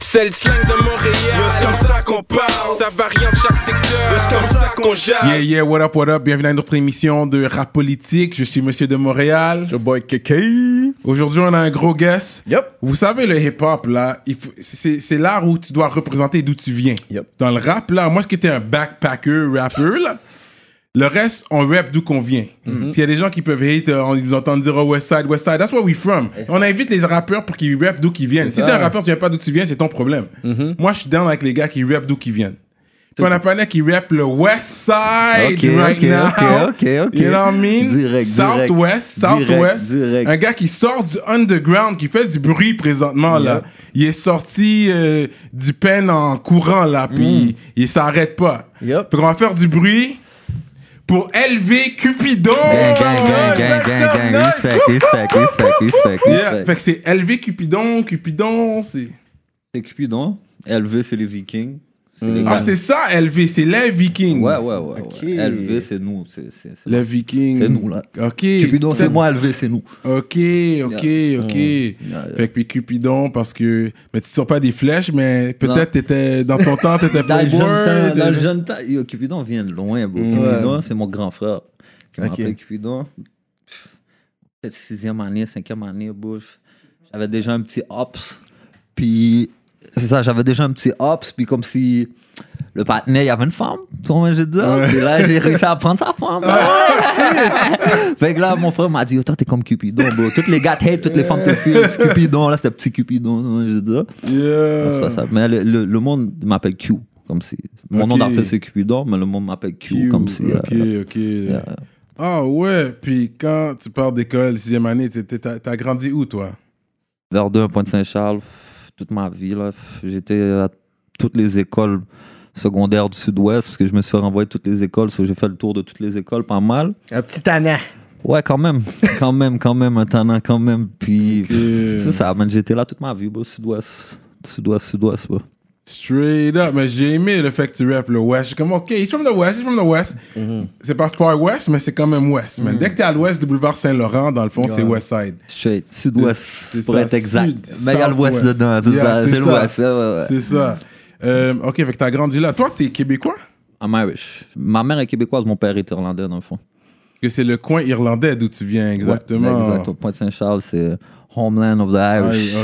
C'est le slang de Montréal. C'est comme ça qu'on parle. Ça varie en chaque secteur. C'est comme ça qu'on jase. Yeah, yeah, what up, what up. Bienvenue à notre émission de rap politique. Je suis Monsieur de Montréal. Yo boy KK. Aujourd'hui, on a un gros guest. Yep. Vous savez, le hip-hop, là, il faut- c'est c'est l'art où tu dois représenter d'où tu viens. Yep. Dans le rap, là, moi, ce qui était un backpacker, rapper, là, le reste, on rap d'où qu'on vient. Mhm. S'il y a des gens qui peuvent hate, euh, on- ils entendent dire oh, West Side, West Side, that's where we from. On invite les rappeurs pour qu'ils rappent d'où qu'ils viennent. Si t'es un rappeur, tu viens pas d'où tu viens, c'est ton problème. Mhm. Moi, je suis down avec les gars qui rappent d'où qu'ils viennent. Puis on a parlé qui rappe le West Side Ok, right ok, now. ok, ok, ok. You know what I mean? Direct, Southwest, direct, Southwest. direct, direct. Un gars qui sort du underground, qui fait du bruit présentement, là. Yeah. Il est sorti euh, du pen en courant, là, Mm. puis il, il s'arrête pas. Yep. Fait qu'on va faire du bruit pour élever Cupidon! Gang, gang, gang, gang, gang, gang, respect, respect, respect, respect, Yeah. Fait respect. que c'est élever Cupidon, Cupidon, c'est... C'est Cupidon, Elvis c'est les Vikings. C'est les Ah, gangs. c'est ça, élever, c'est les Vikings. Hmm. Ouais, ouais, ouais. Ok. ouais. Elvis c'est nous. c'est- c'est- c'est- Les Vikings. C'est nous, là. OK. Cupidon c'est moi, Elvis c'est nous. Ok, ok, ok. Yeah, Mm. yeah. Fait que puis Cupidon, parce que. Mais tu sors pas des flèches, mais Non. peut-être t'étais. Dans ton temps, t'étais Dans le jeune temps, playboy. dans le t'étais- jeune temps. Yo, Cupidon vient de loin, bro. Cupidon c'est mon grand frère. Qui Ok. m'appelle Cupidon. Pff, Peut-être sixième année, cinquième année, bro. J'avais déjà un petit ops. Puis, c'est ça, j'avais déjà un petit ops. Puis, comme si le partenaire, il y avait une femme, tu vois, je veux dire. Puis là, j'ai réussi à prendre sa femme. fait que là, mon frère m'a dit, Yo, toi, t'es comme Cupidon, bro. Toutes les gars te hate, toutes les femmes te filent. C'est Cupidon, là, c'était petit Cupidon, tu vois, je veux dire. Yeah. Ah, Ça, ça- mais le, le- le monde m'appelle Q. Comme si, mon Ok. nom d'artiste, c'est Cupidon, mais le monde m'appelle Q. Cute, Comme si. euh, Ok, ok. Ah ouais, puis quand tu pars d'école, sixième année, t'étais- t'as t'as grandi où, toi Verdun, Pointe-Saint-Charles, toute ma vie. là, J'étais à toutes les écoles secondaires du Sud-Ouest parce que je me suis renvoyé toutes les écoles. so J'ai fait le tour de toutes les écoles, pas mal. Un petit tannant. Ouais, quand même. quand même, quand même, un tannant, quand même. Puis, Ok. c'est ça, man, j'étais là toute ma vie, bro, Sud-Ouest. Sud-Ouest, Sud-Ouest, bro. Straight up, mais j'ai aimé le fait que tu rappes le West. Je suis comme, ok, he's from the West, he's from the West. Mm-hmm. C'est pas Far West, mais c'est quand même West. Mais dès que t'es à l'Ouest du boulevard Saint-Laurent, dans le fond, c'est West Side. Straight, Sud-Ouest, C'est pour ça, être exact. sud, mais il y a le Ouest southwest. dedans, c'est Yeah, ça, c'est c'est ça. l'Ouest. ouais, ouais, Mm-hmm. ouais. C'est ça. Euh, ok, fait que t'as grandi là. Toi, t'es québécois I'm Irish. Ma mère est québécoise, mon père est irlandais, dans le fond. Que c'est le coin irlandais d'où tu viens, exactement. Ouais, exact. Au Pointe-Saint-Charles, c'est euh, Homeland of the Irish. Hmm.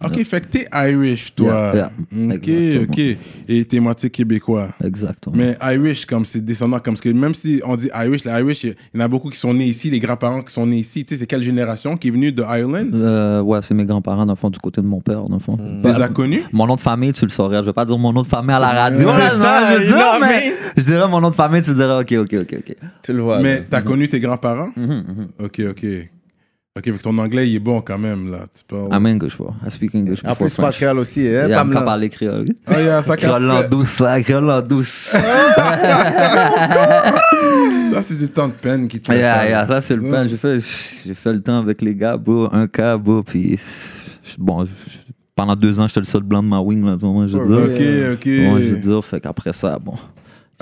Ah, ok, ok. Ok, fait que t'es Irish, toi. Yeah, yeah. Ok, Exactement. ok. Et t'es moitié québécois. Exactement. Mais Irish, comme c'est descendant, comme ce que même si on dit Irish, les Irish, il y en a beaucoup qui sont nés ici, les grands-parents qui sont nés ici. Tu sais, c'est quelle génération qui est venue de Ireland Euh, ouais, c'est mes grands-parents, dans le fond, du côté de mon père, dans le fond. Tu Bah, les as connus mon nom de famille, tu le saurais. Je vais pas dire mon nom de famille à la radio. Mm. c'est là, ça, non, je, veux you know dire, what I mais mean? je dirais mon nom de famille, tu dirais ok, ok, ok, ok. Tu le vois. Mais Mhm. t'as connu tes grands-parents Ok, ok. Ok, fait que ton anglais, il est bon quand même, là. Tu parles. I'm English, bro. I speak English En before plus, tu parles French. créole aussi, hein, Yeah, je Pamela? parler créole. Ah, yeah, ça, Créole en fait- douce, là, créole en douce. ça, c'est du temps de peine qui te fait Ah, Yeah, ça. yeah, ça c'est le pain. Ouais. J'ai fait, j'ai fait le temps avec les gars, bro. Un cas, bro. Puis, je- bon, je- je- pendant deux ans, j'étais le seul blanc de ma wing, là, tu vois, je veux dire. Ok, ok. Bon, je veux dire, fait qu'après ça, bon.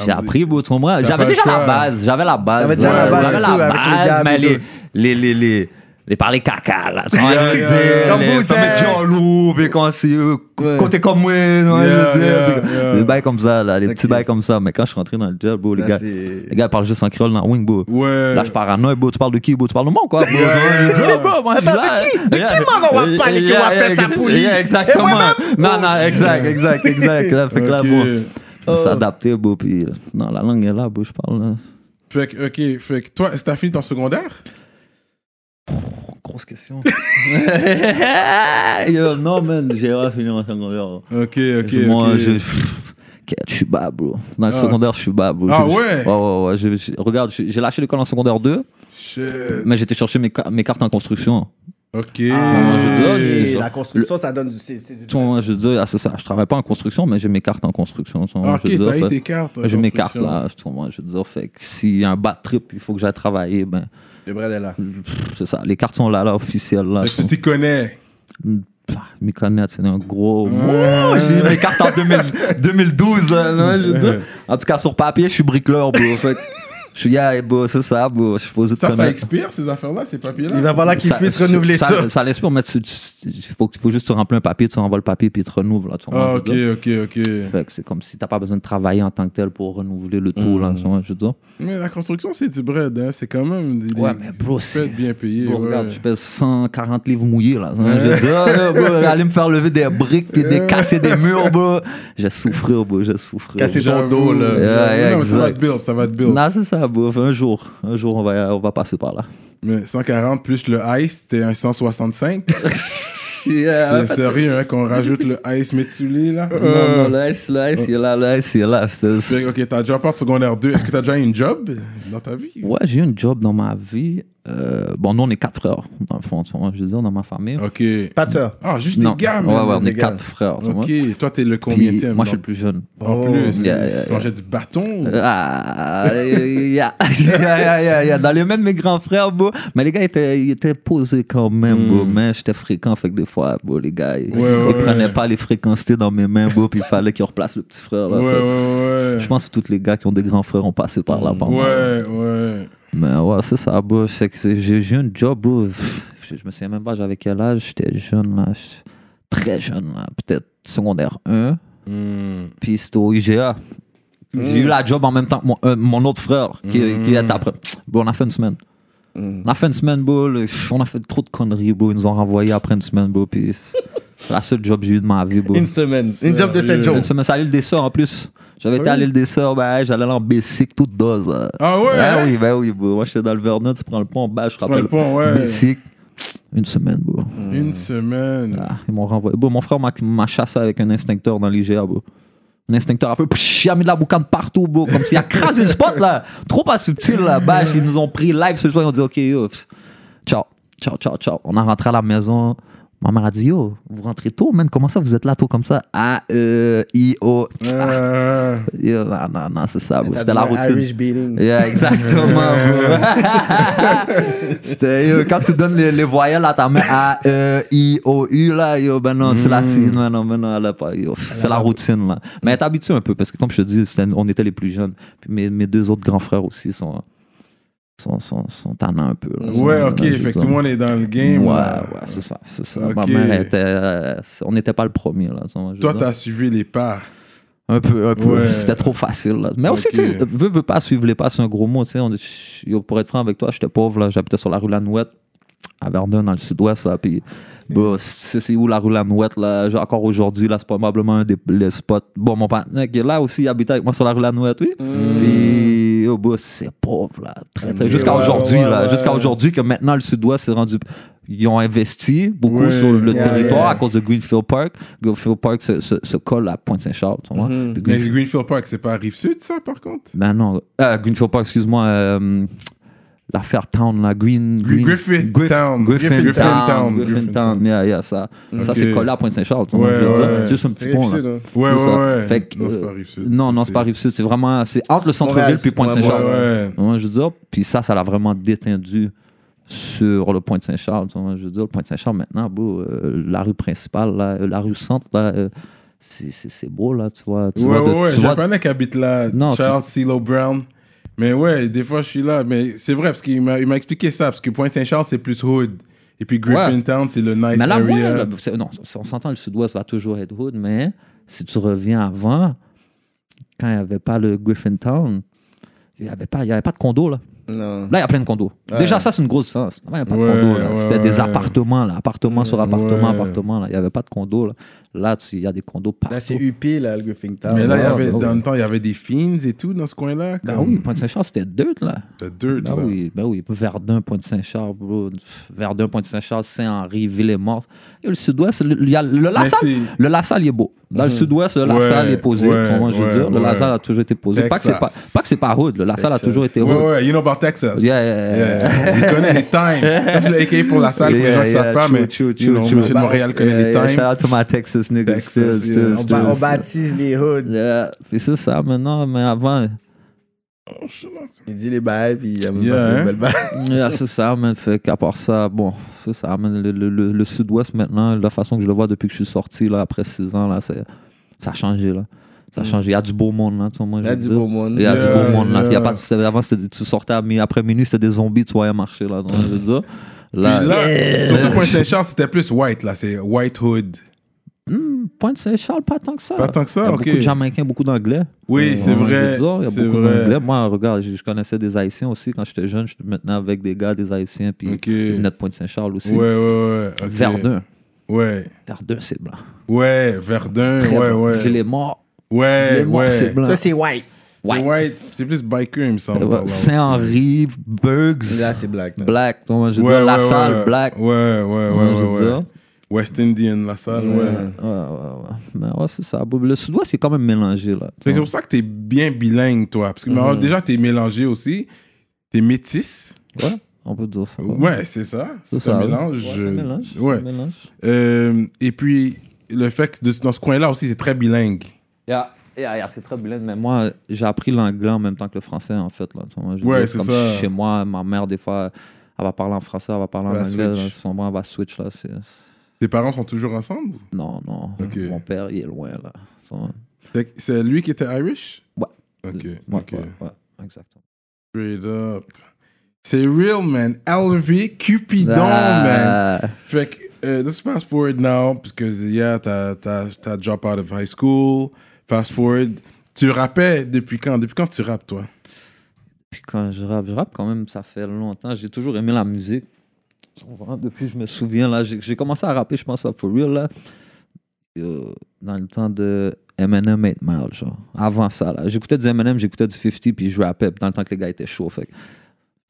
J'ai Ah, appris, bro, tu vois. pas J'avais le déjà choix. la base, j'avais la base. T'avais déjà ouais, la base j'avais et la tout, avec les base, gars mais et les, tout. les, les, les, les parler caca, là. Tu vois, Yeah, je veux yeah, dire, yeah. les Comme femmes vous de jaloux, puis quand c'est, euh, Ouais. côté comme moi, tu vois, je Yeah, veux yeah, dire. yeah. puis Des bails comme ça, là, les petits Ok. bails comme ça. Mais quand je suis rentré dans le job, bro, les Là, gars, c'est- les gars, ils parlent juste en créole dans wing, bro. Ouais. Là, je pars à Noël, beau, tu parles de qui, beau, tu parles de moi, quoi. Beau, Je dis, oh, bro, moi, je Attends, de là. qui- de qui, Yeah. man, on va Yeah, parler, qui yeah, va faire yeah, sa yeah, poulie? yeah, exactement. Non, non, exact, exact, exact. Là, fait que là, Ok. bon, faut Oh. s'adapter, beau, puis là, non, la langue est là, beau, je parle. là. Fait que, ok, fait que toi, est-ce que t'as fini ton secondaire? Grosse question. Yo, non, man, j'ai rien fini en secondaire. Ok, ok. Je- moi, ok. je. pff, Je suis bas, bro. Dans le Ah. secondaire, je suis bas, bro. Ah Je- je- ouais? Euh. Ouais, ouais, ouais. je- je- regarde, je- j'ai lâché l'école en secondaire 2, Shit. mais j'étais chercher mes, ca- mes cartes en construction. Ok. Ah, je dis, ok, ok. La construction, ça donne du. c'est- c'est du- Tu vois, je veux dire, ah, c'est ça, je travaille pas en construction, mais j'ai mes cartes en construction. tu vois, Ah, je veux ok, dire, t'as eu fait- tes cartes. J'ai mes cartes construction. là, tu vois, je veux dire, fait que s'il y a un bad trip, il faut que j'aille travailler, ben, Le bras de là. pff, c'est ça, les cartes sont là, là, officielles, là. Fait que tu t'y connais. Pah, Mes connaître, c'est un gros... Wouh, J'ai eu mes cartes en 2000 2012, là, non, je veux dire. En tout cas, sur papier, je suis bricoleur, bro, fait que Je suis, yeah, bro, c'est ça, bro. Je suis posé de Ça, ça connaître. expire, ces affaires-là, ces Il papiers-là. va falloir qu'il Ça- puisse renouveler ça. Ça, ça laisse pas mettre. sur- Il faut, il faut juste te remplir un papier, tu renvoies le papier, puis tu renouveles. Là, tu Ah, renvoies ok, le gars. ok, ok. Fait que c'est comme si t'as pas besoin de travailler en tant que tel pour renouveler le tout, là, tu vois, je veux dire. Mais la construction, c'est du bread, hein. C'est quand même. des- Ouais, des- mais bro, ça peut c'est. être bien payé. Bro, ouais. regarde, je pèse 140 livres mouillés, là. tu vois, Je dis, ah, yeah, bro, allez me faire lever des briques, puis des casser des murs, bro. J'ai souffert, bro, j'ai souffert. Casser- c'est ton J'avoue. dos, là. Yeah, yeah, Non, mais ça va exact. te build, ça va te build. Non, c'est ça, bro. Un jour, un jour, on va, on va passer par là. Mais 140 plus le ice, t'es un 165. Yeah. Euh. c'est sérieux, hein, qu'on rajoute le ice métulé, là. Non, non, le ice, le ice, il est là, le ice, il est là. C'est- c'est- Fait que, Ok, t'as déjà part secondaire 2. Est-ce que t'as déjà eu une job dans ta vie? Ouais, j'ai eu une job dans ma vie. Euh, bon, nous, on est quatre frères, dans le fond, tu vois, je veux dire, dans ma famille. Ok. Pas de ça. Ah, juste Non. des gars, Ouais, man. ouais, on des est gars. quatre frères, tu vois. Ok, toi, t'es le Puis, combien moi, je suis le plus euh, jeune. En Oh, plus, tu yeah, yeah, mangeais du bâton. ou- Ah, yeah. Yeah, yeah, yeah, yeah. Dans les mains de mes grands frères, bro. Mais les gars, ils étaient, ils étaient posés quand même, bro. Mais j'étais fréquent, fait que des fois, bro, les gars, ils, Hmm. Ouais, ouais, ils prenaient ouais. pas les fréquences dans mes mains, bro. Puis il fallait qu'ils replacent le petit frère, là. Ouais, Fait que ouais, Je pense que tous les gars qui ont des grands frères ont passé par là. par ouais. moi. Ouais, ouais. Mais ouais, c'est ça, bro. C'est que c'est- j'ai j'ai eu un job, bro. Pff, Je, je me souviens même pas, j'avais quel âge. J'étais jeune, là. Je- Très jeune, là. Peut-être secondaire 1. Hmm. Puis c'était au IGA. J'ai eu la job en même temps que mon, un- mon autre frère qui, Mm. qui est après. Bon, on a fait une semaine. On a fait une semaine, bro. le- pff, On a fait trop de conneries, bro. Ils nous ont renvoyés après une semaine, bro. Puis c'est la seule job que j'ai eu de ma vie, bro. Une semaine. Une job de Sérieux. 7 jours. Une semaine, c'est à l'île des Sœurs en plus. J'avais été à l'île des Sœurs, ben, j'allais aller en Bessic toute dose. là. Ah ouais? Ah oui, ben oui, bro. Moi, j'étais dans le Vernon, tu prends le pont, bah, je Prends rappelle. le pont, ouais. Bessic, une semaine, bro. Une semaine. Hmm. Ah, ils m'ont renvoyé. Bon, mon frère m'a- m'a chassé avec un instincteur dans l'IGA, bro. Un instincteur a fait, psh, il a mis de la boucane partout, bro. Comme s'il a crasé le spot, là. Trop pas subtil, là. Bâche, ils nous ont pris live ce soir. Ils ont dit, OK, yo, pss, ciao, ciao, ciao, ciao. On a rentré à la maison. Ma mère a dit, yo, vous rentrez tôt, man. Comment ça, vous êtes là tôt comme ça? A, E, I, O. Euh, Yo, non, non, non, c'est ça, bro. C'était la Un routine. Irish beating. Yeah, exactement. bro. C'était yo, quand tu donnes les, les voyelles à ta main A E I O U là, yo ben non, c'est la signe, ben non, ben non, elle a pas, yo, c'est la routine là. Mais t'es habitué un peu parce que comme je te dis, c'était- on était les plus jeunes. Puis mes, mes deux autres grands frères aussi sont sont sont, sont tannants un peu. là. Ils sont- ouais, là, ok, je fait veux que dire. tout le monde est dans le Ouais, game. là. ouais, c'est ça, c'est ça. Ma Ok. mère elle était, euh, on n'était pas le premier là. tu vois, je veux Toi, dire. t'as suivi les pas. Un peu, un peu. Ouais. C'était trop facile. Là. Mais aussi, Ok. tu sais, veux, veux pas suivre les pas, c'est un gros mot. tu sais. On- yo, pour être franc avec toi, j'étais pauvre. là. J'habitais sur la rue Lanouette, à Verdun, dans le sud-ouest. là, Puis, bah, c'est c'est où la rue Lanouette? Là? Genre, Encore aujourd'hui, là, c'est probablement un des les spots. Bon, mon partenaire qui est là aussi, il habitait avec moi sur la rue Lanouette, oui. Puis, yo, bah, c'est pauvre. là. Très, très- Ok, Jusqu'à ouais, aujourd'hui, ouais, là. ouais. Jusqu'à aujourd'hui, que maintenant, le sud-ouest s'est rendu. Ils ont investi beaucoup Ouais. sur le Yeah, territoire yeah. à cause de Greenfield Park. Greenfield Park se, se- se colle à Pointe-Saint-Charles. tu vois. Puis Mais Greenfield- Greenfield Park, c'est pas Rive-Sud, ça, par contre? ben non, euh, Greenfield Park, excuse-moi, euh, l'affaire Town, la Green, Green Griffith Griff- Town. Griffin, Griffin Town, Town. Griffin Griffin Town, yeah, yeah, ça, ça Ok. c'est collé à Pointe-Saint-Charles, tu Ouais, vois, je veux ouais. dire, juste un petit C'est pont difficile, là. hein. Ouais, C'est ça. ouais, ouais. Fait que, non, c'est euh, pas Rive-Sud. Non, non, Ça, c'est pas Rive-Sud, c'est vraiment, c'est entre le centre-ville Montréal, puis Ouais, Pointe-Saint-Charles. ouais. Ouais, je veux dire, puis ça, ça l'a vraiment détendu sur le point de Saint-Charles. tu vois. Je veux dire, le point de Saint-Charles, maintenant, beau, euh, la rue principale, là, euh, la rue centre, là, euh, c'est- c'est c'est beau, là, tu vois. Tu ouais, vois de- ouais, ouais. tu J'ai vois- un panneau qui habite là, Non, c'est- Charles CeeLo Brown. Mais ouais, des fois, je suis là. Mais c'est vrai, parce qu'il m'a il m'a expliqué ça. Parce que Pointe-Saint-Charles, c'est plus hood. Et puis Griffintown, c'est le nice mais là, ouais, area. là, c'est- non, c'est- on s'entend, le sud-ouest va toujours être hood, mais si tu reviens avant, quand il n'y avait pas le Griffintown, il n'y avait, pas- il y avait pas de condo, là. Non. Là, il y a plein de condos. Déjà, ça, c'est une grosse différence. Là, il n'y a pas Ouais, de condos. là. ouais, C'était des ouais. appartements, là. Appartement sur appartement, Ouais. appartement, là. Il n'y avait pas de condos, là. Là, tu- il y a des condos partout. Là, c'est UP, là, le Griffin Town. Mais là, il y Ah, avait, bah dans oui. le temps, il y avait des fiends et tout dans ce coin-là. Ben comme- oui, Pointe-Saint-Charles, c'était dirt, là. C'est deux, tu Ben vois. oui, ben oui. Verdun, Pointe-Saint-Charles, bro. Verdun, Pointe-Saint-Charles, Saint-Henri, Ville-et-Morte. Et Le sud-ouest, le, il y a le Mais La Salle. c'est- Le La Salle, il est beau. Dans le sud-ouest, le La Ouais, Salle est posé. ouais, tu vois, je veux ouais, dire. Le La ouais. Salle a toujours été posé. Pas que c'est pas, Texas. pas, que c'est pas hood. Le La Salle a Texas. toujours été hood. Ouais, ouais, you know about Texas. Yeah, yeah, Yeah. Il connaît les times. Ça, c'est le AKA pour la salle, pour les gens qui Yeah, savent yeah, pas, true, mais true, you know, monsieur true, de true. Montréal connaît les Yeah, yeah, times. Shout out to my Texas niggas. Texas, still, yeah. still, On, still, ba- on still. baptise les hoods. Yeah. Puis c'est ça, maintenant, mais avant, Il dit les bails, puis il y a même Yeah, pas fait hein. de belles bails. Yeah, c'est ça, man. Fait qu'à part ça, bon, c'est ça, man. Le, le- le- le sud-ouest, maintenant, la façon que je le vois depuis que je suis sorti, là, après 6 ans, là, c'est- ça a changé, là. Mm. Ça change. Il y a du beau monde, là, tu vois, moi, Il y a je veux du dire. beau monde. Il y a Yeah, du beau monde, là. yeah. Il y a pas de- c'était- Avant, c'était- tu sortais à mi- après minuit, c'était des zombies, tu voyais marcher, là. Donc, je veux dire. Là, Puis là, surtout Yeah. pour Saint-Charles, c'était plus white, là. C'est White Hood. Pointe Saint-Charles, pas tant que ça. Pas tant que ça, Ah. Il y a ok. beaucoup de Jamaïcains, beaucoup d'Anglais. Oui, c'est Ouais, vrai. je veux dire, Il y C'est a beaucoup vrai. d'anglais. Moi, regarde, je, je connaissais des Haïtiens aussi quand j'étais jeune. Je suis maintenant avec des gars, des Haïtiens, puis Ok. ils venaient de Pointe-Saint-Charles aussi. Ouais, ouais, ouais. ok. Verdun. Ouais. Verdun, c'est blanc. Ouais, Verdun. Ouais, ouais. les morts. Ouais, les morts, ouais. c'est blanc. Ça, c'est white. C'est Ouais. white. C'est plus biker, il me semble. par là Ah, bah, aussi. Saint-Henri, Bugs, Là, c'est black. là. Black. Donc, je veux Ouais, dire, La ouais, Salle, ouais. Black. Ouais, ouais, ouais, Ouais, ouais, je veux ouais. dire. West Indian, la salle, ouais. Ouais, ouais, ouais. Mais ouais, c'est ça. Le sud-ouest, c'est quand même mélangé, là. Fait que C'est pour ça que t'es bien bilingue, toi. Mhm. Parce que mais alors, déjà, t'es mélangé aussi. T'es métisse. Ouais, on peut dire ça. Ouais, c'est ça. C'est C'est un ça. mélange. Ouais, un mélange. Ouais. un mélange. Euh, et puis, le fait que de- dans ce coin-là aussi, c'est très bilingue. Yeah. Yeah, yeah, c'est très bilingue, mais moi, j'ai appris l'anglais en même temps que le français, en fait. Là, tu vois. Je veux Ouais, dire, c'est comme ça. Chez moi, ma mère, des fois, elle va parler en français, elle va parler en Elle va anglais. là, switch. Souvent, elle va switch, là. c'est- Tes parents sont toujours ensemble? Non, non. Ok. Mon père, il est loin, là. Tu vois. Fait que C'est lui qui était Irish? Ouais. Ok, Ouais, ok. ouais, ouais, exactement. Straight up. C'est real, man. LV Cupidon, man. Ah, Fait que, euh, let's fast forward now, parce que, yeah, t'as, t'as, t'as drop out of high school. Fast forward. Tu rappais depuis quand? Depuis quand tu rappes, toi? Puis quand je rappe, je rappe quand même, ça fait longtemps. J'ai toujours aimé la musique. Tu comprends? Depuis que je me souviens, là, j'ai j'ai commencé à rapper, je pense, à For Real, là, euh, dans le temps de Eminem 8 Mile, genre. Avant ça, là. J'écoutais du Eminem, j'écoutais du 50, puis je rappais, puis dans le temps que les gars étaient chauds. Fait que je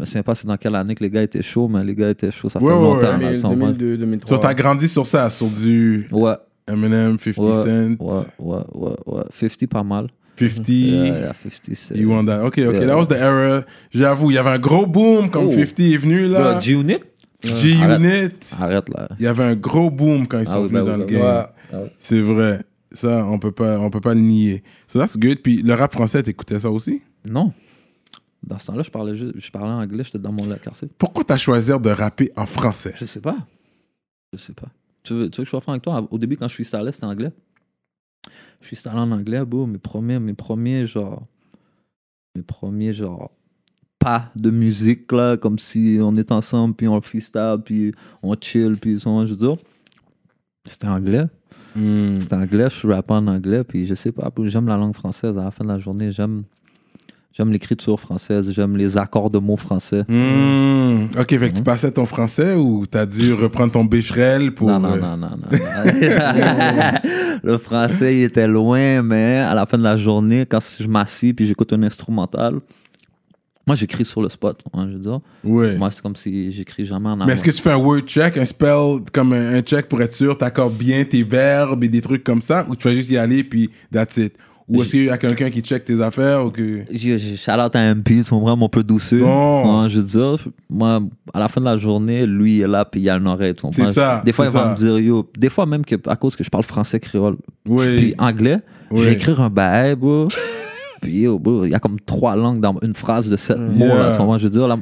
me souviens pas c'est dans quelle année que les gars étaient chauds, mais les gars étaient chauds, ça Ouais, fait ouais, longtemps. ouais. là, tu 2000, comprends? 2002, So, 2003. t'as grandi sur ça, sur du Ouais, Eminem, 50 Ouais, Cent, ouais, ouais, ouais, ouais. 50, pas mal. 50. Yeah, yeah, 50, c'est... You want that? Ok, ok, Yeah. that was the era. J'avoue, il y avait un gros boom quand Oh. 50 est venu là. Ouais, G-Unit? G-Unit. Arrête, là. Il y avait un gros boom quand ils Ah sont oui, venus bah dans oui, le bah game. C'est vrai. Ça, on peut pas, on peut pas le nier. So that's good. Puis le rap français, t'écoutais ça aussi? Non. Dans ce temps-là, je parlais, juste, je parlais anglais, j'étais dans mon quartier. Pourquoi t'as choisi de rapper en français? Je sais pas. Je sais pas. Tu veux, tu veux que je sois franc avec toi? Au début, quand je suis installé, c'était anglais. Je suis installé en anglais, bro. Mes premiers, mes premiers, genre. Mes premiers, genre. Pas de musique, là. Comme si on est ensemble, puis on freestyle, puis on chill, puis on. Je veux dire. C'était anglais. Hmm. C'est anglais, je rappe en anglais, puis je sais pas, puis j'aime la langue française. À la fin de la journée, j'aime j'aime l'écriture française, j'aime les accords de mots français. Hmm. Ok, fait que tu passais ton français ou t'as dû reprendre ton bécherel pour. Non, non, euh, non, non, non. Le français, il était loin, mais à la fin de la journée, quand je m'assis puis j'écoute un instrumental, moi, j'écris sur le spot, hein, je veux dire. Ouais. Moi, c'est comme si j'écris jamais en Mais anglais. est-ce que tu fais un word check, un spell, comme un, un check pour être sûr, t'accordes bien tes verbes et des trucs comme ça, ou tu vas juste y aller puis that's it? Ou est-ce qu'il y a quelqu'un qui check tes affaires ou que. Je- je- Shout out à MP, sont vraiment un peu douceux. Bon. je veux dire, moi, à la fin de la journée, lui, il est là, puis il a une oreille. tu comprends? C'est ça, Des fois, c'est il va ça. me dire, yo, des fois même que, à cause que je parle français créole, puis Oui. anglais, Oui. j'écris un bail, bro. puis yo, bro, il y a comme trois langues dans une phrase de sept Mm. mots, là, tu comprends? Je veux dire, là,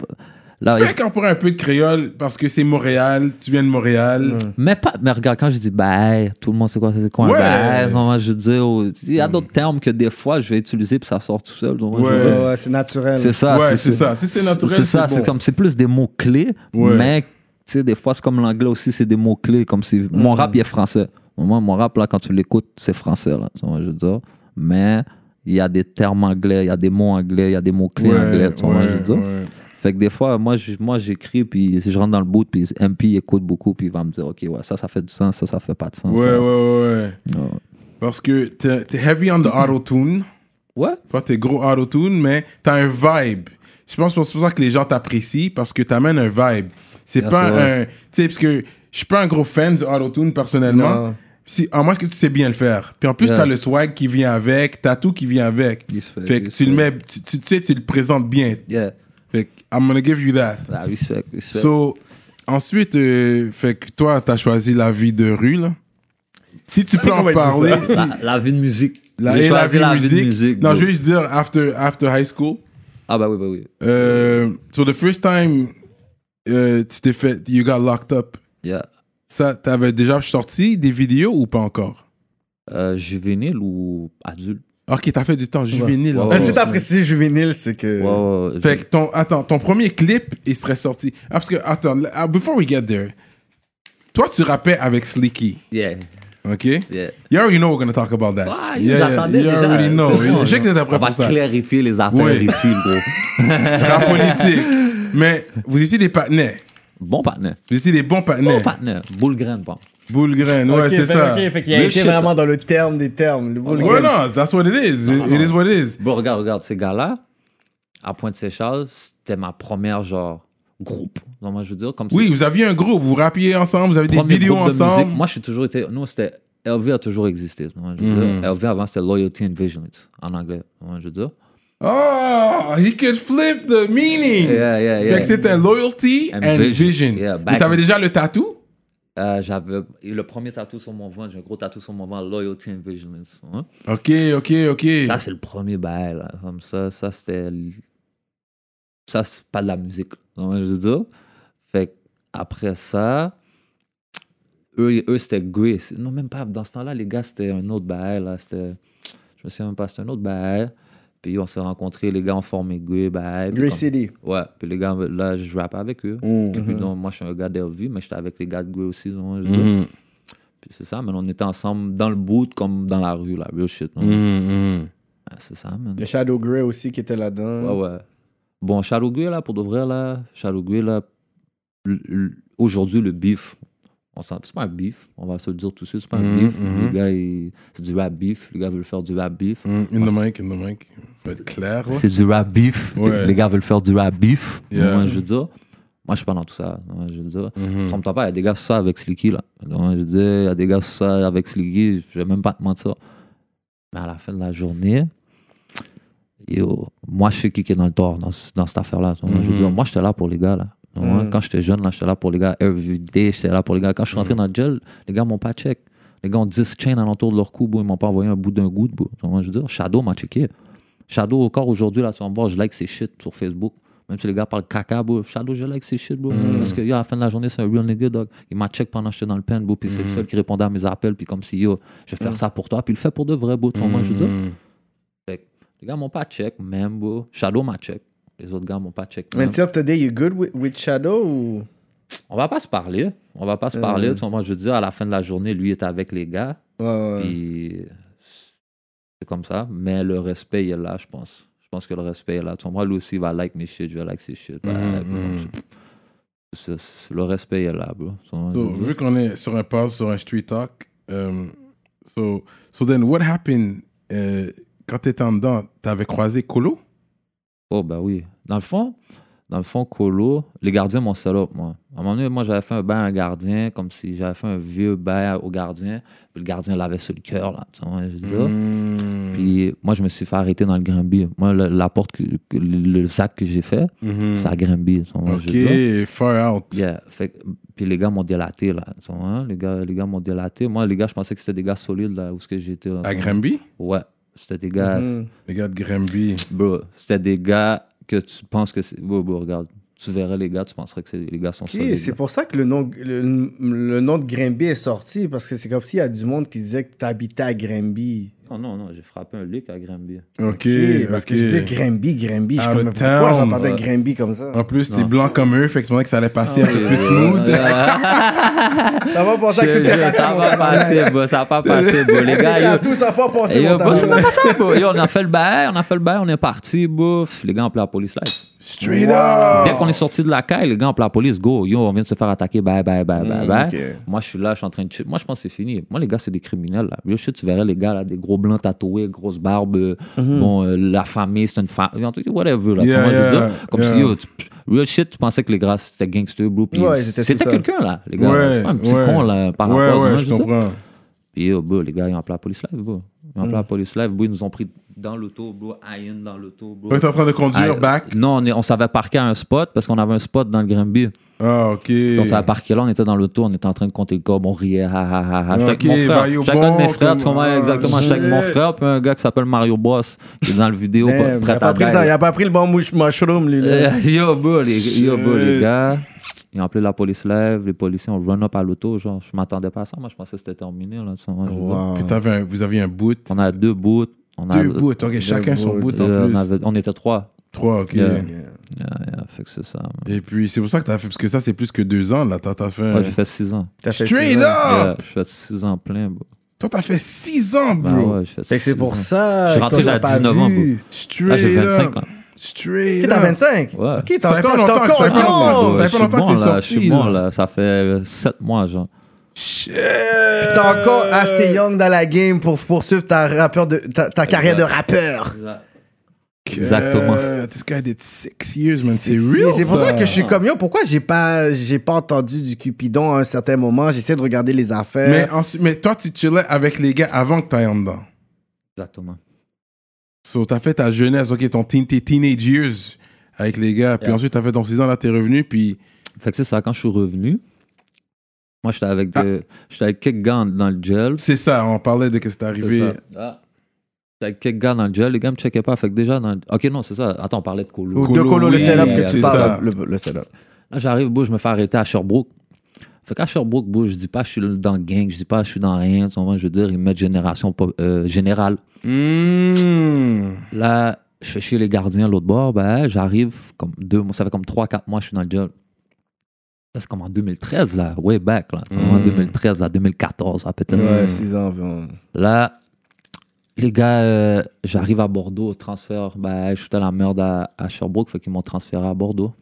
là, Tu peux incorporer un peu de créole parce que c'est Montréal, tu viens de Montréal. Mais pas, mais regarde, quand je dis bail, tout le monde sait quoi, c'est quoi un Ouais. Mm. bail, tu comprends? je veux dire, oh, il y a d'autres termes que des fois je vais utiliser puis ça sort tout seul. tu comprends? Je veux Ouais. dire, Ouais, ouais, c'est naturel. C'est ça. Ouais, c'est ça. Si c'est naturel, C'est c'est ça, c'est bon. comme c'est plus des mots clés, Ouais. mais tu sais des fois c'est comme l'anglais aussi, c'est des mots clés comme si mon rap il est français. Moi mon rap là quand tu l'écoutes, c'est français là, tu vois, je veux dire. Mais il y a des termes anglais, il y a des mots anglais, il y a des mots clés anglais, tu vois, je veux dire. ouais. Fait que des fois moi je- moi j'écris puis si je rentre dans le bout puis MP il écoute beaucoup puis il va me dire OK ouais, ça ça fait du sens, ça ça fait pas de sens. Ouais, ouais, ouais, ouais. Ouais. Parce que t'es t'es heavy on the auto-tune. Ouais. Toi, t'es gros auto-tune, mais t'as un vibe. Je pense que c'est pour ça que les gens t'apprécient, parce que t'amènes un vibe. C'est Bien pas sûr. un... Tu sais, parce que je suis pas un gros fan du auto-tune, personnellement. Non. Si, à moins que tu sais bien le faire. Puis en plus, Yeah. t'as le swag qui vient avec, t'as tout qui vient avec. Respect, Fait que tu le mets... Tu tu- tu sais, tu le présentes bien. Yeah. Fait que I'm gonna give you that. Ah, respect, respect. So, ensuite, euh, fait que toi, t'as choisi la vie de rue, là. Si tu peux Ah, Comment en on dit parler, si- la, la vie de musique. la, J'ai et la choisi vie musique. non, bro. je veux juste dire, after, after high school, Ah bah oui, bah oui. euh, so the first time euh, tu t'es fait, you got locked up, Yeah. ça, t'avais déjà sorti des vidéos ou pas encore Euh, juvénile ou adulte Ok, t'as fait du temps juvénile. Ouais, en ouais, plus. Si t'as apprécié Juvénile, c'est Euh, que. Wow, Fait que ton, attends, ton premier clip, il serait sorti. Ah, parce que, attends, là, ah, before we get there, toi, tu rappais avec Slicky, Yeah, OK? yeah. You already know we're gonna talk about that. Ah, you already know. C'est bon, Je sais que t'étais On prêt va pour ça. clarifier les affaires Ouais. ici, gros. Rap politique. Mais vous étiez des partenaires. Bon partenaire. Vous étiez des bons Bon partenaires. partenaire. Boule graine, bon. Boule graine, ouais, Ok, c'est fait- ça. Ok, fait qu'il a Real été shit, vraiment dans le terme des termes. Le vulgaire. Ouais, non, that's what it is. It, it is what it is. Bon, regarde, regarde, ces gars-là, à Pointe-Séchal, c'était ma première, genre, groupe. Non, moi, je veux dire, comme Oui, c'est- vous aviez un groupe, vous rappiez ensemble, vous avez des premier vidéos groupe de ensemble. musique. Moi, j'ai toujours été. Nous, c'était. LV a toujours existé. non, je veux Mhm. dire. LV avant, c'était Loyalty and Vigilance, en anglais. non, je veux dire. Oh, he could flip the meaning. Yeah, yeah, yeah. Mm. Fait que c'était loyalty And and vision. vision. Yeah, Mais back- t'avais déjà le tatou? Euh, j'avais et le premier tatou sur mon ventre, j'ai un gros tatou sur mon ventre, Loyalty and Vigilance. hein. Ok, ok, ok. Ça, c'est le premier bail. là, Comme ça, ça, c'était. l- Ça, c'est pas de la musique. non, je veux dire. Fait que après ça, eux, eux c'était Grace. Non, même pas. Dans ce temps-là, les gars, c'était un autre bail. Là. C'était, je me souviens même pas, c'était un autre bail. Puis on s'est rencontrés, les gars ont formé Grey bail. puis Grey comme- City. Ouais, puis les gars, là, je rappe avec Mm. eux. Et Mm-hmm. puis, donc, moi, je suis un gars d'Elvie, mais j'étais avec les gars de Grey aussi. non, je veux dire. Mhm, Puis c'est ça, mais on était ensemble dans le boot comme dans la rue, là. Real shit. non. mhm, mhm. Ah, c'est ça, man. Le Shadow Grey aussi qui était là-dedans. Ouais, ouais. Bon, Charles Gué, là, pour de vrai, là, Charles Gué, là, l- l- aujourd'hui, le beef, on s'en- c'est pas un beef, on va se le dire tout de suite, c'est pas un Mhm, beef. mhm. Le gars, il- c'est du rap beef, les gars veulent faire du rap beef. Mm, In the mic, in the mic. Faut être clair. là. C'est du rap beef, Ouais. les gars veulent faire du rap beef. Yeah. Moi, je veux dire, moi, je suis pas dans tout ça. Moi, je veux dire, Mhm. trompe-toi pas, il y a des gars sur ça avec Slicky, là. Donc, je veux dire, il y a des gars sur ça avec Slicky, je vais même pas te mentir. Mais à la fin de la journée, yo, moi, je sais qui qui est dans le tort dans, ce- dans cette affaire-là. Donc, je veux dire, moi, j'étais là pour les gars, là. Donc, hein, Quand j'étais jeune, là, j'étais là pour les gars. Everyday, j'étais là pour les gars. Quand je suis rentré dans le gel, les gars m'ont pas check. Les gars ont 10 chains alentour de leur cou, bro. ils m'ont pas envoyé un bout d'un goût. bro. Donc, hein, je veux dire, Shadow m'a checké. Shadow, encore aujourd'hui, là, tu vas me voir, je like ses shit sur Facebook. Même si les gars parlent caca, bro. Shadow, je like ses shit, bro. Parce que, yo, à la fin de la journée, c'est un real nigga, dog. Il m'a check pendant que j'étais dans le pen, bro. Puis c'est le seul qui répondait à mes appels. Puis comme si, yo, je vais faire ça pour toi. Puis il le fait pour de vrai, bro. Tu vois, moi, je veux Mm. dire. Fait que, les gars m'ont pas check, même, bro. Shadow m'a check. Les autres gars m'ont pas check. Mais même. until today, you good with, with Shadow ou. On va pas se parler. On va pas se parler. Tu vois, moi, je veux dire, à la fin de la journée, lui est avec les gars. Ouais, ouais. Puis c'est comme ça. Mais le respect, il est là, je pense. Je pense que le respect est là. Tu vois, moi, lui aussi, il va like mes shit, je vais like ses shit. Bah, Mhm, bro, mhm. c'est- c'est- le respect il est là, bro. Tu So, vois, je veux vu dire. qu'on est sur un pause, sur un street talk, um, so, so then what happened euh, quand t'étais en dedans, t'avais croisé Colo? Oh, bah oui. Dans le fond, dans le fond, Colo, les gardiens m'ont sell up, moi. À un moment donné, moi, j'avais fait un bail à un gardien, comme si j'avais fait un vieux bail au gardien. Puis le gardien l'avait sur le cœur, là. Tu vois, je veux dire. Mm-hmm. Hmm. Puis moi, je me suis fait arrêter dans le Grimby. Moi, le- la porte, que, que- le sac que j'ai fait, Mhm. c'est à Grimby. tu vois, je veux dire. Ok, far out. Yeah. Fait, que- puis les gars m'ont délaté, là. tu vois, hein, Les gars, les gars m'ont délaté. Moi, les gars, je pensais que c'était des gars solides, là, où ce que j'étais. là, À tu vois. Grimby? Ouais. C'était des gars... Mhm. Les gars de Grimby. Bro, c'était des gars que tu penses que c'est... Bro, bro, regarde. Tu verrais les gars, tu penserais que c'est- les gars sont Ok, solides. c'est là. pour ça que le nom, le, le nom de Grimby est sorti, parce que c'est comme s'il y a du monde qui disait que t'habitais à Grimby. Non, non, non. J'ai frappé un lick à Grimby. Ok, Ok, parce que je disais ok. Grimby, Grimby. Je Out suis comme, of pourquoi town. j'entendais Ouais. Grimby comme ça? En plus, t'es Non. Ah, blanc comme eux, fait que c'est vrai que ça allait passer un peu plus smooth. Ça va penser que tout est raté, ça mon va tabarnak. passer, bro. Ça va pas passer, bro. Les gars, yo, Tout ça va pas passer, Et mon yo, bro, c'est tabarnak. même pas ça, bro. Yo, on a fait le bail, on a fait le bail, on est parti, bouf. Les gars ont appelé la police live. Straight up! Dès qu'on est sorti de la caille, les gars ont appelé la police, go, yo, on vient de se faire attaquer, bye, bye, bye, Mm, bye, bye. Moi, je suis là, je suis en train de chill. Moi, je pense que c'est fini. Moi, les gars, c'est des criminels, là. Yo, shit, tu verrais les gars, là, des gros blancs tatoués, grosses barbes. euh, Bon, euh, la famille, c'est une famille. Whatever, là. Mhm. Tu Yeah, vois, je veux yeah, dire, comme yeah. si, yo, tu- real shit, tu pensais que les gars, c'était gangster, bro. puis Ouais, ils étaient C'était sous ça. quelqu'un, là, les gars. Ouais, c'est pas un petit ouais. con, là, par ouais, rapport à ouais, moi, je veux dire. comprends. Puis, yo, bro, les gars, ils ont appelé la police live, bro. Ils ont appelé Mm. la police live, bro. Ils nous ont pris dans l'auto, bro. Aïn dans l'auto, bro. Ouais, t'es en train de conduire Ah, back. Non, on, est- on s'avait parqué à un spot parce qu'on avait un spot dans le Grimby. Ah, ok. On s'avait parqué là, on était dans l'auto, on était en train de compter le cob, on riait, ha ha ha ha. J'étais avec Ok, mon frère, Mario j'étais avec un de mes Bond, frères, tu comme- comprends, ah, exactement, j'étais avec mon shit. frère, puis un gars qui s'appelle Mario Boss, qui est dans le vidéo, Damn, prêt il a à pas pris ça, il bail. a pas pris le bon mouche- mushroom, lui. là. Euh, Yo, bro, les, yo, bro, les gars. Ils ont appelé la police lève, les policiers ont run up à l'auto. Genre, je m'attendais pas à ça. Moi, je pensais que c'était terminé. Là, tu vois, je veux dire. Puis t'avais un- vous aviez un boot. On a deux bouts. on a- Deux bouts, ok, chacun son bouts. bout en euh, on, plus. avait- on était trois. Trois, ok. Yeah. Yeah. Yeah, yeah, fait que c'est ça. man. Et puis, c'est pour ça que t'as fait, parce que ça, c'est plus que deux ans, là. T'as t'as fait. Ouais, j'ai fait six ans. T'as fait Straight six ans. up! Ah! Yeah, j'ai fait six ans plein, bro. Toi, t'as fait six ans, Bah bro. ouais, j'ai fait Fait que c'est six pour ans. ça. Je suis rentré, qu'on j'avais l'a pas 19 ans, vu. Straight Là, Ah, j'ai 25 up. ans. Straight Tu sais, t'as up. 25? Ouais. Ah, Ok, Ça t'as fait pas encore, t'as longtemps que encore ça un commence, an. là. Ça fait je pas suis longtemps que bon, t'es là, Je sorti, suis bon, là. là. Ça fait 7 mois, genre. Shit. T'es encore assez young dans la game pour poursuivre ta, rappeur de, ta, ta carrière de rappeur. Exactement. Euh, This guy did six years, man. C'est C'est- real. C'est pour ça que je suis comme yo. Pourquoi j'ai pas, j'ai pas entendu du Cupidon à un certain moment? J'essaie de regarder les affaires. Mais, ensuite- mais toi, tu chillais avec les gars avant que t'ailles en dedans. Exactement. So, t'as fait ta jeunesse, ok, ton teen, tes teenage years avec les gars. Puis Yeah. ensuite, t'as fait ton 6 ans, là, t'es revenu. Puis Fait que c'est ça, quand je suis revenu, moi, j'étais avec, des- j'étais avec quelques gars dans le gel. Ah. c'est ça, on parlait de ce qui t'est C'est arrivé. ça. Ah. J'étais avec quelques gars dans le gel. Les gars me checkaient pas. Fait que déjà, dans... OK, non, c'est ça. Attends, on parlait de Colo. Ou Colo, de Colo, le oui, setup que c'est tu ça. parles. Le, le setup. Là, j'arrive, bro, je me fais arrêter à Sherbrooke. Fait qu'à Sherbrooke, bro, je dis pas je suis dans le gang, je dis pas je suis dans rien. Tu comprends, je veux dire, ils me mettent génération pop- euh, générale. Mmh. Là, je suis chez les gardiens l'autre bord, ben, j'arrive comme deux mois, ça fait comme trois, quatre mois, je suis dans le job. Là, c'est comme en 2013, là, way back, là. C'est comme en 2013, là, 2014, là, Mm. peut-être. Ouais, 6 ans environ. Là, les gars, euh, j'arrive à Bordeaux, transfert. Ben, je suis à la merde à, à Sherbrooke, fait qu'ils m'ont transféré à Bordeaux.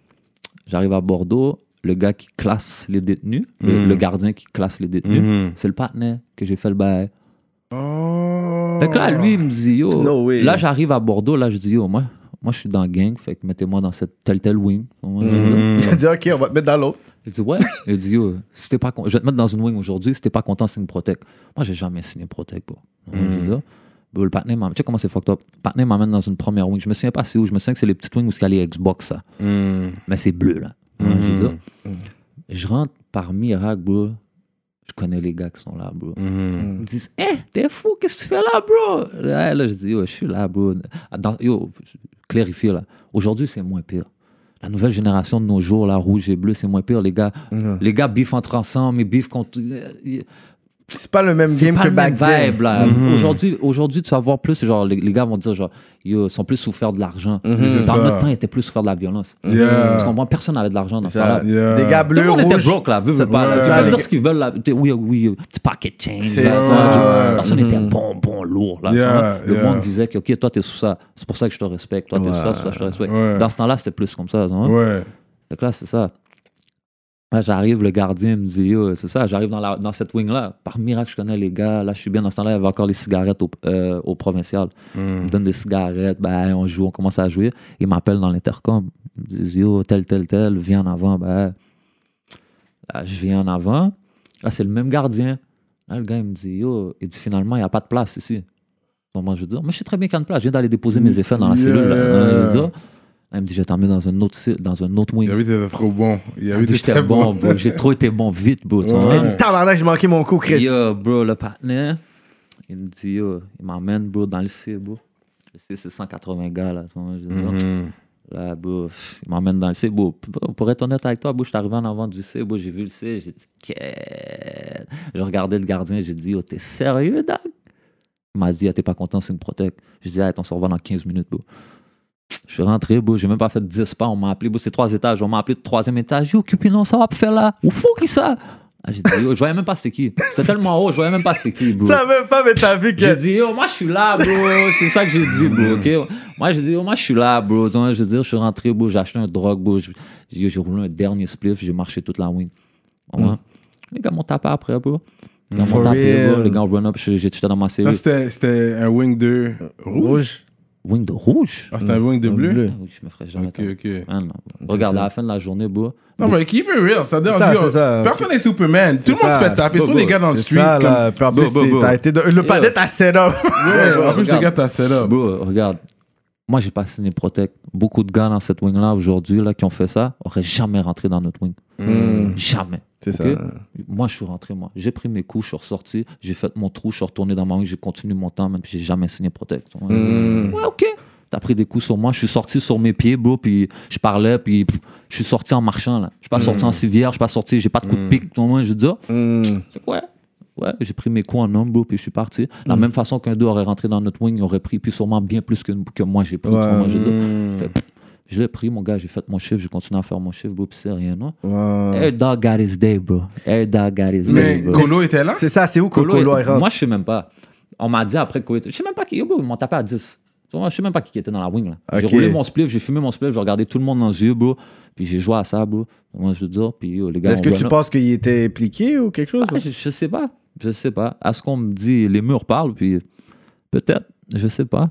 J'arrive à Bordeaux, le gars qui classe les détenus, le, Mm. le gardien qui classe les détenus, c'est le partenaire que j'ai fait le bail. Oh. Fait que là, lui, il me dit, yo, No way. là, j'arrive à Bordeaux, là, je dis, yo, moi, moi, je suis dans le gang, fait que mettez-moi dans cette telle telle wing. Mmh. Mm. Il a dit, OK, on va te mettre dans l'autre. Il dit, ouais. Il dit, yo, si t'es pas con- je vais te mettre dans une wing aujourd'hui, si t'es pas content, signe Protect. Moi, j'ai jamais signé Protect, bro. Donc, je dis, là, bro, le partenaire m'amène, tu sais comment c'est fucked up. Le partenaire m'amène dans une première wing, je me souviens pas c'est où, je me souviens que c'est les petites wings où il y a les Xbox, ça. Mmh. Mais c'est bleu, là. Donc, je dis, là, je rentre par miracle, bro. Je connais les gars qui sont là, Mmh. bro. Ils me disent, hé, t'es fou, qu'est-ce que tu fais là, bro? Là, là, je dis, yo, je suis là, bro. Ah, Dans- yo, clarifier, là. Aujourd'hui, c'est moins pire. La nouvelle génération de nos jours, là, rouge et bleu, c'est moins pire. Les gars, les gars biffent entre ensemble, ils biffent contre. C'est pas le même C'est game pas que le même back then. vibe, là. Mm-hmm. Aujourd'hui, aujourd'hui, tu vas voir plus, genre, les, les gars vont dire, genre, ils sont plus souffert de l'argent. Mm-hmm. C'est Dans ça. notre temps, ils étaient plus souffert de la violence. Yeah. Parce qu'on voit, personne n'avait de l'argent dans ça. Ça, là. Yeah. Des gars Tout le bleus, monde était rouges. broke, là. Veut, veut pas. Ouais. Ils Ça, veulent les dire gars- ce qu'ils veulent, là. T'es- Oui, oui, euh, petit packet change. C'est là, ça. genre, Ouais. Personne était bon, bon, lourd, là. Yeah, Le yeah. monde visait que, OK, toi, t'es sous ça. C'est pour ça que je te respecte. Toi, t'es sous ça, sous ça, je te respecte. Ouais. Dans ce temps-là, c'était plus comme ça. tu vois. Hein? Ouais. Fait que là, c'est ça. Là, j'arrive, le gardien me dit, Yo, c'est ça, j'arrive dans, la- dans cette wing-là. Par miracle, je connais les gars. Là, je suis bien. Dans ce temps-là, il y avait encore les cigarettes au, euh, au provincial. Ils me donnent des cigarettes. Ben, on joue, on commence à jouer. Ils m'appellent dans l'intercom. Ils me disent, yo, tel, tel, tel, viens en avant. Ben, là, je viens en avant. Là, c'est le même gardien. Là, le gars, il me dit, yo, il dit, finalement, il n'y a pas de place ici. Moi, je dis, moi, je sais très bien qu'il y a une place. Je viens d'aller déposer mes effets dans la Yeah. cellule. Là. Là, je dis, Ah. Là, il me dit, je vais t'emmener dans un autre, cellule- dans un autre Il wing. a vu que t'étais trop bon. Il a vu que J'étais t'étais bon, bro. J'ai trop été bon vite, bro. tu Ouais. vois. Il a dit, tabarnak, j'ai manqué mon coup, Chris. Yo, bro, le partenaire, il me dit, yo, il m'emmène, bro, dans le C, bro. Le C, c'est 180 gars, là. tu vois, je dis, Mhm. Là, bro, pff, il m'emmène dans le C, bro. P- Pour être honnête avec toi, bro, je suis arrivé en avant du C, bro, j'ai vu le C, j'ai dit, qu'est-ce Je regardais le gardien, j'ai dit, yo, t'es sérieux, Dag? Il m'a dit, ah, t'es pas content, c'est une protect. J'ai dit, ah, on se revoit dans 15 minutes, bro. Je suis rentré, bro, j'ai même pas fait 10 pas, on m'a appelé, bro, c'est trois étages, on m'a appelé de troisième étage, yo, Cupidon, ça va faire là, ou fou qui ça? Ah, j'ai dit, yo, je voyais même pas c'était qui. C'était tellement haut, je voyais même pas c'était qui, bro. Tu savais pas, mais t'as vu J'ai que. dit, yo, moi, je suis là, bro. C'est ça que j'ai dit, bro. ok? Moi, j'ai dit, yo, moi, je suis là, bro. Donc, je veux dire, je suis rentré, bro. J'ai acheté un drogue, bro. J'ai- J'ai j'ai roulé un dernier spliff. J'ai marché toute la wing. Ouais. Les gars m'ont tapé après, bro. Les gars m'ont For tapé, real. bro. Les gars ont run up. J'ai- J'étais dans ma Là, série. Ah, c'était c'était un wing de rouge. Rouge. Wing de rouge. Ah, c'était un wing de bleu. bleu. Ah oui, Je me ferais jamais Ok, taper. ok. Ah, non. Regarde, à la fin de la journée, bro. Non, mais keep it real. Ça, C'est ça, c'est ça. Personne n'est Superman. Tout le monde se fait taper. Surtout les gars dans le street. comme... En plus, Bo, bo, bo. t'as été de- le palais, t'as set up. Ouais, en plus, les Regarde. gars, t'as celle-là. Bro, regarde. Moi, j'ai pas signé Protect. Beaucoup de gars dans cette wing-là aujourd'hui là, qui ont fait ça auraient jamais rentré dans notre wing. Hmm. Mm. Jamais. Hmm, C'est ça. Ok? Moi, je suis rentré, moi. J'ai pris mes coups, je suis ressorti, j'ai fait mon trou, je suis retourné dans ma rue, j'ai continué mon temps, même puis j'ai jamais signé Protect. Ouais, ok. T'as pris des coups sur moi, je suis sorti sur mes pieds, bro, puis je parlais, puis pff, je suis sorti en marchant, là. Je suis pas sorti en civière, je suis pas sorti, j'ai pas de coup de pique, tout le monde, je veux dire. Mm. Ouais. Ouais, j'ai pris mes coups en homme, bro, puis je suis parti. La même façon qu'un deux aurait rentré dans notre wing, il aurait pris, puis sûrement bien plus que, que moi j'ai pris. tu vois, moi, je, veux dire. Mmh. Mmh. Fait, pff, je l'ai pris, mon gars, j'ai fait mon chiffre, j'ai continué à faire mon chiffre, bro, puis c'est rien, non? Eh, Air dog got his day, bro. Air dog got his Mais day, bro. Colo était là? C'est ça, c'est où que Colo est- Colo est rentré? Moi, je sais même pas. On m'a dit après Colo était- Je sais même pas qui. yo, bro, ils m'ont tapé à 10. Tu vois, Je sais même pas qui qui était dans la wing. là. Ok. J'ai roulé mon spliff, j'ai fumé mon spliff, j'ai regardé tout le monde dans les yeux, bro. Puis j'ai joué à ça, bro. Moi, je veux dire, puis yo, les gars. Est-ce on que run tu up. penses qu'il était impliqué ou quelque chose? Ah, je, je sais pas. Je sais pas. À ce qu'on me dit, les murs parlent, puis peut-être, je sais pas.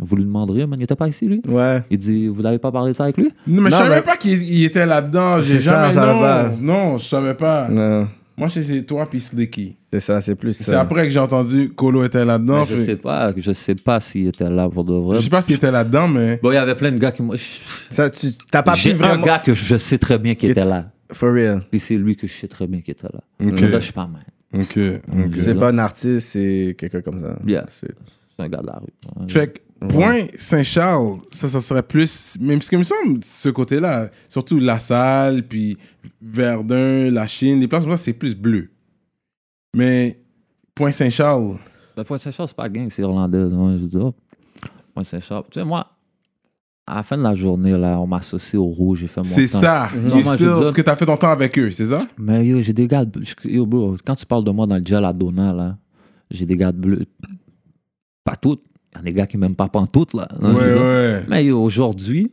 Vous lui demanderez, man, il était pas ici, lui. Ouais. Il dit, vous n'avez pas parlé de ça avec lui? Non, mais je Non, savais mais- pas qu'il il était là-dedans. J'ai C'est ça, jamais. ça non, va. non, je savais pas. Non, Moi, je sais c'est toi puis Slicky. c'est ça, c'est plus C'est ça. après que j'ai entendu Colo était là-dedans. fait- Mais Ben, je sais pas. Je sais pas s'il était là pour de vrai. Je sais pas s'il était là-dedans, mais. Bon, il y avait plein de gars qui m'ont. Ça, tu t'as pas pu J'ai un vraiment. gars que je sais très bien qui Qui était est- là. For real. Puis c'est lui que je sais très bien qui était là. Ok. Le gars, je suis pas mal. Ok, ok. Je C'est veux pas un artiste, c'est quelqu'un comme ça. Yeah. C'est- C'est un gars de la rue. Fait que point Saint-Charles, ça, ça serait plus. Même parce que me semble, ce côté-là, surtout La Salle, puis Verdun, la Chine, les places comme ça, c'est plus bleu. Mais point Saint-Charles, Ben, Point Saint-Charles, c'est pas gang, c'est irlandais. Ouais, je dis, oh, Point Saint-Charles. Tu sais, moi, à la fin de la journée, là, on m'associe au rouge, j'ai fait mon c'est temps. ça. Non, You moi, je veux still- dire- Parce que t'as fait ton temps avec eux, c'est ça? Mais yo, j'ai des gars. de- je- Yo, bro, quand tu parles de moi dans le gel à Dona, là, j'ai des gars de bleu. Pas toutes. Il y a des gars qui m'aiment pas pantoute, là. Hein, je veux ouais, dire. ouais. Mais yo, aujourd'hui,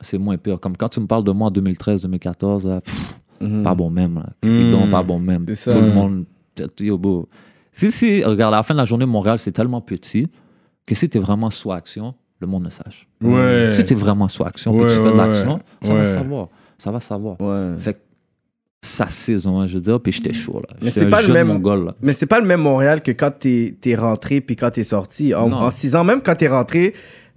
c'est moins pire. Comme quand tu me parles de moi en 2013-2014, là, pff, Mhm. pas bon même. Là. Mm. Cupidon, pas bon même. Hmm. C'est ça. Tout le monde. Yo, bro. Si, si, regarde, à la fin de la journée, Montréal, c'est tellement petit que si t'es vraiment sous action, le monde le sache. Ouais. Si t'es vraiment sous action, puis Ouais, tu fais ouais, de l'action, ouais. ça Ouais. va savoir. Ça va savoir. Ouais. Fait que ça saison, hein, je veux dire, puis j'étais chaud là. Mais J'étais c'est un pas le jeune même- Mongol, là. Mais c'est pas le même Montréal que quand t'es es rentré puis quand t'es sorti. En, Non. en six ans, même quand t'es rentré,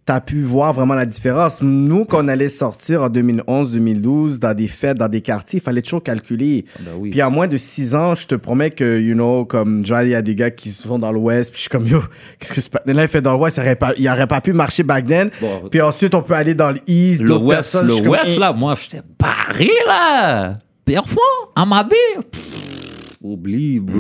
t'as pu voir vraiment la différence. Nous, quand on allait sortir en 2011, 2012, dans des fêtes, dans des quartiers, il fallait toujours calculer. Ben oui. Puis à moins de six ans, je te promets que, you know, comme, genre, il y a des gars qui sont dans l'Ouest, puis je suis comme, yo, qu'est-ce que ce là il fait dans l'Ouest, il aurait pas, il aurait pas pu marcher back then. Bon. Puis ensuite, on peut aller dans l'East, le d'autres West, personnes, je le suis comme, eh. West hey. là, moi j'étais barré là. Perfond, Amabé. Pff, Oublie, bro.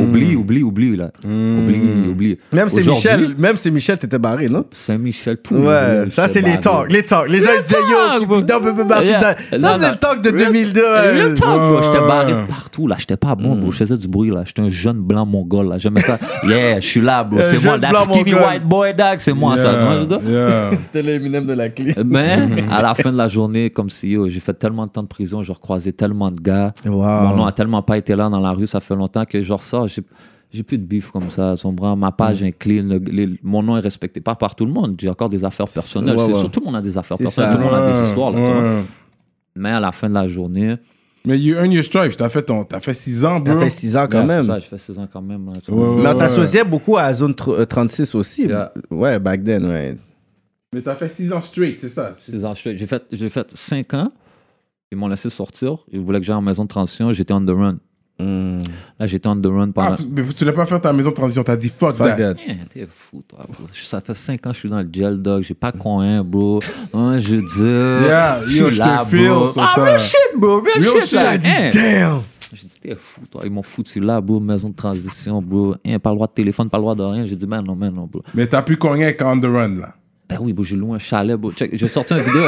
Oublie, oublie, oublie là. Oublie, oublie. Mm-hmm. Même c'est Aujourd'hui, Michel, même c'est Michel, t'étais barré, non? Saint-Michel, tout. Ouais, ça c'est les talks, les talks. Les gens ils disaient talk, yo, bro. Cupidon peut peut marcher Yeah. dedans. Ça Non, c'est non. le talk de Real- 2002. Le euh. temps, bro, j'étais Ouais. barré partout, là. J'étais pas bon, Mm. bro. Je faisais du bruit, là. J'étais un jeune blanc mongol, là. J'aimais ça. Yeah, je suis là, bro. Un C'est moi, jeune that blanc skinny mongol. white boy, dag. C'est moi, ça. Non, je veux dire. Yeah. C'était l'Eminem de la clé. Mais à la fin de la journée, comme si yo, j'ai fait tellement de temps de prison, j'ai recroisé tellement de gars. Mon nom Wow. a tellement pas été là dans la rue, ça fait longtemps que je ressors. J'ai, j'ai plus de bif comme ça. Son bras, ma page est clean. le- les- mon nom est respecté pas par tout le monde. J'ai encore des affaires personnelles. ouais, C'est ouais. sûr, tout le monde a des affaires C'est personnelles. ça. Tout le monde a des Ouais, histoires. là, tu ouais. vois. Mais à la fin de la journée, Mais you earn your stripes, t'as fait ton, t'as fait 6 ans, Ça bro. fait 6 ans ouais, quand c'est même. Ça, je fais 16 ans quand même. là, tu Ouais, vois. ouais, Mais on ouais. t'associait beaucoup à Zone tr- euh, 36 aussi. Yeah. Ouais, back then, ouais. Mais t'as fait 6 ans straight, c'est ça. 16 ans, je- j'ai fait, j'ai fait 5 ans. Ils m'ont laissé sortir. Ils voulaient que j'aille en maison de transition. J'étais on the run. Hmm. Là, j'étais on the run pendant. Ah, mais tu l'as pas fait ta maison de transition, t'as dit fuck, Fuck that. that. Tiens, T'es fou, toi, bro. Je- Ça fait 5 ans que je suis dans le gel, dog. J'ai pas coin, um, bro. Hein, je dis. Yeah, je suis yo, je te là, feel bro. sur ah, ça. real shit, bro. Real, Real shit, shit, là. I Hein. Damn! J'ai dit, t'es fou, toi. Ils m'ont foutu là, bro. Maison de transition, bro. Hein, pas le droit de téléphone, pas le droit de rien. J'ai dit, man, non, man, non, bro. Mais t'as pu cogner avec On The Run, là. Ben oui, bro, j'ai loué un chalet, bro. Check, um j'ai sorti une vidéo.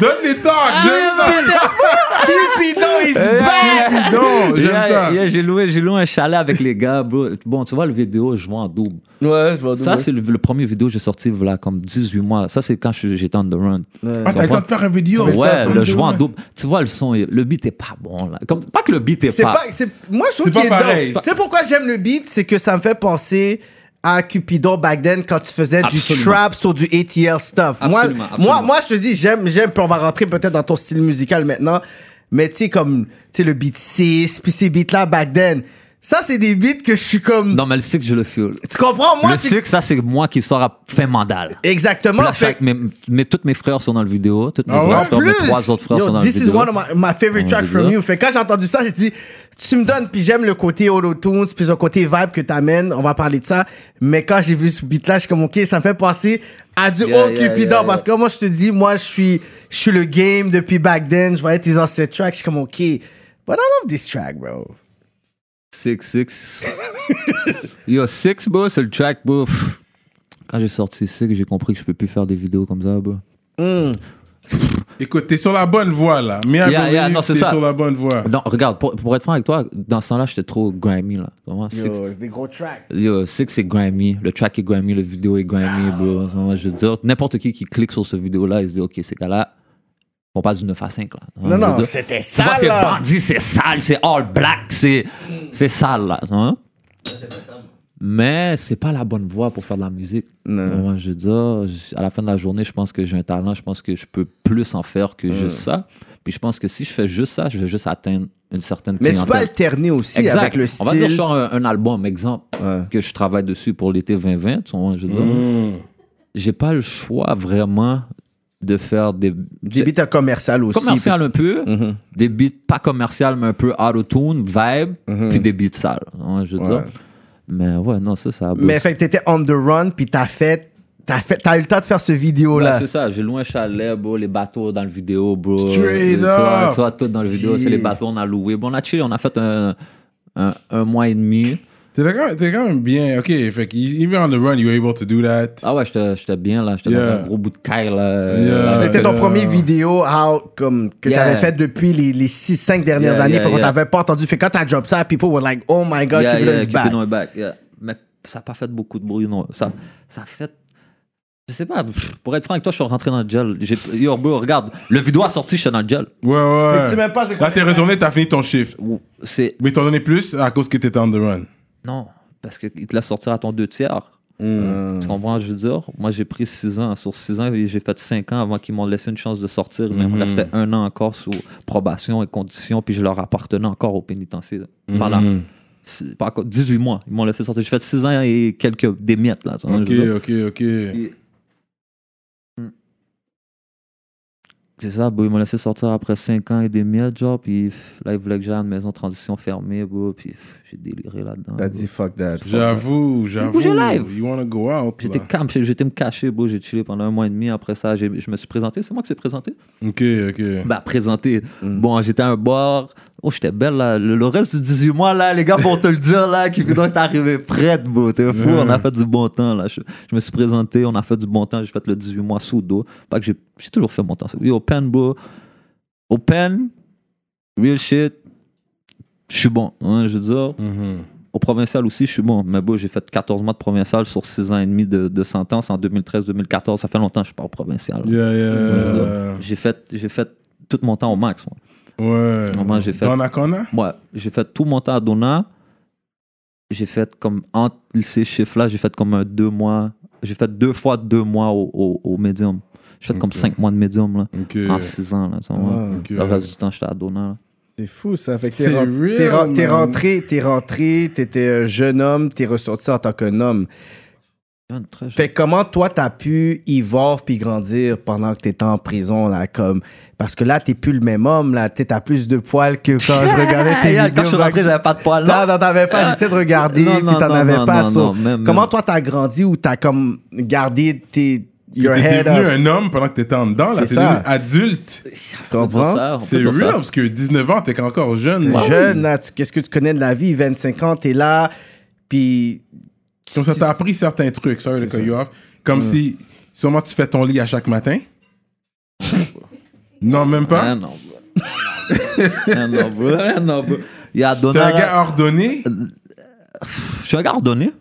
Donne les talks, donne Ah, Cupidon is back! les talks. Non, j'aime Yeah, ça. yeah, j'ai loué, j'ai loué un e um chalet avec les gars, bro. Bon, tu vois, le vidéo, je joue en double. Ouais, je vois Ça, c'est le, le premier vidéo que j'ai sorti, voilà, comme 18 mois. Ça, c'est quand je- j'étais on the run. Ah, t'as le temps de faire une vidéo. Ouais, le joueur joueur en double. Tu vois, le son, est- le beat est pas bon. Là. Comme, pas que le beat est C'est pas. pas, c'est, moi, je trouve C'est pas qu'il est pareil. dope. C'est pourquoi j'aime le beat, c'est que ça me fait penser à Cupidon back then quand tu faisais du Absolument. trap sur du ATL stuff. Moi, Absolument, moi, absolument. moi, je te dis, j'aime, j'aime, puis on va rentrer peut-être dans ton style musical maintenant, mais tu sais, comme, tu sais, le beat 6, puis ces beats-là back then, ça, c'est des beats que je suis comme, Non, mais le six, je le feel. tu comprends? Moi, le c'est- six, ça, c'est moi qui sors à fin mandal. exactement. Puis là, fait- chaque- mes, mes- tous mes frères sont dans le vidéo. Tous mes Ah ouais? vrais En frères, mes trois autres frères Yo, sont dans le this vidéo. is one of my, my favorite Dans tracks le vidéo. from you. Fait que quand j'ai entendu ça, j'ai dit, tu me donnes, puis j'aime le côté auto-tunes, puis le côté vibe que t'amènes, on va parler de ça. Mais quand j'ai vu ce beat-là, je suis comme, ok, ça me fait penser à du Yeah, old yeah, Cupidon. yeah, Parce que moi, je te dis, moi, je suis, je suis le game depuis back then. Je voyais tes anciens tracks, je suis comme, ok. But I love this track, bro. Six, six. Yo, six, bro, c'est le track, bro. Pff. Quand j'ai sorti six, j'ai compris que je peux plus faire des vidéos comme ça, bro. Écoute, t'es sur la bonne voie, là. Mais à Yeah, yeah, non, c'est t'es ça. sur la bonne voie. Non, regarde, pour, pour être franc avec toi, dans ce temps-là, j'étais trop grimy, là. Vraiment, six, Yo, c'est des gros tracks. Yo, Six c'est Grammy, le track est Grammy, le vidéo est Grammy, Ah. bro. Moi, Je veux dire, n'importe qui qui clique sur ce vidéo-là, il se dit, OK, ces gars-là, on passe du 9 à 5, là. Non, non, Je veux dire, c'était tu vois, sale, C'est là. Mm. bandit, c'est sale, c'est all black, c'est c'est sale, là. tu vois. Mais c'est pas la bonne voie pour faire de la musique. Moi, je veux dire, j- à la fin de la journée, je pense que j'ai un talent, je pense que je peux plus en faire Mm. que juste ça. Puis je pense que si je fais juste ça, je vais juste atteindre une certaine Mais tu clientèle. peux alterner aussi Exact. avec le style. On va dire, je sors un, un album, exemple, que je travaille dessus pour l'été 2020. tu vois, je veux dire. J'ai pas le choix vraiment de faire des. Des beats à commercial aussi. Mm-hmm. commercial un peu, des beats pas commercial mais un peu auto-tune, vibe, Mm-hmm. puis des beats sales. tu vois, je veux dire. Mais ouais, non, ça, ça. a Mais fait que t'étais on the run, puis t'as fait. T'as fait. T'as eu le temps de faire ce vidéo-là. Ouais, c'est ça, j'ai loin chalet, bro, les bateaux dans le vidéo, bro. Straight tu vois, up. tu vois, tout dans le vidéo, c'est les bateaux, on a loué. Bon, on a chill, on a fait un, un, un mois et demi. T'es quand, t'es quand même bien. OK, fait que even on the run, you were able to do that. Ah ouais, j'étais j'étais bien là, j'étais Yeah. dans un gros bout de caille là. Yeah. Là, C'était ton Euh, premier vidéo how, comme, que Yeah. t'avais fait depuis les, les 6-5 dernières Yeah, années. yeah, fait qu'on yeah. t'avait pas entendu. Fait que quand t'as drop ça, people were like, oh my god, yeah, keep yeah, this keep back. it on my back, yeah. Mais ça n'a pas fait beaucoup de bruit, non. Ça, ça a fait. Je sais pas, pff, pour être franc avec toi, je suis rentré dans le gel. J'ai- Yo, bro, regarde, le vidéo a sorti, j'étais dans le gel. Ouais, ouais. sais même pas c'est quoi Là, t'es retourné, t'as fini ton shift. Ou- C'est. Mais t'en donnais plus à cause que t'étais on the run. Non, parce qu'il te l'a sorti à ton deux tiers. Hmm. Euh, Tu comprends, je veux dire, moi j'ai pris 6 ans. Sur 6 ans, j'ai fait 5 ans avant qu'ils m'ont laissé une chance de sortir. Hmm. Mais il me restait un an encore sous probation et conditions, puis je leur appartenais encore au pénitencier. là. Pendant Hmm. six- par contre, 18 mois, ils m'ont laissé sortir. J'ai fait 6 ans et quelques des miettes. Là, tu vois, OK, je veux dire. OK, OK. C'est ça, bro, ils m'ont laissé sortir après 5 ans et des miettes, genre, puis pff, là, ils voulaient que j'aille à une maison de transition fermée, bro, puis pff, j'ai déliré là-dedans. T'as bro. dit fuck that. J'avoue, j'avoue. bougez live. You wanna go out, J'étais là. calme, j'étais me cacher, bro, j'ai chillé pendant un mois et demi. Après ça, j'ai- je me suis présenté, c'est moi qui s'est présenté. OK, OK. bah présenté. Bon, j'étais à un bar. Oh, j'étais belle, là. Le, le reste du 18 mois, là, les gars, pour te le dire, là, qui doit être arrivé prête, bro. T'es fou, on a fait du bon temps, là. Je, je me suis présenté, on a fait du bon temps. J'ai fait le 18 mois sous dos. Pas que j'ai, j'ai toujours fait mon temps. Yo, open, bro. Open, real shit. Je suis bon, hein, je veux dire. Mhm. Au provincial aussi, je suis bon. Mais bon, j'ai fait 14 mois de provincial sur 6 ans et demi de, de sentence en 2013-2014. Ça fait longtemps que je suis pas au provincial. là. Yeah, yeah. Mhm. J'ai fait, j'ai fait tout mon temps au max. Moi. Ouais. Moi, j'ai fait- Dans la corner? Ouais, j'ai fait tout mon temps à Dona. J'ai fait comme entre ces chiffres-là, j'ai fait comme un deux mois. J'ai fait deux fois deux mois au, au, au médium. J'ai fait comme Ok. cinq mois de médium là, OK. en six ans. Là, tu vois. Ah, OK. Le reste du temps, j'étais à Dona. là. C'est fou ça. Fait que C'est t'es ren- real, t'es ren- t'es man. rentré, t'es rentré, t'étais un jeune homme, t'es ressorti en tant qu'un homme. Jeune, très jeune. Fait que comment toi t'as pu evolve puis grandir pendant que t'étais en prison là comme parce que là t'es plus le même homme là t'es- t'as plus de poils que quand je regardais tes Hey, vidéos. quand je suis back- rentré, j'avais pas de poils non là. non t'avais pas j'essaie de regarder Non, puis non, t'en non, avais non, pas. non, so- non, même, comment même. toi t'as grandi ou t'as comme gardé tes your T'es head devenu up, un homme pendant que t'étais en dedans, là. C'est T'es ça. devenu adulte. On tu peut dire comprends? ça, on peut C'est dire ça. real, parce que 19 ans, t'es encore jeune. là. T'es jeune, là, tu- qu'est-ce que tu connais de la vie? 25 ans, t'es là, puis... Comme ça, t'as appris certains trucs, sorry to C'est Mm. cut you off. Comme si, sûrement, tu fais ton lit à chaque matin. non, même Ah, pas. non, bro. Ah, non, bro. Ah, non, bro. Il y a T'es Dona. un là. gars ordonné. Je suis un gars ordonné.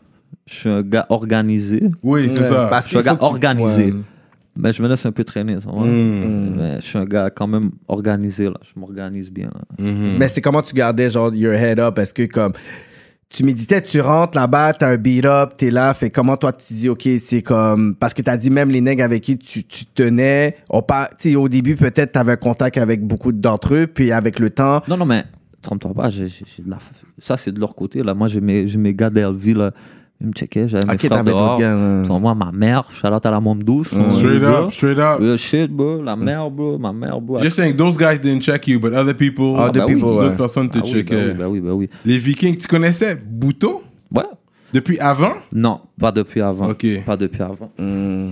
Je suis un gars organisé. Oui, c'est ça. Je suis un qu'il faut gars que tu- organisé. Ouais. Mais je me laisse un peu traîner, ça va. Mm. Mais je suis un gars quand même organisé, là. Je m'organise bien. là. Mm-hmm. Mais c'est comment tu gardais, genre, your head up? Est-ce que, comme, tu méditais, tu rentres là-bas, t'as un beat-up, t'es là, fait comment toi, tu dis, OK, c'est comme... Parce que t'as dit, même les nègres avec qui tu, tu tenais, on par... tu sais, au début, peut-être, t'avais un contact avec beaucoup d'entre eux, puis avec le temps... Non, non, mais trompe-toi pas, j'ai, j'ai- j'ai de la... ça c'est de leur côté, là. Moi, j'ai mes, j'ai mes gars d'Elvie, là. Ils me checkaient, j'avais mes OK, frères t'avais dehors. d'autres gars. hein. là. Puis Moi, ma mère, Charlotte à la môme douce. on hein. est Hmm. Straight les up, gars. straight up. Real shit, bro. La mère, bro. Ma mère, bro. Just saying, those guys didn't check you, but other people, Other bah people, d'autres ouais. personnes te Ah ben oui, bah checkaient. oui, bah oui, bah oui. Les Vikings, tu connaissais Bouto Ouais. depuis avant? Non, pas depuis avant. Ok. Pas Mm, depuis avant. Hmm.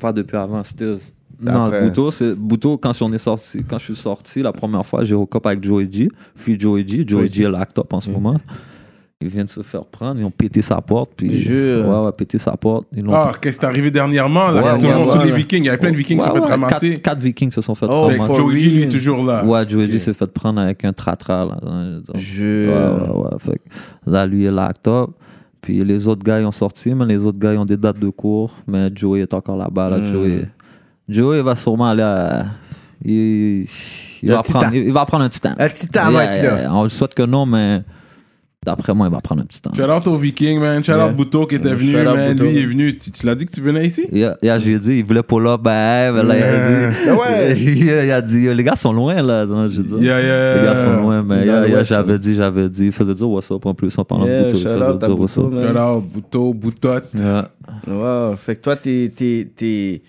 Pas depuis avant, Stills. Non, Après- Bouto, c'est Bouto, quand on est sorti, quand je suis sorti la première fois, j'ai recop avec Joey G, puis Joey G, Joey G Mm. est locked up en ce moment. Ils viennent se faire prendre, ils ont pété sa porte, puis Jure. ouais, ouais, pété sa porte, ils l'ont Ah, qu'est-ce qui est arrivé dernièrement, là, Ouais, que tout le ouais, monde, ouais, tous les ouais. Vikings, il y avait plein de Vikings qui se Ouais, sont fait ouais, ramasser. Quatre, quatre Vikings se sont fait Oh, Fait que ramasser. Joey G, lui, est oui. toujours là. Ouais, Joey G s'est fait prendre avec un tratra. Là, Donc, ouais, Jure. ouais, ouais. Fait que là, lui est locked up. Puis les autres gars ils ont sorti, mais les autres gars ils ont des dates de cours. Mais Joey est encore là-bas. Hmm. Là, Joey, Joey va sûrement aller à- Il, il Un va petit prendre, temps. il va prendre un petit temps. Un petit temps va être là. On le souhaite que non, mais d'après moi, il va prendre un petit temps. Shout out au Viking, man. Shout out Yeah. Bouto qui était Mm, venu, shout out man. Bouto, Lui, il est man. venu. Tu, tu l'as dit que tu venais ici? Yeah, yeah, j'ai dit, il voulait pull up, ben, ben, là, il a dit, Ah ouais. il a dit, les gars sont loin, là, donc, j'ai dit, Yeah, yeah, les gars yeah. sont loin, mais Dans yeah, le yeah, West, j'avais dit, j'avais dit, il faisait dire what's up en plus, en parlant de Yeah, Bouto, il shout faisait out à dire what's Bouto, up. man. Shout out Bouto, Boutotte. Yeah. Wow. Fait que toi, t'es. t'es- t'es-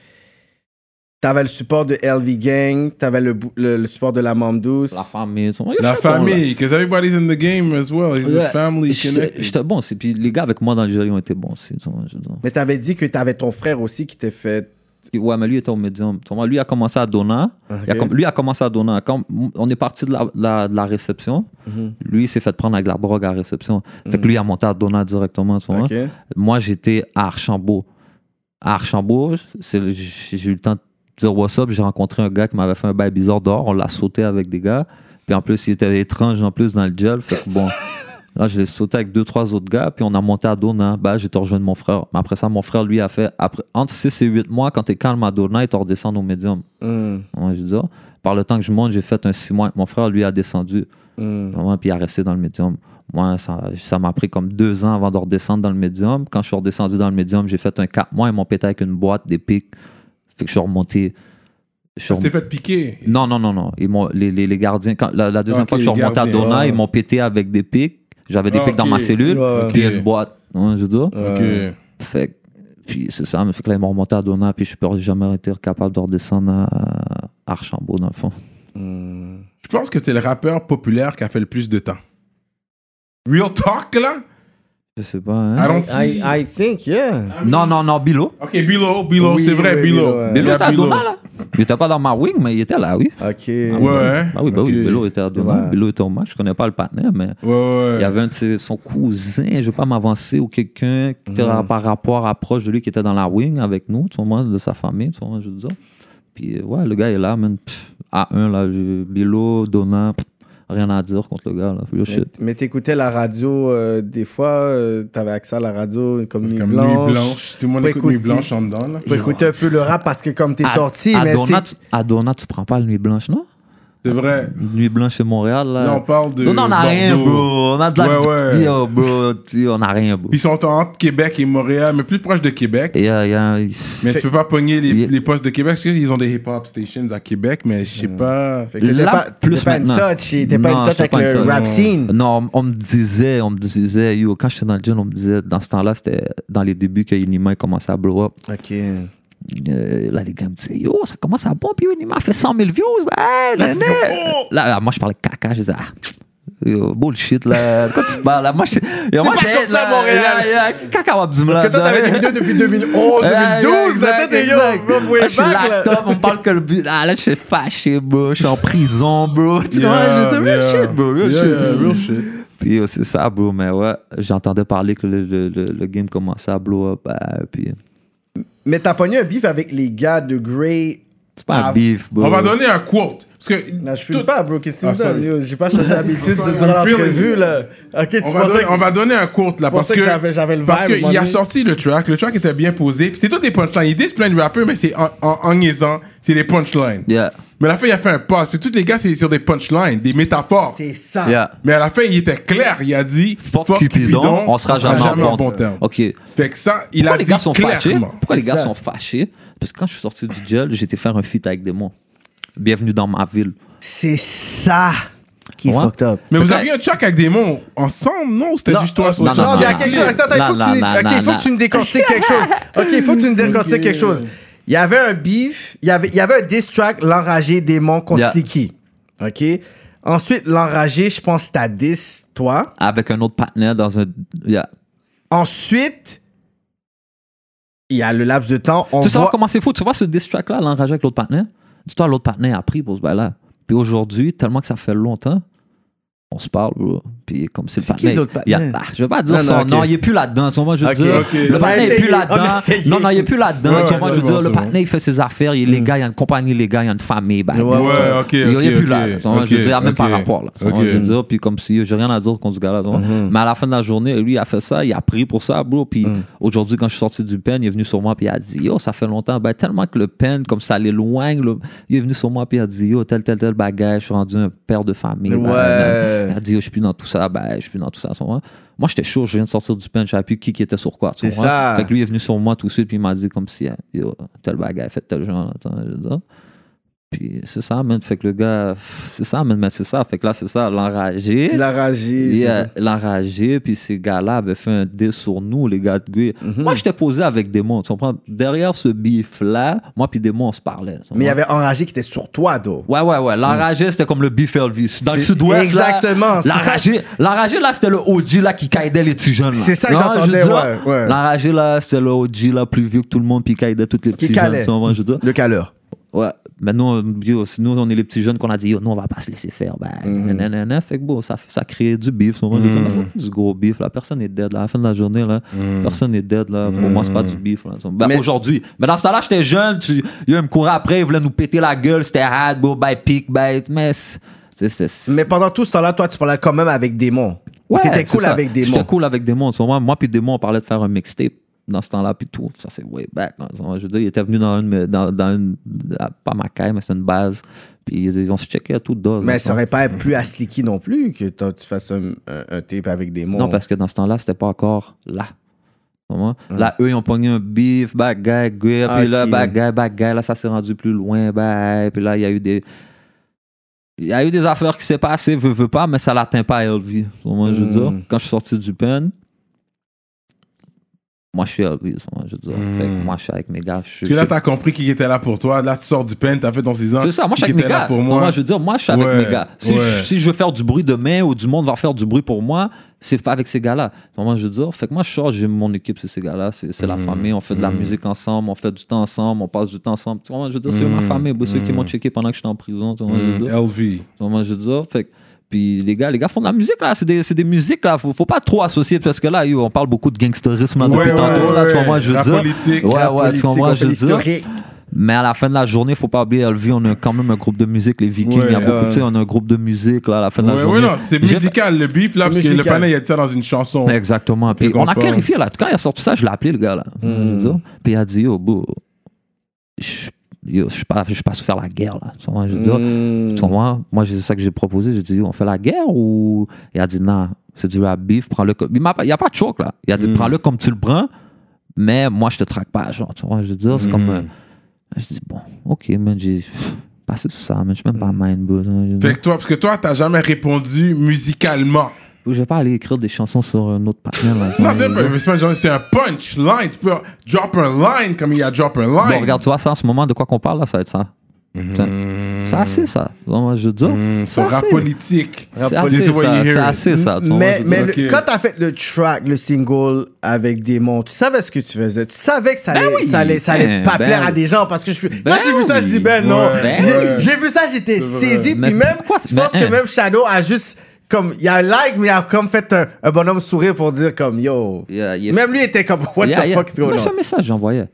T'avais le support de LV Gang, t'avais le, bou- le, le support de la Mame Douce. La famille, ils sont- ils La sont bons, là. famille, because everybody's in the game as well. It's Yeah. a family J'étais connected. j'étais bon aussi, puis les gars avec moi dans le jury ont été bons aussi, tu vois, je veux dire. Mais t'avais dit que t'avais ton frère aussi qui t'est fait. Puis, ouais, mais lui était au médium, Tu vois, lui a commencé à Donna, Il a Ok. com- lui a commencé à Donna, quand on est parti de la, la- de la réception, lui il s'est fait prendre avec la drogue à la réception, fait que lui il a monté à Donna directement, tu vois. Ok. Moi, j'étais à Archambault. À Archambault, c'est le- j'ai j'ai eu le temps de dire what's up. J'ai rencontré un gars qui m'avait fait un bail bizarre dehors. On l'a sauté avec des gars. Puis en plus, il était étrange en plus dans le gel. Fait que bon, là, je l'ai sauté avec deux, trois autres gars. Puis on a monté à Dona. Bah, j'étais rejoint de mon frère. Mais après ça, mon frère, lui, a fait après, entre 6 et 8 mois, quand t'es calme à Dona, il te redescend au médium. Mm, Ouais, je veux dire. Par le temps que je monte, j'ai fait un 6 mois. avec Mon frère, lui, a descendu. mm. Vraiment, puis à rester dans le médium. Moi, ça ça m'a pris comme deux ans avant de redescendre dans le médium. Quand je suis redescendu dans le médium, j'ai fait un 4 mois. Ils m'ont pété avec une boîte, des pics. Fait que je suis remonté. Je suis Tu t'es remonté- fait piquer. Non, non, non, non. Ils m'ont- les, les, les gardiens, quand- la, la deuxième Ah, Ok, fois que je suis les remonté à gardiens, Dona, ouais. ils m'ont pété avec des pics. J'avais des Ah, pics dans ok. ma cellule, Ouais, puis ok. une boîte. Ouais, je veux dire. Ok. Fait que- puis c'est ça. Mais fait que là, ils m'ont remonté à Dona, puis je suis pas- jamais été capable de redescendre à à Archambault, dans le fond. mm. Je pense que t'es le rappeur populaire qui a fait le plus de temps. Real talk, là? Je sais pas. hein. I don't I, see. I think, yeah. Non, non, non, Bilo. Ok, Bilo, Bilo, Oui, c'est vrai, oui, Bilo, Bilo. ouais. Il y a Euh, Bello était à Dona, là. Il était pas dans ma wing, mais il était là, oui. Ok. Ouais, ouais. Ah oui, bah Ok. oui, Bello était à Dona. Ouais. Bello était au match. Je connais pas le partenaire, mais Ouais, ouais. il y avait un de ses- son cousin, je vais pas m'avancer, ou quelqu'un qui était par rapport à proche de lui qui était dans la wing avec nous, tu vois, moi, de sa famille, tu vois, je veux dire. Puis euh, ouais, le gars est là, man. Pff, A1, là, je- Bello, Dona, pff, rien à dire contre le gars, là. Yo, Mais, shit. mais t'écoutais la radio, euh, des fois, euh, t'avais accès à la radio comme C'est Nuit comme Blanche. Nuit Blanche. Tout le monde Faut écoute Nuit écouter- Blanche en dedans, là. Tu peux écouter un peu le rap parce que comme t'es À- sorti, à mais Dona, c'est... tu- à Dona, tu prends pas la nuit blanche, non? C'est vrai. Nuit blanche chez Montréal, là. Là, on parle de. Non, non, on a rien, Bordeaux. bro. On a de la Ouais, ouais. Yo, bro. tu- on a rien, bro. Puis ils sont entre Québec et Montréal, mais plus proche de Québec. Il y a- il y a- Mais tu peux pas pogner les, Yeah. les postes de Québec parce qu'ils ont des hip-hop stations à Québec, mais je sais pas. Fait que t'étais Là, pas, t'étais plus pas une maintenant. touch, t'étais pas Non, une touch j'étais avec pas une le touch, rap non. scene. Non, on- on me disait, on me disait, yo, quand j'étais dans le gym, on me disait, dans ce temps-là, c'était dans les débuts que Inima commençait à blow up. Ok. Euh, là, les gars me disaient, yo, ça commence à bon, puis Inima fait 100 000 views, ouais, là, oh. là, là, moi, je parlais caca, je disais, ah, yo, bullshit, là, quand tu parles, là, moi, je. Yo, moi, pas j'ai- comme ça là, à Montréal. là, là, Caca, on va me Parce que toi, t'avais des vidéos depuis 2011, 2012, là, toi, t'es yo, bro, way Ah, Je suis back, là. laptop, on me parle que le but. Ah, là, je suis fâché, bro. Je suis en prison, bro. Tu vois, je dis, real yeah. shit, bro. Real Yeah, shit. yeah, real shit. Puis euh, c'est ça, bro. Mais ouais, j'entendais parler que le, le, le, le game commençait à blow up. euh, puis Mais t'as pogné un beef avec les gars de Grey. c'est pas Ah, un beef, bro. On va donner un quote. Parce que Là, je tout- fume pas, bro. Qu'est-ce que Ah, tu me donnes? sorry. Yo, J'ai pas changé d'habitude de I'm durant feeling l'entrevue, you. là. Ok, tu on, va pensais donner, que... on va donner un quote là. Parce que, pensais que j'avais- j'avais le parce vibe, moi, qu'il a oui. sorti le track. Le track était bien posé. Puis c'est tout des punchlines. Il dit plein de rappeurs, mais c'est en, en, en niaisant. C'est des punchlines. Yeah, Mais à la fin, il a fait un pause. Puis tous les gars, c'est sur des punchlines, des métaphores. C'est ça. yeah. Mais à la fin, il était clair. Il a dit Fuck, Cupidon, on sera jamais, en bon terme. Ok. Fait que ça, il Pourquoi a les dit gars sont fâchés clairement. Pourquoi les C'est gars ça. sont fâchés Parce que quand je suis sorti du gel, j'étais faire un feat avec des mots. Bienvenue dans ma ville. C'est ça qui est Ouais. fucked up. Mais vous Peut-être- aviez un track avec des mots ensemble, non? Ou C'était Non, juste toi sur non, le non, Non, track? il y a non, quelque non. chose. Attends, attends, il Non, faut que tu, non, ok, non, il faut non. que tu me décortiques quelque chose. Ok, il faut que tu me décortiques Ok. quelque chose. Il y avait un beef, il y avait, il y avait un diss track, l'enragé démon contre Yeah. Slicky. Ok. Ensuite, l'enragé, je pense, t'as diss, toi. Avec un autre partenaire dans un. Yeah. Ensuite, il y a le laps de temps, on Tu sais voit... comment c'est fou? Tu vois ce diss track-là, l'enrager avec l'autre partenaire? Dis-toi, l'autre partenaire a pris pour ce bail-là. Puis aujourd'hui, tellement que ça fait longtemps, on se parle, bro. Puis comme c'est le C'est qui partenaire- l'autre partenaire? il y a- ah, je vais pas dire Non, non, son ok. nom, il est plus là-dedans. Tu vois, je veux Ok, dire. ok. On Le a partenaire est essayé, plus on a là-dedans. essayé. Non, non, il est plus Ouais, là-dedans. Tu ouais, vois, c'est je veux bon, dire, c'est le bon. partenaire, il fait ses affaires, il est légal, il y a une compagnie légale, il y a une famille. bah, Ouais, bah, ouais, bah. ok, Il il est ok, plus ok, là. tu vois, Je veux ok, dire, même par ok. rapport. là, tu vois, Ok. Je veux dire, puis comme si j'ai rien à dire contre ce gars-là. tu vois. Mais à la fin de la journée, lui, il a fait ça, il a pris pour ça, bro. Puis aujourd'hui, quand je suis sorti du pen, il est venu sur moi, puis il a dit, yo, ça fait longtemps. Ben, tellement que le pen, comme ça l'éloigne, le- il est venu sur moi, puis il a dit, yo, tel, tel, tel bagage, je suis rendu un père de famille. Ouais. blablabla. Euh, Il a dit, yo, je suis plus dans tout ça, ben, je suis plus dans tout ça. tu vois. Moi, j'étais chaud, je viens de sortir du pen, je savais plus qui, qui était sur quoi. tu C'est comprends? ça. Fait que lui, il est venu sur moi tout de suite, puis il m'a dit, comme si, yo, tel bagage, faites tel genre, là, tu vois, je veux dire. Puis c'est ça, man. Fait que le gars, pff, c'est ça, man. Mais c'est ça. Fait que là, c'est ça, l'enragé. Il a ragé, c'est Il ça. a- L'enragé, puis ces gars-là avaient fait un dé sur nous, les gars de Guy. Mm-hmm. Moi, j'étais posé avec Démon, tu comprends? Derrière ce bif-là, moi puis Démon, on se parlait. tu Mais il y comprends? avait enragé qui était sur toi, d'eau. Ouais, ouais, ouais. L'enragé, c'était comme le beef Elvis. Dans le C'est- sud-ouest, là, exactement, Ah, c'est ça. L'enragé, l'enragé, là, c'était le OG, là, qui caïdait les petits jeunes, là. C'est ça que Non, j'entendais, je veux dire, ouais, ouais. L'enragé, là, c'était le OG, là, plus vieux que tout le monde, puis qui caïdait toutes les Qui petits jeunes, calait. tu comprends, je veux dire? Le caleur. Ouais. Maintenant, yo, si nous, on est les petits jeunes qu'on a dit, yo, nous, on va pas se laisser faire. Ben, Mhm. nanana. Fait que bon, ça, ça crée du bif. souvent, je dis, là, c'est Du gros bif. La personne est dead. là. À la fin de la journée, là, personne est dead. Là. Pour moi, c'est pas du bif. là. Ben, Mhm. Mais- Aujourd'hui. Mais dans ce temps-là, j'étais jeune. Tu, yo, ils me couraient après. Ils voulaient nous péter la gueule. C'était hard, bro. Bye, pic, bye, mess. Tu sais, c'était- Mais pendant tout ce temps-là, toi, tu parlais quand même avec Démon. Ouais, T'étais c'est cool ça. avec J'étais Démon. cool avec Démon. En ce moment, moi puis Démon, on parlait de faire un mixtape dans ce temps-là, puis tout. Ça, c'est way back. En ce moment, Je veux dire, il était venu dans une, dans, dans une à- pas ma caille, mais c'est une base. Puis ils- on se checkait à toute dose. Mais en ce ça moment. aurait pas plu à Slicky non plus que toi, tu fasses un, un, un tape avec Démon. Non, parce que dans ce temps-là, c'était pas encore là. En ce moment, Là, eux, ils ont pogné un beef, bad guy, grip, puis là, Ok. bad guy, bad guy, là, ça s'est rendu plus loin, bye. Puis là, il y a eu des. Il y a eu des affaires qui s'est passées, veut, veut pas, mais ça l'atteint pas à Elvie. En ce moment, je veux dire. Mm. Quand je suis sorti du pen, moi, je suis Elvis. Moi, je veux dire. Fait que moi, je suis avec mes gars. Je, Parce que là, je- t'as compris qui était là pour toi. Là, tu sors du pen, t'as fait ton 6 ans. c'est ça, moi, je Ah, Qui suis avec mes était là gars. pour Non, moi. je veux dire, moi, je suis avec Ouais, mes gars. Si, ouais. je, si je veux faire du bruit demain ou du monde va faire du bruit pour moi, c'est pas avec ces gars-là. Moi, je veux dire, fait que moi, je sors, j'ai mon équipe, c'est ces gars-là. C'est c'est Mhm. la famille. On fait de la musique ensemble, on fait du temps ensemble, on passe du temps ensemble. Tu vois, je veux dire, Mhm. c'est ma famille. Bon, Ceux qui m'ont checké pendant que j'étais en prison, Mm. tu vois, je veux dire. LV. Tu vois, je veux dire, fait que- puis les gars, les gars font de la musique là, c'est des, c'est des musiques là, faut, faut pas trop associer parce que là, yo, on parle beaucoup de gangsterisme là, depuis Ouais, tantôt ouais, là, ouais. tu vois, moi, je veux La dire. politique, ouais, La ouais, tu politique, vois, moi, on je fait veux dire. l'historique. Mais à la fin de la journée, faut pas oublier, LV, on a quand même un groupe de musique, les Vikings, Ouais, il y a beaucoup, ouais. tu sais, on a un groupe de musique, là, à la fin de la Ouais, journée. ouais, non, c'est J'ai- musical le beef là, parce que le Musical. panel, il a dit ça dans une chanson. Exactement. Puis Plus on a qu'on clarifié, là. Quand il a sorti ça, je l'ai appelé, le gars, là. Mm. Je veux dire. Puis il a dit, yo, bro, je yo, je suis pas, je suis pas sous faire la guerre, là. Tu vois, je veux dire. Mm. Tu comprends? Moi, c'est ça que j'ai proposé. J'ai dit, on fait la guerre ou. Il a dit, non, c'est du rap beef, prends-le comme. Il n'y a pas de choc, là. Il a dit, Mm. prends-le comme tu le prends, mais moi, je te traque pas, genre. Tu vois, je veux dire, c'est comme. euh, Mm-hmm. Je dis, bon, ok, man, j'ai pff, passé tout ça, man, je suis même pas mind, bro. Je- Mm. Fait que toi, parce que toi, t'as jamais répondu musicalement. Je vais pas aller écrire des chansons sur un autre partenaire, là. Non, c'est pas- c'est pas une chanson, c'est un punchline. Tu peux drop un line comme il a drop un line. Bon, regarde, tu vois, ça, en ce moment, de quoi qu'on parle, là, ça va être ça. Ça, C'est assez, ça. Moi, je veux dire. Son Mm-hmm. c'est Mm, rap assez. politique. C'est This assez, is what ça. you C'est hear. assez, ça. tu vois, Mais, je veux mais dire. le- Ok. quand t'as fait le track, le single avec Démon, tu savais ce que tu faisais. Tu savais que ça allait, oui. ça allait, ça allait Ben, pas ben plaire à oui. des gens parce que je suis. Ben Quand j'ai vu ça, je dis oui. ben non. Ouais. Ben J'ai- oui. J'ai vu ça, j'étais saisi. Mais Puis même, pourquoi- je pense mais que hein. même Shadow a juste. Comme, il a like, mais il a comme fait un, un bonhomme sourire pour dire comme yo. Yeah, yeah. Même lui était comme what Yeah, the yeah. fuck is going Moi, c'est on. un message que j'envoyais.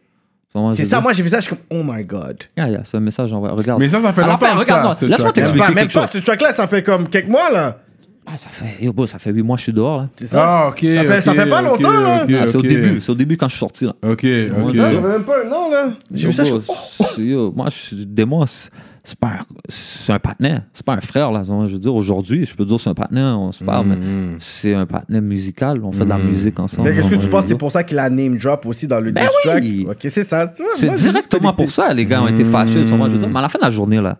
Moi, je C'est veux ça, dire. moi j'ai vu ça, je suis comme oh my god. Yeah, yeah, c'est un message que j'envoyais. Regarde. Mais ça, ça fait À la longtemps fin, que Ah, regarde, ça, non, ce Laisse-moi track. Je sais t'expliquer pas, même quelque pas, chose. ce track là, ça fait comme quelques mois là. Ah, ça fait, yo, bro, ça fait 8 mois que je suis dehors, là. C'est ça. Ah, ok. Ça fait- ça ok, fait pas ok, longtemps, là. ok, Ah, c'est au ok. début, c'est au début quand je suis sorti, là. Ok, Ouais, ok. ça, Ça fait même pas un an là. J'ai Yo, vu ça, je oh, bro, suis comme, c'est- yo, moi, je suis démon, c'est c'est pas un, c'est un partenaire, c'est pas un frère, là. Je veux dire, aujourd'hui, je peux dire c'est un partenaire, on se parle, mais c'est un partenaire musical, on fait de la musique ensemble. Hmm. Mais qu'est-ce que on- tu penses c'est pour ça qu'il a name drop aussi dans le Ben diss track? oui. Ok, c'est ça. tu vois, C'est moi, j'ai juste directement connecté. pour ça, les gars ont été fâchés. tu vois, je veux dire, mais à la fin de la journée, là,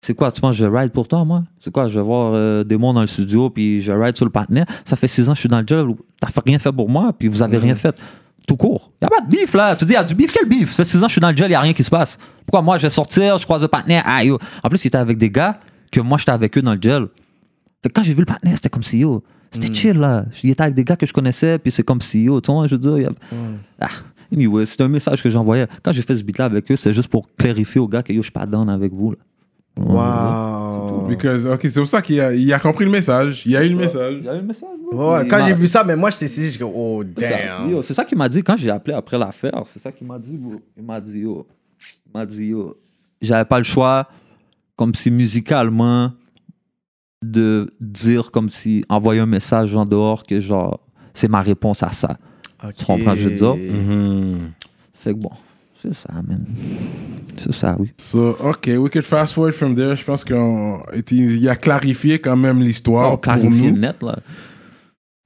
c'est quoi, tu penses, je ride pour toi, moi? C'est quoi, je vais voir euh, des mondes dans le studio, puis je ride sur le partenaire. Ça fait six ans que je suis dans le job, t'as fait- rien fait pour moi, puis vous avez rien fait. Tout court. Y a pas de bif, là. Tu dis, y a du bif, quel bif? Ça fait six ans que je suis dans le gel, y a rien qui se passe. Pourquoi moi, je vais sortir, je croise le partenaire, ah yo. En plus, il était avec des gars que moi, j'étais avec eux dans le gel. Fait que quand j'ai vu le partenaire, c'était comme si Hmm. E Hmm. yo. C'était chill là. Il était avec des gars que je connaissais, puis c'est comme si yo. Tu vois, je veux dire, il y a- Ah, Anyway, c'est un message que j'envoyais. Quand j'ai fait ce beat-là avec eux, c'est juste pour clarifier aux gars que yo, je suis pas down avec vous. Là. Wow. Because, ok, c'est pour ça qu'il a, il a compris le message. Il a eu le message. Il y a eu le message, bro. Ouais, Il quand m'a- j'ai vu ça, mais moi, j'étais saisi, j'ai dit, oh Ça, damn. yo, C'est ça qu'il m'a dit quand j'ai appelé après l'affaire. C'est ça qu'il m'a dit, bro. Il m'a dit, yo. Il m'a dit, yo. J'avais pas le choix, comme si musicalement, de dire, comme si envoyer un message en dehors que genre, c'est ma réponse à ça. Tu comprends, je veux dire? Mm. Mm-hmm. Fait que bon, c'est ça, man. C'est ça, oui. So, ok, we could fast forward from there. Je pense qu'il a clarifié quand même l'histoire On pour clarifie nous. net, là.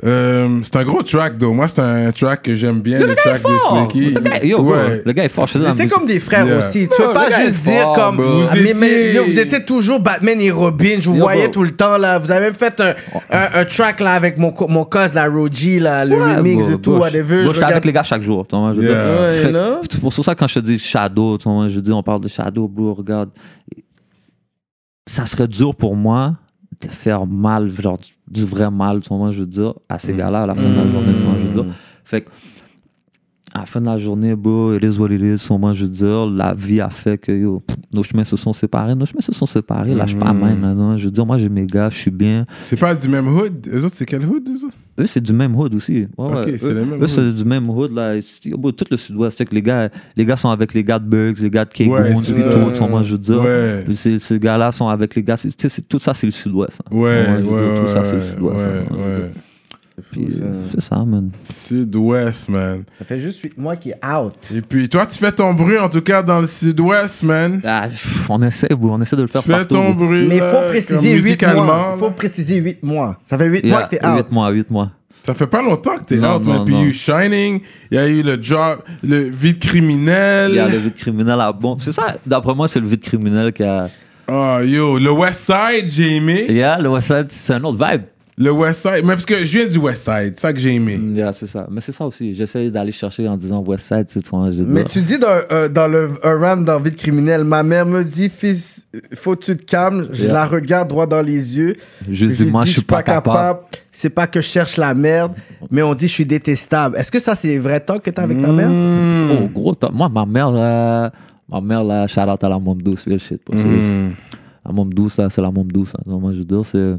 Euh, c'est un gros track, though. Moi, c'est un track que j'aime bien, le, track de Fort! Slinky. Le gars, yo, bro, Ouais. le gars est fort. je sais pas, C'est mais- comme des frères Yeah. aussi. Tu peux Bro, pas le gars juste est dire fort, comme. bro. Vous Ah, mais- mais, étiez- yo, vous étiez toujours Batman et Robin. Je vous Yo, voyais bro. Oh. tout le temps là. Vous avez même fait un, un, un track là avec mon, co- mon cos, la Roji, là, le Ouais, remix bro, et tout, bro, whatever. bro, Je j'étais avec regarde- les gars chaque jour. tu vois, je veux Yeah. dire. Ouais, Fait- non? C'est pour ça quand je te dis Shadow, tu vois, je dis on parle de Shadow, bro, regarde. Ça serait dur pour moi de faire mal, genre du- du vrai mal, tu vois, je veux dire, à ces gars-là à la fin de la journée, tu vois, je veux dire. Fait que, à la fin de la journée, bro, it is what it is, tu vois, je veux dire, la vie a fait que yo, pff, nos chemins se sont séparés, nos chemins se sont séparés, lâche pas main, là, non, je veux dire, moi j'ai mes gars, je suis bien. C'est pas du même hood. Eux autres, c'est quel hood, eux autres? Eux, c'est du même hood aussi. Ouais, Ok, ouais. c'est eux, le même eux, c'est du même hood. Là. C'est- yo, bro, Tout le sud-ouest, c'est que les gars, les gars sont avec les gars de Bugs, les gars de K-Goons, Ouais, c'est puis ça. tout, tu comprends, je veux dire. Ouais. Puis ces- ces gars-là sont avec les gars. c'est- tu sais, c'est- tout ça, c'est le sud-ouest. hein. Ouais, Ouais, ouais, je ouais. dis, tout ça, c'est le ouais, sud-ouest, hein, ouais, ouais. ouais. Puis, euh, c'est ça, man. Sud-ouest, man. Ça fait juste 8 mois qu'il est out. Et puis, toi, tu fais ton bruit, en tout cas, dans le sud-ouest, man. Ah, pff, on essaie, bro, on essaie de le Tu faire fais partout. ton bro. bruit. Mais il faut là, comme préciser 8 musicalement. mois. Il faut préciser 8 mois. Ça fait 8 mois Yeah, que t'es out. 8 mois, 8 mois. Ça fait pas longtemps que t'es Non, out, man. non, Puis, non. il y a eu Shining, il y a eu le drop, le vide criminel. Il y a le vide criminel à bombe. C'est ça, d'après moi, c'est le vide criminel qui a. Oh, yo, le West Side, j'ai aimé. Yeah, le West Side, c'est un autre vibe. Le West Side, mais parce que je viens du West Side, c'est ça que j'ai aimé. Mm, Yeah, c'est ça. Mais c'est ça aussi. J'essaie d'aller chercher en disant West Side, tu sais, tu vois, je veux Mais dire. tu dis dans, euh, dans le, un rap dans Vite criminelle, ma mère me dit, fils, euh, faut que tu te calmes. Je Yeah. la regarde droit dans les yeux. Je dis, moi, je suis pas capable. C'est pas que je cherche la merde, mais on dit, je suis détestable. Est-ce que ça, c'est vrai talk que t'as avec ta mère? Hum. Oh, gros, t'as- moi, ma mère, là, ma mère, là, shout out à la mom douce, real shit. pour Hum. serious. Mm. La mom douce, là, c'est la mom douce. hein. Moi, je veux dire, c'est.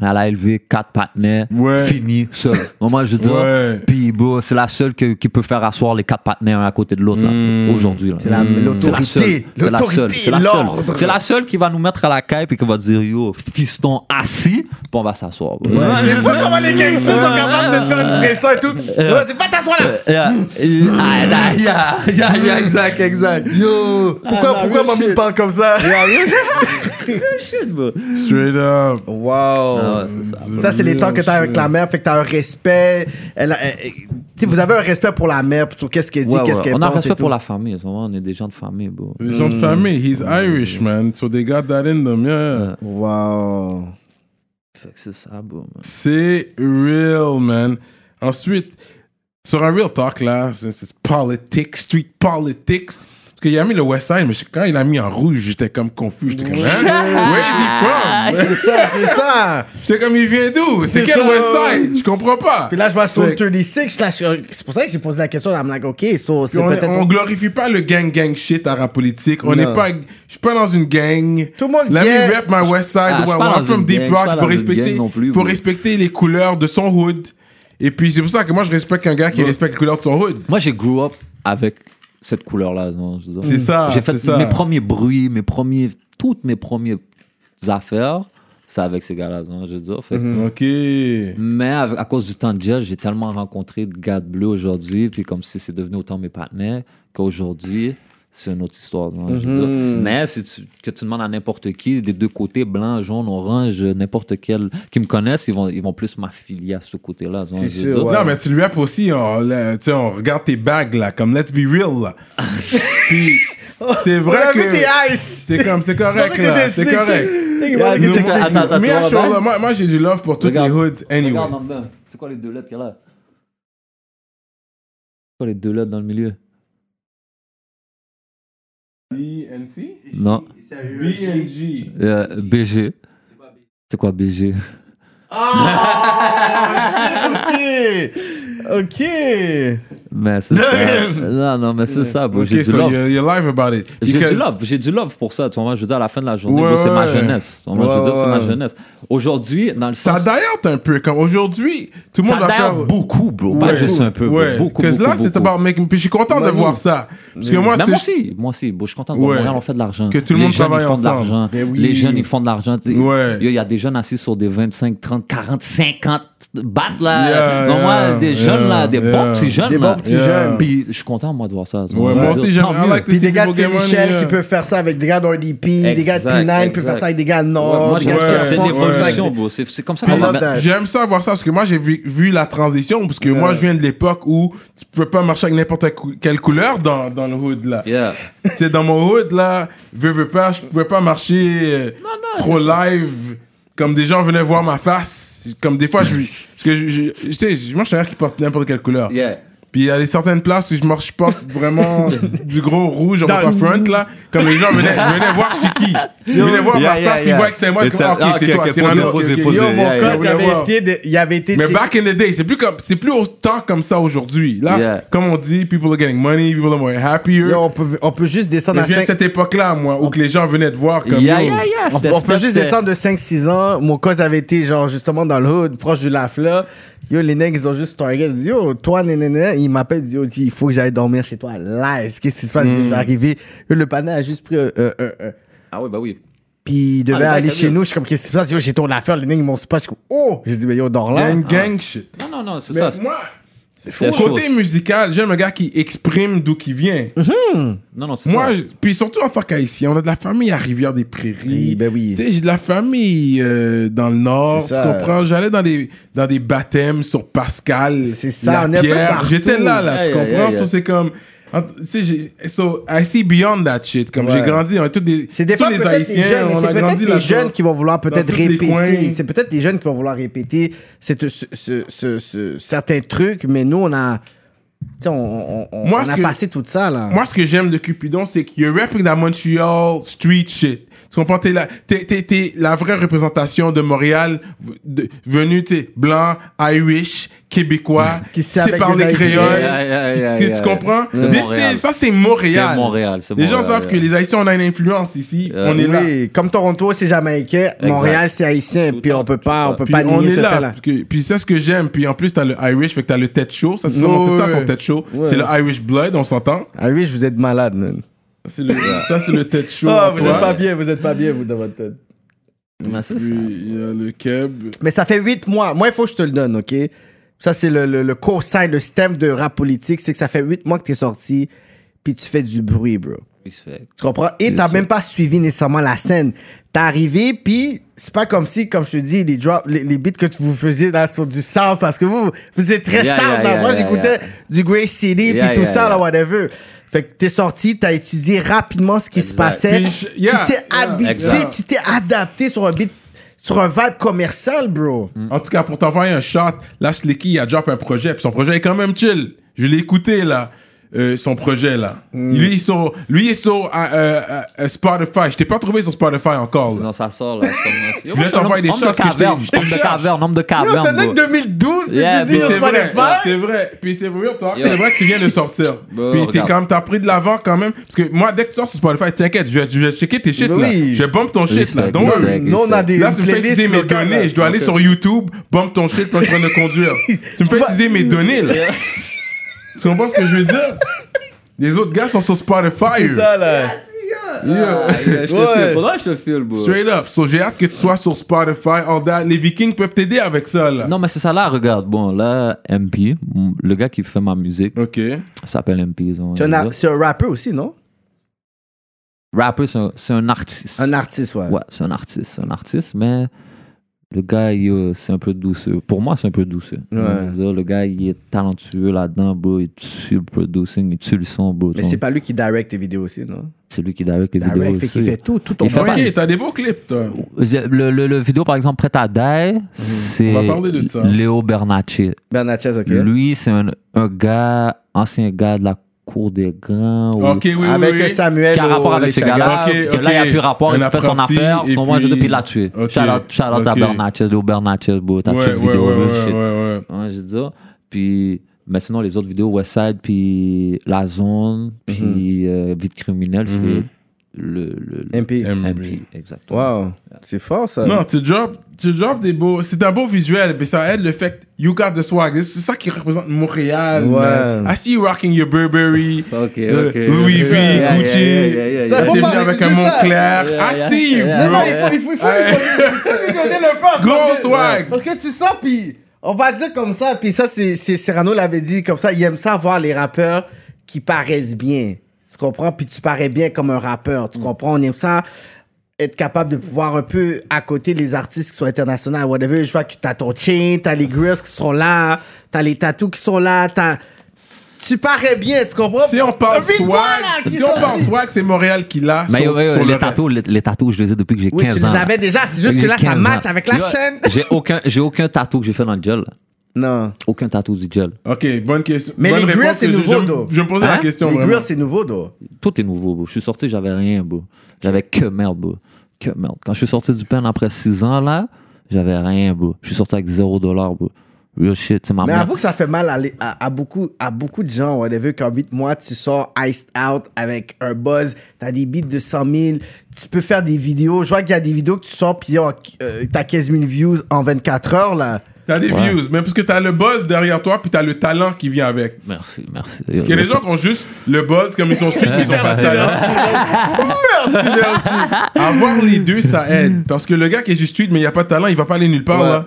Elle a élevé quatre partenaires, Ouais. fini, seul. Moi, je veux dire. Ouais. Puis, bro, c'est la seule que- qui peut faire asseoir les quatre partenaires un à côté de l'autre, là, aujourd'hui. là. Hum. Hum. C'est C'est la- la seule. l'autorité. C'est la seule. L'autorité, C'est la seule. l'ordre. C'est la seule qui va nous mettre à la caille et qui va dire, yo, fiston assis, puis on va s'asseoir. bro. Ouais, C'est fou comment les gangsters sont capables de te faire une pression et tout. Ouais, c'est pas t'asseoir là. Yeah, yeah, euh, ah, yeah, yeah, yeah, exact, exact. Ah, Yo, Pourquoi, pourquoi mamie me parle comme ça? Oh, shit, bro. Straight up. Wow. Ah ouais, c'est ça. Ça, c'est les temps que t'as avec la mère, fait que t'as un respect. Elle a- elle- elle- tu sais, vous avez un respect pour la mère, pour tout, qu'est-ce qu'elle dit, Ouais, qu'est-ce ouais, qu'elle On pense. a un et respect tout. pour la famille, en ce moment, on est des gens de famille, bro. Les gens Hmm. de famille, he's Irish, man. So they got that in them, Hmm. yeah. Wow. Fait que c'est ça, bro. man. C'est real, man. Ensuite, sur un real talk, là, c'est c'est politics, street politics. Parce qu'il a mis le West Side, mais je- quand il a mis en rouge, j'étais comme confus. J'étais comme, hein? Where is he from? C'est ça, c'est ça. J'étais comme, il vient d'où? C'est C'est quel ça, West ouais. Side? Je comprends pas. Puis là, je vois sur Fait- 36, je lâche- c'est pour ça que j'ai posé la question. I'm like, OK, so, c'est Puis on, peut-être. on glorifie pas le gang gang shit à rap politique. On Non. n'est pas, je suis pas dans une gang. Tout le monde Let vient- me rap my West Side. Ah, je suis where pas I'm dans from une Deep gang, Rock. je suis pas Faut dans une respecter, gang non plus, faut oui. respecter les couleurs de son hood. Et puis c'est pour ça que moi je respecte un gars qui respecte les couleurs de son hood. Moi, j'ai grew up avec cette couleur-là. non, je veux dire. Mm. C'est ça, J'ai c'est fait ça. mes premiers bruits, mes premiers, toutes mes premières affaires, c'est avec ces gars-là, non, je veux dire. Fait que- Mm-hmm. Mm. Ok. Mais avec- à cause du temps de gel, j'ai tellement rencontré de gars de bleu aujourd'hui, puis comme si c'est devenu autant mes partenaires, qu'aujourd'hui, c'est une autre histoire. non, je veux Mm-hmm. dire. Mais si tu, que tu demandes à n'importe qui, des deux côtés, blanc, jaune, orange, n'importe quel, qui me connaissent, ils vont, ils vont plus m'affilier à ce côté-là. non, C'est je veux sûr, dire. ouais. Non, mais tu le rap aussi, on, là, tu sais, on regarde tes bagues là, comme let's be real là. Puis c'est On a vrai vu que. tes ice. C'est comme, c'est pour ça correct que t'es là, c'est sneaky. correct. Yeah, Nous- check ça. Attends, attends, Mais tu à vois, Charlotte, ben? moi, moi, j'ai du love pour toutes les Regarde. hoods anyway. Regarde en dedans. C'est quoi les deux lettres qu'elle a C'est quoi les deux lettres dans le milieu BNC? Non. BNG. Euh, BG. C'est quoi BG Ah, shit, OK. OK. Mais c'est ça. Non, non, mais c'est ça, bro. Ok, J'ai du so love. you're, you're live about it. J'ai du Because- love, j'ai du love pour ça. Tu vois, je veux dire, à la fin de la journée, Ouais, bro, c'est ma ouais. jeunesse. Tu vois, je veux Ouais, dire, c'est ma ouais. jeunesse. Aujourd'hui, dans le Ça sens. d'ailleurs un peu comme aujourd'hui, tout le monde Ça va faire d'ailleurs beaucoup, bro. Pas Ouais. juste un peu, bro. Ouais, Beaucoup, parce beaucoup, que là c'est beaucoup. about making. Puis je suis content de Vas-y. voir ça parce que moi Mais c'est- moi aussi, moi aussi, bro, je suis content de voir Ouais. Montréal, on fait de l'argent. Que tout le Les monde jeunes, travaille ils font de ensemble. l'argent. Ben oui. Les jeunes, ils font de l'argent. tu sais. Ouais. Yo, Il y a des jeunes assis sur des 25, 30, 40, 50 battes, là. Yeah, Donc, moi, yeah, des jeunes, yeah, là, des yeah. bons petits jeunes, Des là. bons petits Yeah. jeunes. Puis, je suis content, moi, de voir ça. Ouais, moi aussi j'aime. I like to Puis see des gars de people get money, Saint-Michel yeah. qui peuvent faire ça avec des gars d'RDP, des gars de Exact, P9 qui peuvent exact. faire ça avec des gars de Nord, Moi, des je gars de Ouais, pense que c'est Fort une Fort, ouais. évolution, bro. C'est c'est comme ça I qu'on love va that. J'aime ça voir ça parce que moi j'ai vu, vu la transition parce que moi je viens de l'époque où tu pouvais pas marcher avec n'importe cou- quelle couleur dans, dans le hood là. Yeah. tu sais dans mon hood là, veux veux pas, je pouvais pas marcher euh, trop live comme des gens venaient voir ma face, comme des fois je parce que je, je- tu sais moi je suis un gars qui porte n'importe quelle couleur. Yeah. Puis il y a des certaines places où je marche pas vraiment du gros rouge, on va pas front là. Comme les gens venaient, venaient voir je suis qui. Ils venaient voir Yeah, ma yeah, face, puis ils yeah. voient que c'est moi. Je Mais suis ça- comme, ah, ok, ah, c'est ok, toi, ok, c'est posez, Rano, ok, posez, ok. posez. Yo, Yeah, mon yeah, coach, yeah. il avait Wow. essayé de- il avait été Mais check- back in the day, c'est plus comme, c'est plus autant comme ça aujourd'hui. Là, Yeah. comme on dit, people are getting money, people are more happier. Yo, on, peut, on peut juste descendre Mais à je viens de 5... cette époque-là, moi, où que les gens venaient te voir comme Yeah, yo. yeah, yeah. On, C'était- on peut juste c'était- descendre de 5-6 ans. Mon cause avait été, genre, justement, dans le hood, proche du Lafla. Yo, les nègres, ils ont juste target. Ils disent, yo, toi, nanana. hein. Ils m'appellent, ils disent, yo, G, il faut que j'aille dormir chez toi, live. Qu'est-ce qui se passe? Hmm. J'arrivais, arrivé. Yo, le panel a juste pris euh, euh, euh, euh. Ah oui, bah oui. Puis il devait le gars, aller t'as chez vu. nous. Je suis comme, qu'est-ce qui se passe? Yo, j'ai tourné l'affaire. Les nègres, ils m'ont spot. Je suis comme, oh! J'ai dit, mais yo, dors là. Gang, gang shit. Non, non, non, c'est Mais ça. moi, C'est fou. côté musical, j'aime un gars qui exprime d'où qu'il vient. Mhm. Non, non, c'est Moi, ça. je- puis surtout en tant qu'haïtien, on a de la famille à Rivière-des-Prairies. Oui, ben oui. Tu sais, j'ai de la famille euh, dans le Nord, tu C'est ça. comprends? J'allais dans des, dans des baptêmes sur Pascal, C'est ça, on est la un peu pierre. partout. J'étais là, là, tu Aïe, aïe, comprends? aïe, So, aïe. c'est comme... en- tu sais, j'ai- so, I see beyond that shit. Comme Ouais. j'ai grandi, on est tous des, C'est des tous fois les peut-être les Haïtiens, jeunes, mais on c'est a grandi peut-être là les jeunes qui vont vouloir peut-être tous les répéter. coins. C'est peut-être les jeunes qui vont vouloir répéter cette- ce- ce- ce- ce- certains trucs, mais nous, on a, tu sais, on, on- on- Moi, on ce a que- passé tout ça, là. Moi, ce que j'aime de Cupidon, c'est qu'il rap dans Montreal street shit. Tu comprends? T'es la, t'es, t'es- t'es la vraie représentation de Montréal, v- de- venu, t'es blanc, Irish, québécois, Qui sait c'est avec par les des Haïtiens. créoles. Yeah, yeah, yeah, tu, yeah, tu yeah. comprends? C'est This Montréal. is- ça, c'est Montréal. C'est Montréal, c'est Les gens Montréal, Euh, savent que yeah. les Haïtiens, on a une influence ici. Yeah. On est là. Oui, comme Toronto, c'est jamaïcain, Montréal, c'est haïtien, Tout puis le temps, on peut tout le pas, on temps. peut Puis pas on nier est ce là. fait-là. Parce que- Puis c'est ce que j'aime. Puis en plus, t'as le Irish, fait que t'as le tête chaud. Ça, c'est sûrement- Ouais, c'est ça ouais, ton ouais. tête chaud. Ouais. C'est le Irish blood, on s'entend. Ah oui, vous êtes malade, man. Ça, c'est le, ça, c'est le tête chaud. Ah, en vous toi. êtes pas bien, vous êtes pas bien, vous, dans votre tête. Mais c'est Puis ça. il y a le keb. Mais ça fait huit mois. Moi, il faut que je te le donne, OK? Ça, c'est le, le, le co-sign, le stem de rap politique. C'est que ça fait huit mois que t'es sorti, puis tu fais du bruit, bro. Respect. Tu comprends? Et t'as sûr. même pas suivi nécessairement la scène. T'es arrivé, puis c'est pas comme si, comme je te dis, les drops, les, les beats que tu- vous faisiez là sur du sound, parce que vous, vous êtes très Yeah, sound. yeah, là. yeah, Moi, yeah, j'écoutais yeah. du Grey City, Yeah, puis tout yeah, ça, là, yeah. whatever. Fait que t'es sorti, t'as étudié rapidement ce qui se Exact. passait. Puis je- yeah, tu t'es yeah, habitué, exact. tu t'es adapté sur un beat, sur un vibe commercial, bro. Mm. En tout cas, pour t'envoyer un shot, là, Slicky, il a drop un projet. Puis son projet est quand même chill. Je l'ai écouté, là. euh, son projet, là. Lui, il est sur, lui, il est sur euh, euh, euh, Spotify. Je t'ai pas trouvé sur Spotify encore, là. Non, ça sort, là. Je voulais t'envoyer des choses de que je t'ai- caverne, je te homme de cherche. caverne, homme de Yo, ça caverne, n'est que Ah, ben, bro. 2012, mais Yeah, tu dis bro. sur C'est vrai, Spotify. c'est vrai. Puis c'est vrai, toi, Yo. c'est vrai que tu viens de sortir. Bon, Puis t'es regarde. quand même, t'as pris de l'avant quand même. Parce que moi, dès que tu sors sur Spotify, t'inquiète, je vais, je vais checker tes shit, Oui. là. Je vais bump ton shit, là. Respect, Donc, respect. Nous, on a des Là, tu me fais playlists utiliser mes locales, là. données. Je dois aller sur YouTube, bump ton shit quand je suis en train de conduire. Tu me fais vas- utiliser mes données, là. Tu comprends ce que je veux dire? Les autres gars sont sur Spotify. C'est ça, là. Yeah. Ah, yeah, Je te Ouais. file. Faudrait que je te file, bro. Straight up. So, j'ai hâte que tu sois sur Spotify, all that. Les Vikings peuvent t'aider avec ça, là. Non, mais c'est ça là, regarde. Bon, là, MP, m- le gars qui fait ma musique, OK. s'appelle MP. ils ont- C'est un ar- c'est un rappeur aussi, non? Rapper, c'est un- c'est un artiste. Un artiste, ouais. Ouais, c'est un artiste. C'est un artiste, mais le gars, il, euh, c'est un peu douceux. Pour moi, c'est un peu douceux. Ouais. Je veux dire, Le gars, il est talentueux là-dedans, bro. Il tue le producing, il tue le son, bro. Mais Donc, c'est pas lui qui direct tes vidéos aussi, non? c'est lui qui direct les vidéos Direct, fait qu'il aussi. fait tout, tout ton Il fait travail. OK, t'as des beaux clips, toi. Le, le, le vidéo, par exemple, Prête à Mhm. die, c'est On va parler de ça. Léo Bernacci. Bernard Chaz, ok. Lui, c'est un, un gars, ancien gars de la cour des grands. ou- OK, oui, oui, avec oui. Samuel. qui a au- rapport avec les ce Chagas. gars-là. Ok, que ok. Là, il n'y a plus rapport, Un il fait son apprenti, affaire. et Son moi, je puis- depuis il l'a tué. Ok. Shout-out shout-out à Ok. Bernatchez, Léo Bernatchez, bro. T'as tué Ouais, le ouais, ouais, vidéo, ouais, le ouais, shit. ouais. Ouais, je dis ça. Puis, Mais sinon, les autres vidéos, Westside, puis La Zone, puis Mhm. euh, Vite Criminelle, c'est le, le, le- MP. MP, exactement. Wow. C'est fort, ça. Non, tu drops tu drop des beaux. C'est un beau visuel, mais ça aide le fait que you got the swag. C'est ça qui représente Montréal. Ouais. man. I see you rocking your Burberry. Ok, euh, ok. Louis V, Yeah, yeah, Gucci. yeah, yeah, yeah, Ça, yeah. T'es faut venu parler avec de un ça. Montclair. Yeah, yeah, I see you, yeah. bro. Non, il faut, il faut, il faut, il faut, il faut lui donner le peur. Gros parce que- swag. Parce que tu sens, puis on va dire comme ça, puis ça, c'est c'est- Cyrano l'avait dit comme ça, il aime ça voir les rappeurs qui paraissent bien. Tu comprends? Puis tu parais bien comme un rappeur. Mm. Tu comprends? On aime ça être capable de pouvoir un peu à côté les artistes qui sont internationaux, whatever. Je vois que t'as ton chain, t'as les grills qui sont là, t'as les tatous qui sont là, t'as... Tu parais bien, tu comprends? Si on parle Un big boy, là, swag, qui si on sorti. parle swag, c'est Montréal qui l'a. Mais sur- yo, yo, sur le les, reste. tatous, les, les tatous, je les ai depuis que j'ai 15 Oui, ans. tu les là. avais déjà, c'est juste que J'ai là, ça 15 ans. match avec la Yo, chaîne. J'ai aucun, j'ai aucun tatou que j'ai fait dans le gel. là. Non. Aucun tatou du gel. Ok, bonne question. Mais Bonne les grills, réponse, c'est je- nouveau, je- though. Je, me posais la Hein? question. Les vraiment. grills, c'est nouveau, though. Tout est nouveau, bro. Je suis sorti, j'avais rien, bro. J'avais que merde, bro. Que merde. Quand je suis sorti du pen après 6 ans, là, j'avais rien, bro. Je suis sorti avec 0$, bro. Real shit, c'est ma Mais Ah, mère. avoue que ça fait mal à, les- à- à beaucoup, à beaucoup de gens. On a vu qu'en 8 mois, tu sors iced out avec un buzz. T'as des beats de 100 000. Tu peux faire des vidéos. Je vois qu'il y a des vidéos que tu sors, puis oh, euh, t'as 15 000 views en 24 heures, là. T'as des Ouais. views, mais parce que t'as le buzz derrière toi, puis t'as le talent qui vient avec. Merci, merci. Parce qu'il y a des gens qui ont juste le buzz, comme ils sont street, ils ont pas de talent. Merci, merci. Avoir les deux, ça aide. Parce que le gars qui est juste street, mais il n'y a pas de talent, il va pas aller nulle part. Ouais. là.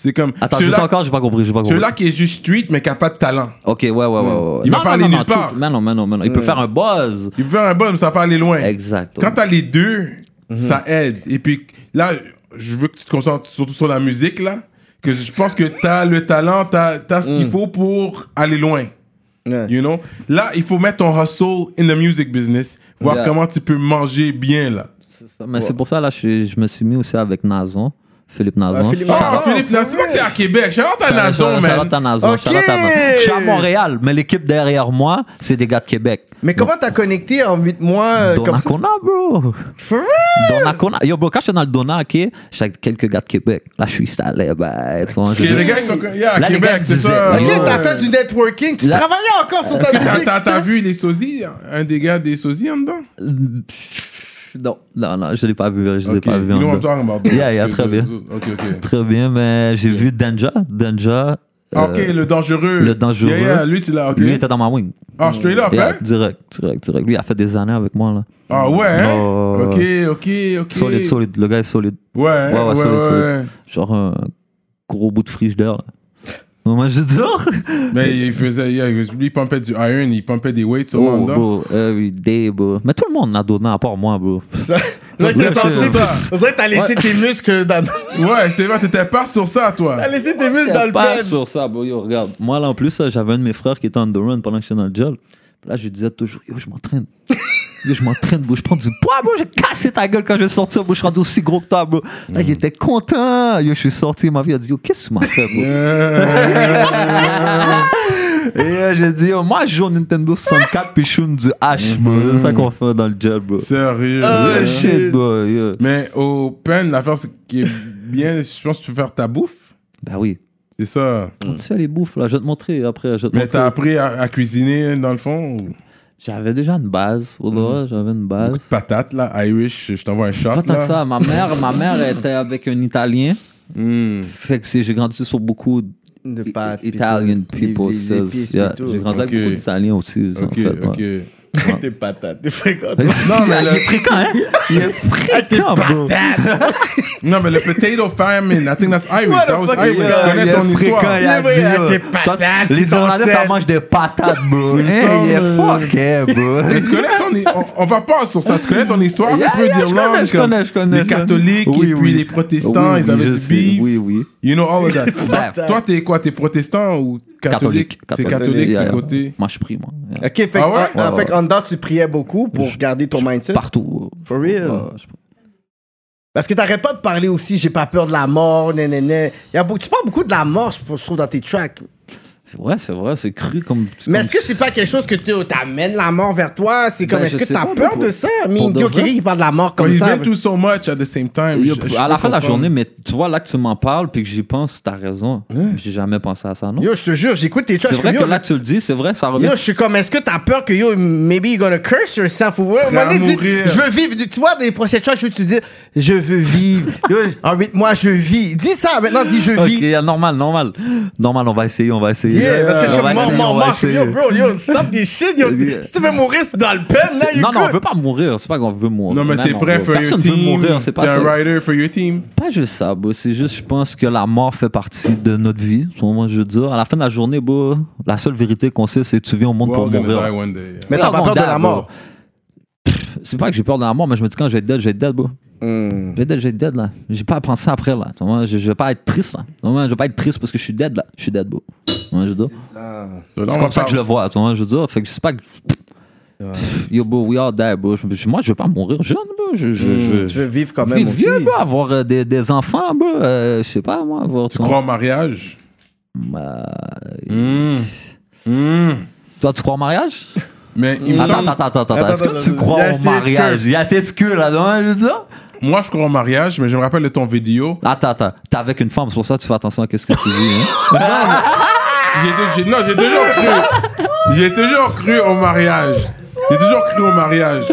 C'est comme. Attends, dis celui-là- ça encore, j'ai pas compris, j'ai pas compris. celui-là qui est juste street, mais qui n'a pas de talent. Ok, ouais, ouais, ouais. ouais. Hmm. Il va Non, non, parler non, non, nulle part. tout- Mais non, mais non, mais non. Il peut faire un buzz. Il peut faire un bon, mais ça peut aller loin. Exact. Mhm. Quand t'as les deux, ça aide. Et puis là, je veux que tu te concentres surtout sur la musique, là. Que je pense que t'as le talent, t'as as ce Mhm. qu'il faut pour aller loin. You know? Là, il faut mettre ton hustle in the music business. Voir Yeah. comment tu peux manger bien, là. C'est ça. Mais c'est pour ça, là, je, je me suis mis aussi avec Nazon, Philippe Nazon. Ah, Philippe- Oh, Ah, Philippe, là, c'est vrai que t'es à Québec. Shout out à Nazon, man. Charlotte à Nazon, Ok. Charlotte à Nazon. Je suis à Montréal, mais l'équipe derrière moi, c'est des gars de Québec. Mais comment t'as connecté en 8 mois euh, comme ça? Donnacona, bro. For real? Donnacona. Yo, bro, quand j'étais dans le Donna, ok, j'étais avec quelques gars de Québec. Là, je suis installé, ben, tu vois, Parce que je- les gars, ils sont. Yeah, à Là, les Québec, gars c'est disaient, ça. ok, Ok, Ouais. t'as fait du networking. Tu La- travaillais encore sur ta T'as- musique. T'as t'as vu les sosies? hein? Un des gars des sosies en dedans? Non, non, non, je l'ai pas vu, je l'ai Ok, pas you vu. know what en I'm vrai. talking about. Yeah, yeah, très bien. Ok, ok. Très bien, mais j'ai vu Danja. Danja. Ah, Ok, euh, le dangereux. le dangereux. Yeah, yeah, lui, tu l'as, ok. Lui était dans ma wing. Ah, straight up, Yeah, hein? direct, direct, direct. Lui, il a fait des années avec moi, là. Ah, ouais, hein? Oh. Ok, ok, ok. Solide, solide. Le gars est solide. Ouais, hein, Ouais, ouais, ouais, ouais, solide, solide. ouais. Genre un gros bout de frigidaire, là. Non, Moi, je dis, oh, Mais il faisait, yeah, lui, il pumpait du iron, il pumpait des weights sur oh, oh bro, everyday, bro. Mais tout le monde en a donné, à part moi, bro. Là, t'es Ouais, sorti. c'est ça. On dirait que t'as laissé tes muscles dans. Ouais, c'est vrai, t'étais pas sur ça, toi. T'as laissé tes muscles dans le pas pad. sur ça, bro. Yo, regarde. Moi, là, en plus, là, j'avais un de mes frères qui était on the run pendant que j'étais dans le job. Là, je lui disais toujours, yo, je m'entraîne. Yo, je m'entraîne, bro. Je prends du poids, bro. J'ai cassé ta gueule quand je suis sorti, bro. Je suis rendu aussi gros que toi, bro. Là, il était content. Yo, je suis sorti. Ma vie a dit, yo, qu'est-ce que tu m'as fait, bro? Euh, Et euh, j'ai dit, yo, moi, je joue au Nintendo 64 puis je shoot du H, bro. C'est ça qu'on fait dans le job, bro. Sérieux. Real ouais. Oh, shit, bro. yo. Mais au pen, l'affaire, c'est qui est bien, je pense que tu veux faire ta bouffe. Ben oui. C'est ça. Tu fais les bouffes, là. Je vais te montrer après. Je vais te Mais t'as montrer. appris à, à cuisiner, dans le fond. ou- J'avais déjà une base. Pour le Hmm. vrai, j'avais une base. Beaucoup de patates, là, Irish, je t'envoie un shot. Pas tant là. que ça. Ma mère, ma mère était avec un Italien. Hmm. Fait que c'est- j'ai grandi sur beaucoup de pâtes, puis d'Italian tout. Des- people. des says. épices, Yeah, puis tout. J'ai grandi avec Ok. beaucoup d'Italiens aussi. en Ok, fait, ouais. ok. Des patates, des fréquentes. Non, mais Ah, il est fréquent, hein? Il est fréquent, bro. Non, mais le potato famine, I think that's Irish. What the That was fuck Irish. is Je connais il est ton fréquent, histoire. il a Il est dit, vrai, euh, des toi, patates, Les des Irlandais, ça ancêtres. mange des patates, bro. Hey, il est semble. fuck, eh, bro. Mais tu connais ton hi- on, on va pas sur ça. Tu connais ton histoire Yeah, un peu yeah, je connais, d'Irlande je comme connais, je connais, les je connais. catholiques Oui, et puis oui. les protestants, Oui, ils avaient oui, du je sais. beef. Oui, oui. You know all of that. Bref. Toi, t'es quoi T'es protestant ou catholique, C'est catholique, yeah, t'es yeah. côté. Moi, je prie, moi. Yeah. Ok, fait, Ah ouais? en- en, Ouais, fait ouais. en dedans, tu priais beaucoup pour garder ton mindset. Partout. For real. Ouais, je- Parce que t'arrêtes pas de parler aussi, j'ai pas peur de la mort, nénéné. Y a beaucoup- tu parles beaucoup de la mort, je je trouve, dans tes tracks. Ouais, c'est vrai, c'est cru comme. Mais est-ce que c'est pas quelque chose que tu t'amènes la mort vers toi? C'est comme, Ben, est-ce je que sais t'as pas, peur pour- de ça? pour Mais de Yo vrai. qui parle de la mort comme He's ça. been through so much at the same time. Yo, Je- je à la peux fin de la comprendre. journée, mais tu vois, là que tu m'en parles puis que j'y pense, t'as raison. J'ai jamais pensé à ça, non? Yo, je te jure, j'écoute tes choses. C'est je suis vrai que comme, yo, là que tu le dis, c'est vrai, ça revient. Yo, je suis comme, est-ce que t'as peur que yo, maybe you're gonna curse yourself ou what? Prêt à Moi, dis- mourir. Je veux vivre. Tu vois, des prochaines fois, je veux te dire, je veux vivre. yo, en huit mois, je vis. Dis ça maintenant, dis je vis. Ok, ah, normal, normal. Normal, on va essayer, on va essayer. Yeah, parce que je suis On va comme, mort, essayer, mort, on va mort. Je suis essayer. comme, Yo, bro, yo, stop des shit. Yo, Yeah. si tu veux mourir, c'est dans le pen, là, you Non, non, on good. veut pas mourir, c'est pas qu'on veut mourir. Non, mais t'es on prêt veut- for your Personne veut team. mourir, c'est pas T'es ça. un rider for your team. Pas juste ça, bro. C'est juste, je pense que la mort fait partie de notre vie. Moi, je veux dire, à la fin de la journée, bro, la seule vérité qu'on sait, c'est que tu viens au monde We're pour all gonna die mourir. one day, yeah. Mais t'as Là, pas on peur de date, la bro. mort. Pff, C'est pas que j'ai peur de la mort, mais je me dis quand je vais être dead, je vais être dead, bro. Hmm. Mm. Je vais être dead, je vais être dead, là. J'ai pas à penser après, là. Tu vois, Je, je vais pas être triste, là. Tu vois, Je vais pas être triste parce que je suis dead, là. Je suis dead, bro. Tu vois, je veux dire. So là, C'est on comme ça que parle- je le vois, tu vois, je veux dire. Fait que c'est pas que. Pff, Yo, bro, we are dead, bro. Je- Moi, je veux pas mourir jeune, bro. Je, je, je- Tu veux vivre Hmm. quand Vive même aussi. vieux, bro, avoir euh, des, des enfants, bro. euh, je sais pas, moi, avoir. Euh, Tu crois au mariage? Hmm. Toi, tu crois au mariage Mais il me Attends, semble, attends, attends, attends. Attends, Est-ce que attends, tu attends. crois Il y a au assez de mariage queue. Il y a assez de queue là, non, je veux dire. moi je crois au mariage, mais je me rappelle de ton vidéo. Attends, attends. T'es avec une femme, c'est pour ça que tu fais attention à ce que tu dis. hein. J'ai tou- j'ai- non, j'ai toujours cru. J'ai toujours cru au mariage. J'ai toujours cru au mariage.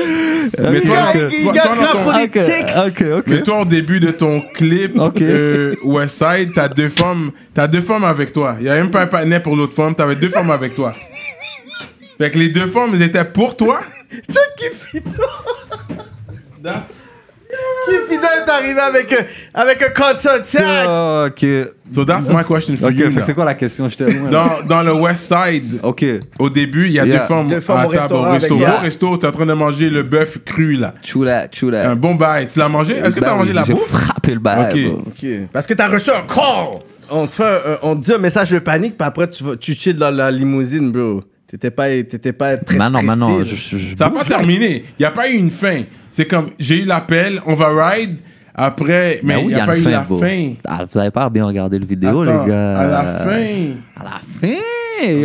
Mais toi, Il- il toi- garde toi, dans grave ton- pour des- Ok, ok, ok. mais toi, au début de ton clip Ok. euh, Westside, t'as deux femmes, t'as deux femmes avec toi. Il y a même pas un partenaire pour l'autre femme. T'avais deux femmes avec toi. Fait que les deux femmes, elles étaient pour toi. Kifida est arrivé avec, euh, avec un consentement. Ah, Ok. So that's my question for Ok, you. fait que now. c'est quoi la question Je t'ai loin, là. Dans, dans le Westside, Ok. au début, il y a Yeah. deux femmes, Deux femmes à au table restaurant au avec- resto. Yeah. Au resto, t'es en train de manger le bœuf cru là. Chula, chula. Un bon bail. Tu l'as mangé Est-ce que t'as Ben mangé oui, la J'ai bouffe frappé le bail. Ok. bro. Ok. Parce que t'as reçu un call. On te fait, un- on te dit un message de panique, puis après tu vas, tu chill dans la limousine, bro. T'étais pas, t'étais pas très Maintenant, stressé. maintenant, là. bah je- je- je- Ça n'a pas terminé. Il n'y a pas eu une fin. C'est comme, j'ai eu l'appel, on va ride. Après, mais Ben il oui, n'y a, pas eu une la bro. fin. Ah, vous avez pas bien regardé le vidéo, Attends, les gars. À la fin. À la fin.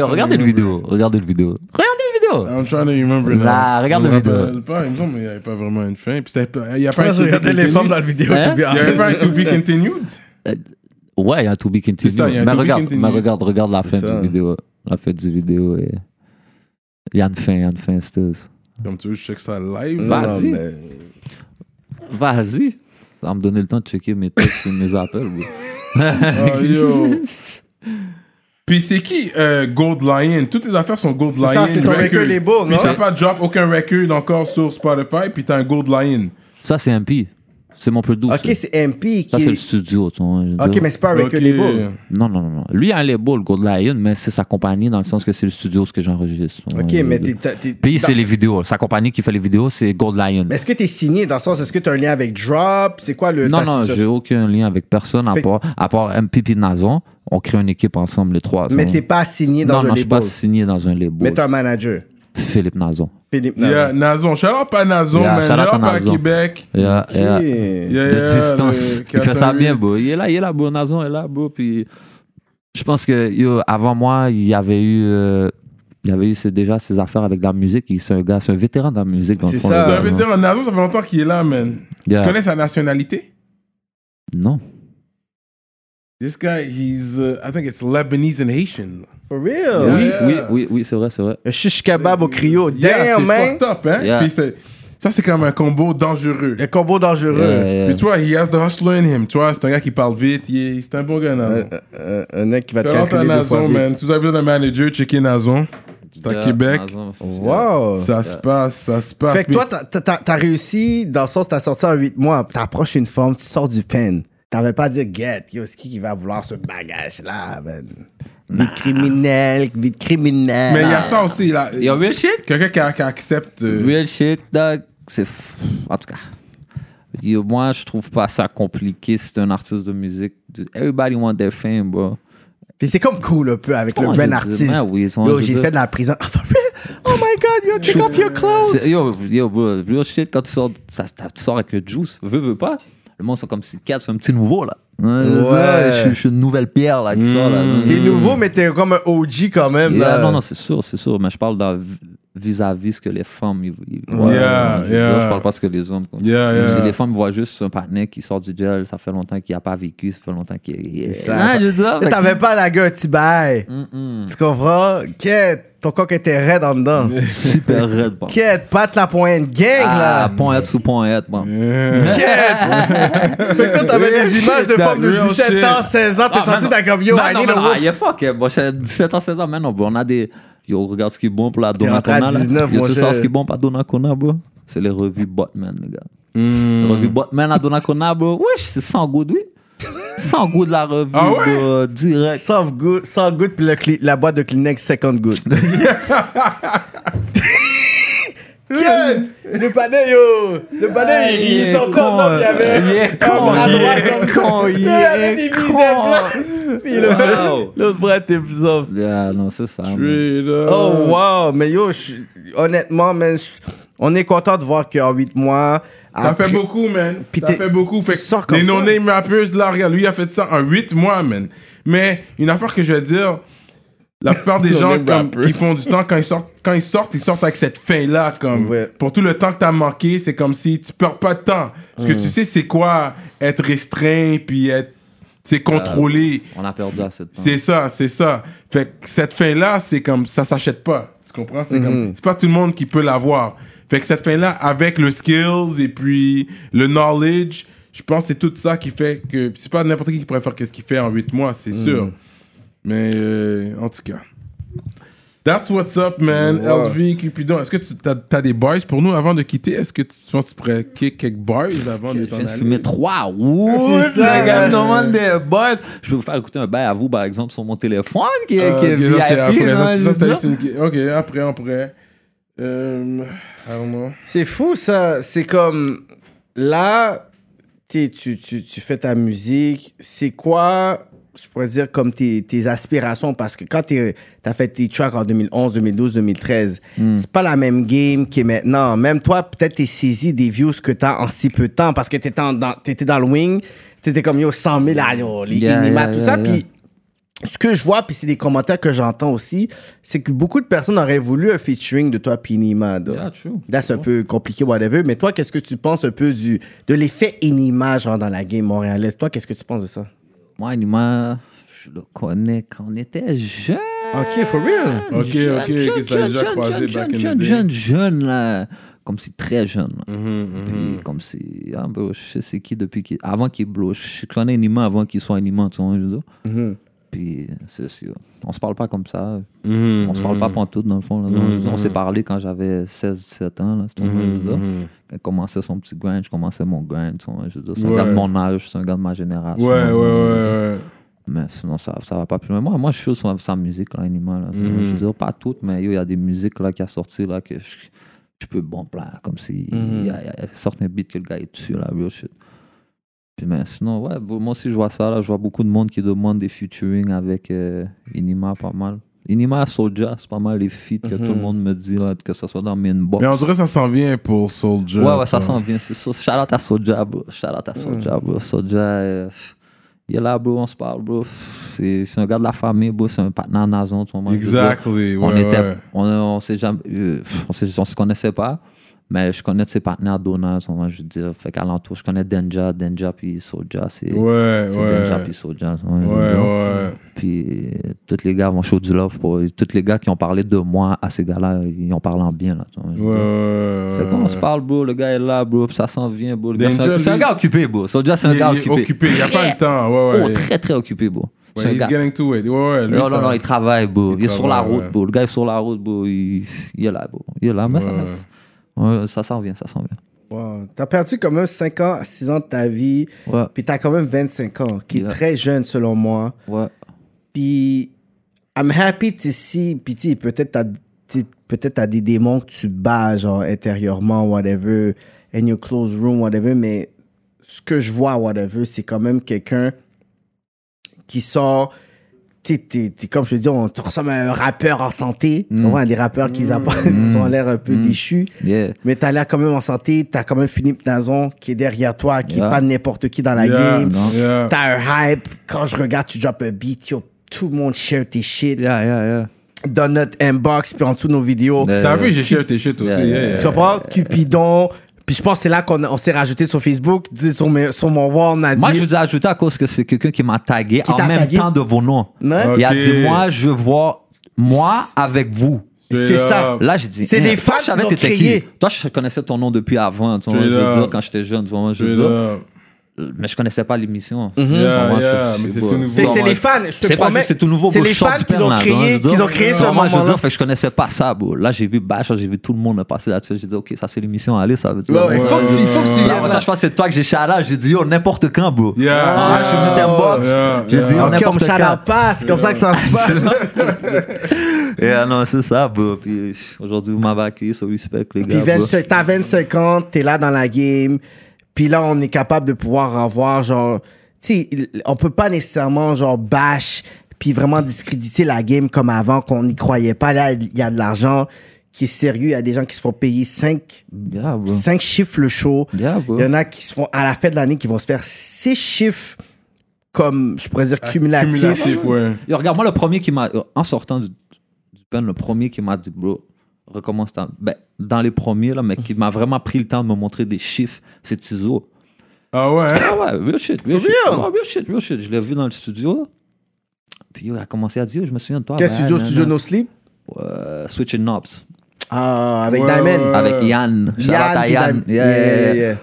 Regardez le vidéo. Regardez le vidéo. Regardez le vidéo. I'm trying to remember now. Là, regarde Je la me vidéo. rappelle pas. Il me semble qu'il n'y avait pas vraiment une fin. Puis c'était pas- il n'y a pas Quand un je to be regardais les continued. femmes dans la vidéo, Hein? tu Il n'y avait pas un to be continued. Ouais, il y a un to be C'est ça, il y a continued. un Mais to be regarde, continued. mais regarde, regarde la fin ça. du vidéo. La fin du vidéo. et- Il y a une fin, il y a une fin, Stus. Comme tu veux, je check ça live. Bah. Vas-y. Vas-y. Ça va me donner le temps de checker mes textes et mes appels. bro. Oh, yo. Puis c'est qui euh, Gold Lion Toutes les affaires sont Gold C'est ça, Lion. c'est ton record Records. label, Puis non? t'as pas drop aucun record encore sur Spotify, puis t'as un Gold Lion. Ça, c'est MP. C'est mon produit. Ok, ça. c'est MP qui. Ça, c'est le est- studio. tu vois, je veux Ok, dire. mais c'est pas un record Ok. label. Non, non, non, non. Lui, il a un label, Gold Lion, mais c'est sa compagnie dans le sens que c'est le studio ce que j'enregistre. Ok, Ouais, mais je- t'es. t'as- t'es- Puis dans- c'est les vidéos. Sa compagnie qui fait les vidéos, c'est Gold Lion. Mais est-ce que t'es signé dans le sens, est-ce que t'as un lien avec Drop C'est quoi le. Non, ta non, j'ai situation? aucun lien avec personne à Fait- part, à part MPP Nazon. On crée une équipe ensemble, les trois. Mais Donc, t'es pas signé dans non, un non, je suis pas label. signé dans un label. Mais t'es un manager. Philippe Nazon. Philippe Il y a Navas. Nazon. Shout out à Nazon, Yeah, man. shout out à Shout out à Nazon. Québec. Yeah, yeah. Yeah, Ok. de yeah, le distance. Il fait ça 418. bien, beau. Il est là, il est là, beau. Nazon est là, beau. Puis je pense que yo, avant moi, il y avait eu. euh, il y avait eu c'est déjà ses affaires avec la musique. Il- C'est un gars, c'est un vétéran de la musique. dans le C'est fond, ça. le C'est gars, un vétéran. Nazon, ça fait longtemps qu'il est là, man. Yeah. Tu connais sa nationalité Non. This guy, he's, uh, I think it's Lebanese and Haitian. For real. Oui, Yeah. oui, oui, oui, c'est vrai, c'est vrai. Un shish kebab au cryo. Yeah, Damn, c'est man. fucked up, hein? Yeah. Puis c'est- ça, c'est comme un combo dangereux. Le combo dangereux. Euh, Puis tu vois, he has the hustler in him. Tu vois, c'est un gars qui parle vite. il est- C'est un bon gars, Nazon. Un- un- Un mec qui va te Shout out à Euh, calculer deux fois. Nazon, vite. man. Si vous avez besoin d'un manager, checkez Nazon. C'est à yeah, Québec. Nazon, c'est- Wow. Ça se passe, ça se passe. Fait que Puis- toi, t'as- t'as- t'as t'as réussi, dans le sens, t'as sorti en 8 mois, t'approches une forme, tu sors du pen. T'avais pas dit, get, yo, c'est qui qui va vouloir ce bagage-là, man? Vie de criminelle, vie de criminelle. Mais il y a ça aussi, là. Yo, real shit? Quelqu'un qui, a- qui accepte. euh, Real shit, dog. C'est. f- En tout cas. Yo, moi, je trouve pas ça compliqué si t'es un artiste de musique. Everybody want their fame, bro. Puis c'est comme cool un peu avec Comment le je bon dis- artiste. Ah oui, comment yo, je j'ai dis- fait de la prison. Ah, for real? oh my god, yo, take off your clothes. C'est- Yo, yo, bro, real shit, quand tu sors, ça, ça- tu sors avec le juice, veux, veux pas. le monde sont comme si Cap, c'est un petit nouveau, là. Hein, Ouais. Mm. là, je, suis- je suis une nouvelle pierre, là, qui sort, là. T'es nouveau, mais t'es comme un OG quand même. Yeah, là. non, non, c'est sûr, c'est sûr. Mais je parle dans- vis-à-vis ce que les femmes. ils- ils- Yeah, je veux yeah. dire, Je parle pas ce que les hommes. quoi. Yeah, Même yeah. Si les femmes voient juste un partenaire qui sort du gel, ça fait longtemps qu'il a pas vécu, ça fait longtemps qu'il. est C'est ça. je veux dire, Ah, fait que- Mm, T'avais pas la gueule, tu bailles. Tu comprends? Quête, ton coq était raide en dedans. super raide, bon. Quête, patte la pointe, gang Ah, là. point être sous point être, bon. euh, Fait que toi, t'avais Real des images de shit, femmes de that real 17 shit. ans, 16 ans, t'es Ah, man, sorti d'un comme yo, non, I non, need man, a ah, woman. il est fuck. eh, Bon, j'ai 17 ans, 16 ans, man, on, on a des. Yo, regarde ce qui est bon pour la rentré à Donacona. là. 19, Yo, moi, tu j'ai- sais ce qui est bon pour la Donacona, bro? C'est les revues Botman, les gars. Les revues Botman à Donacona, bro. Wesh, c'est 100 good, oui. 100 good la revue, Ah ouais? bro, direct. Soft good, soft good, puis le cli- la boîte de Kleenex second good. Quête, le panel, yo! Le panel, il, il sortait en dedans, il y Il avait. est con, bras il droit est comme ça. con, il Il avait des est biceps, là. con. Puis le- L'autre bras était plus off. Yeah, non, c'est ça. man. Oh wow, mais yo, je suis- honnêtement, man, je- on est content de voir qu'en 8 mois, T'as après- fait beaucoup, man. Puis T'as t'es- fait beaucoup. Fait tu sors que comme les ça. no-name rappers, là, regarde, lui, il a fait ça en 8 mois, man. Mais une affaire que je veux dire, la plupart des gens No-name comme, rappers. qui font du temps, quand ils sortent, quand ils sortent, ils sortent avec cette fin-là. Comme, Ouais. Pour tout le temps que t'as manqué, c'est comme si tu perds pas de temps. Parce que tu Hmm. sais, c'est quoi être restreint, puis être. C'est contrôlé. On a perdu à cette C'est ça, c'est ça. Fait que cette fin-là, c'est comme ça s'achète pas. Tu comprends? C'est comme c'est pas tout le monde qui peut l'avoir. Fait que cette fin-là, avec le skills et puis le knowledge, je pense que c'est tout ça qui fait que c'est pas n'importe qui qui pourrait faire qu'est-ce qu'il fait en 8 mois, c'est sûr. Mais euh, en tout cas. That's what's up, man. Ouais. LV, Cupidon. Est-ce que tu as, des boys pour nous avant de quitter? Est-ce que tu, tu penses que tu pourrais kick quelques boys avant de Je t'en viens de aller? fumer trois. Ouh, C'est les ça, gars, man. me demandent des boys. Je vais vous faire écouter un bail à vous, par exemple, sur mon téléphone qui est, Ah, qui est ok, ça, c'est VIP. après. Ça, non, c'est- je ça, veux c'était dire. juste une- Ok, après, après. Euh, I don't know. C'est fou ça. C'est comme là, tu, sais, tu, tu, tu fais ta musique. C'est quoi, je pourrais dire, comme tes, tes aspirations? Parce que quand tu as fait tes tracks en 2011, 2012, 2013, Hmm. c'est pas la même game qui est maintenant. Même toi, peut-être tu saisi des views que tu as en si peu de temps parce que tu étais, dans le wing, tu étais comme yo 100 000 ah, yo, les Yeah, Inima, yeah, tout yeah, ça. yeah. Puis ce que je vois, puis c'est des commentaires que j'entends aussi, c'est que beaucoup de personnes auraient voulu un featuring de toi, puis Inima. donc. Yeah, true. Là, c'est un peu compliqué, whatever. Mais toi, qu'est-ce que tu penses un peu du, de l'effet Inima, genre, dans la game montréalaise? Toi, qu'est-ce que tu penses de ça? Moi, Nima, je le connais quand on était jeune. OK, for real. Ok, ok, Jeune, que jeune, tu l'as déjà jeune, croisé jeune, back in jeune, the jeune, day. jeune, jeune, là. Comme si très jeune. là. Mmh. Mm-hmm, Puis Comme si. Ah, bro, je sais c'est qui depuis qu'il. Avant qu'il blow. Je connais Nima avant qu'il soit un Nima, tu vois, je veux dire. Mm-hmm. Puis, c'est sûr. On se parle pas comme ça. Mmh. On se parle Mhm. pas pantoute, dans le fond. là. Non, je veux dire, On s'est parlé quand j'avais 16-17 ans. Là, c'est tout, je veux dire. Mhm, Mmh. Quand il commençait son petit grind, je commençais mon grind. tu vois, je veux dire. C'est un Ouais. gars de mon âge, c'est un gars de ma génération. Ouais, ouais, ouais. ouais. Mmh. Mais sinon, ça, ça va pas plus loin. Moi, moi je suis sur sa musique, là, Anima. Là. Mhm. Je veux dire, pas toutes, mais yo, il y a des musiques là, qui a sorti là, que je, je peux bon plaire, comme si Mhm. il y a, il y a certains beats que le gars est dessus, là, real shit. Puis, mais sinon, ouais, bon, moi aussi, je vois ça, là. Je vois beaucoup de monde qui demande des featuring avec euh, Inima, pas mal. Inima, Soulja, c'est pas mal les feats que tout le monde me dit, là, que ce soit dans mes inbox. Mhm. Mais on dirait que ça s'en vient pour Soldier. Ouais, ouais, ça sent bien, c'est sûr. Shout out à Soja, bro. Shout out à Soja, bro. Soja, euh, il est là, bro, on se parle, bro. C'est c'est un gars de la famille, bro. C'est un partenaire nason, tu vois. Exactly, On ouais, était, ouais. on, on s'est jamais, euh, on, s'est- on se connaissait pas, mais je connais de ses partenaires d'honneur, tu vois, je veux dire. Fait qu'alentour, je connais Denja, Denja puis Soja, c'est. Ouais, C'est Denja ouais. puis Soja. tu vois, je veux Ouais, dire. ouais. Puis euh, tous les gars vont show du love. Pour, tous les gars qui ont parlé de moi à ces gars-là, ils ont parlé en bien. Là, tu vois, je veux Ouais, dire. ouais. Fait qu'on se parle, bro. Le gars est là, bro. puis Ça s'en vient, bro. Le gars, Euh. Danger, c'est un- c'est un, lui- gars occupé, bro. Soulja, c'est un Il- gars il est occupé. occupé, il n'y a pas le temps. Ouais, Oh, ouais. très, très occupé, bro. C'est Ouais, un He's gars. getting to it. Ouais, ouais. lui, Non, ça- non, non, il travaille, bro. Il, Il est sur la travaille, route, ouais. bro. Le gars est sur la route, bro. Il, il est là, bro. Il est là, mais ça, Ouais. ouais, ça s'en vient, ça s'en vient. Wow. T'as perdu quand même 5 ans, 6 ans de ta vie. Ouais. Puis t'as quand même 25 ans, qui Yeah. est très jeune, selon moi. Ouais. Puis, I'm happy to see. Puis, tu sais, peut-être t'as tu sais, peut-être t'as des démons que tu bats, genre, intérieurement, whatever, in your closed room, whatever, mais ce que je vois, whatever, c'est quand même quelqu'un qui sort t'sais, t'es- t'es- comme je te dis, on te ressemble à un rappeur en santé. Tu comprends? Les rappeurs qui apparaissent ont l'air un peu déchus. Yeah. Mais t'as l'air quand même en santé. T'as quand même Philippe Nazon qui est derrière toi, qui Yeah. est pas n'importe qui dans la Yeah, game. non. Ah. Yeah. T'as un hype. Quand je regarde, tu drops un beat, yo, tout le monde share tes shit Yeah, yeah, yeah. dans notre inbox, puis en dessous de nos vidéos. Yeah. T'as vu, j'ai cher tes shit aussi. Euh, Yeah, yeah, yeah. yeah. Tu comprends? Cupidon. Puis je pense que c'est là qu'on on s'est rajouté sur Facebook, dis- sur, mes- sur mon wall, on a dit... Moi, je vous ai ajouté à cause que c'est quelqu'un qui m'a tagué Qui en t'a même tagué? temps de vos noms. Ouais. Il a Ok. dit, moi, je vois moi avec vous. C'est ça. Là, j'ai dit. C'est hein, des toi, fans je savais qui que l'ont t'étais créé. qui. Toi, je connaissais ton nom depuis avant. Tu vois, Straight je veux up. dire, quand j'étais jeune, tu vois, je veux Straight dire. up. Mais je connaissais pas l'émission. Yeah, Vraiment, yeah, je- mais je- c'est je- tout nouveau. Fait que Mhm. c'est Ouais. les fans, je te C'est pas promets. juste, c'est tout nouveau. C'est bro, les short fans du qui père, ont là, je veux créé, dire. qu'ils ont créé ce Moi, je veux moment-là. dire, fait que je connaissais pas ça, bro. Là, j'ai vu Bash, j'ai vu tout le monde passer là-dessus. J'ai dit, OK, ça, c'est l'émission, allez, ça veut dire. Ouais, ouais, faut que tu, faut que tu y Là, ailles, après là. ça, je pense que c'est toi que j'ai shout-out. J'ai dit, yo, n'importe quand, bro. Yeah. Ah, je suis venu t'inbox. Yeah, J'ai yeah. dit, yo, Ok, on me n'importe shout quand. out pas, c'est comme ça que ça se passe. Yeah, ah, non, c'est ça, bro. Puis aujourd'hui, vous m'avez accueilli sur Respect, les Puis gars. bro. 25, t'as 25 ans, t'es là dans la game. Puis là, on est capable de pouvoir avoir, genre, tu sais, il- on peut pas nécessairement, genre, bash, puis vraiment discréditer la game comme avant, qu'on n'y croyait pas. Là, il y a de l'argent qui est sérieux. Il y a des gens qui se font payer 5, Yeah, bro. chiffres le show. Yeah, bro. il y en a qui se font, à la fin de l'année, qui vont se faire 6 chiffres, comme, je pourrais dire, ah, cumulatifs. Ah, Cumulatif, ouais. Yo, regarde, moi, le premier qui m'a. euh, En sortant du, du pen, le premier qui m'a dit, bro, recommence ta. Ben, dans les premiers, là, mais qui m'a vraiment pris le temps de me montrer des chiffres, c'est Tizo. Ah ouais, hein? Ah ouais, real shit, real For shit. real? Ouais, real shit, real shit. Je l'ai vu dans le studio. Puis yo, il a commencé à dire, yo, je me souviens de toi. Quel ben, studio? nan, Studio nan. No Sleep? Euh, Switching Knobs. Ah, avec Ouais, Diamond. ouais, ouais. Avec Yann. Shout out Yann, à puis Yann. Diamond. Yeah, yeah, yeah. yeah.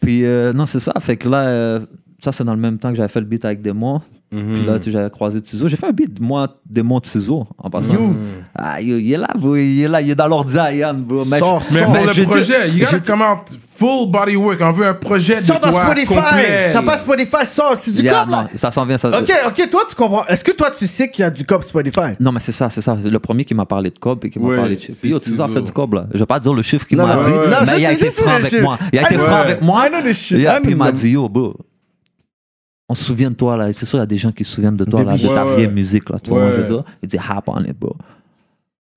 Puis euh, non, c'est ça. Fait que là, euh, ça, c'est dans le même temps que j'avais fait le beat avec Démon. Mhm. Puis là, tu sais, j'avais croisé Tizo. J'ai fait un beat, moi, Démon Tizo, en passant. Ah, yo, il est là, bro. Il est là, il est dans l'ordi à Yann, bro. Mais Sors, je- Mais sors. pour mais je le dis- projet, il y a j'ai- come out full body work. On veut un projet de Sors dans toi Spotify. complet. T'as pas Spotify, sors. C'est du Yeah, cop, là. non, ça s'en vient, ça Ok, ok, toi, tu comprends. Est-ce que toi, tu sais qu'il y a du cop Spotify? Non, mais c'est ça, c'est ça. Le premier qui m'a parlé de cob et qui m'a Ouais, parlé de chiffre. c'est Puis yo, Tizo a Tizo. fait du cob, là. Je vais pas dire le chiffre qu'il Non, m'a non, dit, ouais, ouais. Non, je mais il a sais, été je sais franc le avec chiffre. moi. Il a été I franc know- avec moi. I know the shit. Et I know puis il m'a the- dit, yo, bro. On se souvient de toi, là. C'est sûr, il y a des gens qui se souviennent de toi, là, de Depuis- ta Ouais, vieille ouais. musique, là. Tu vois, Ouais. je veux dire. Il dit, hop on it, bro.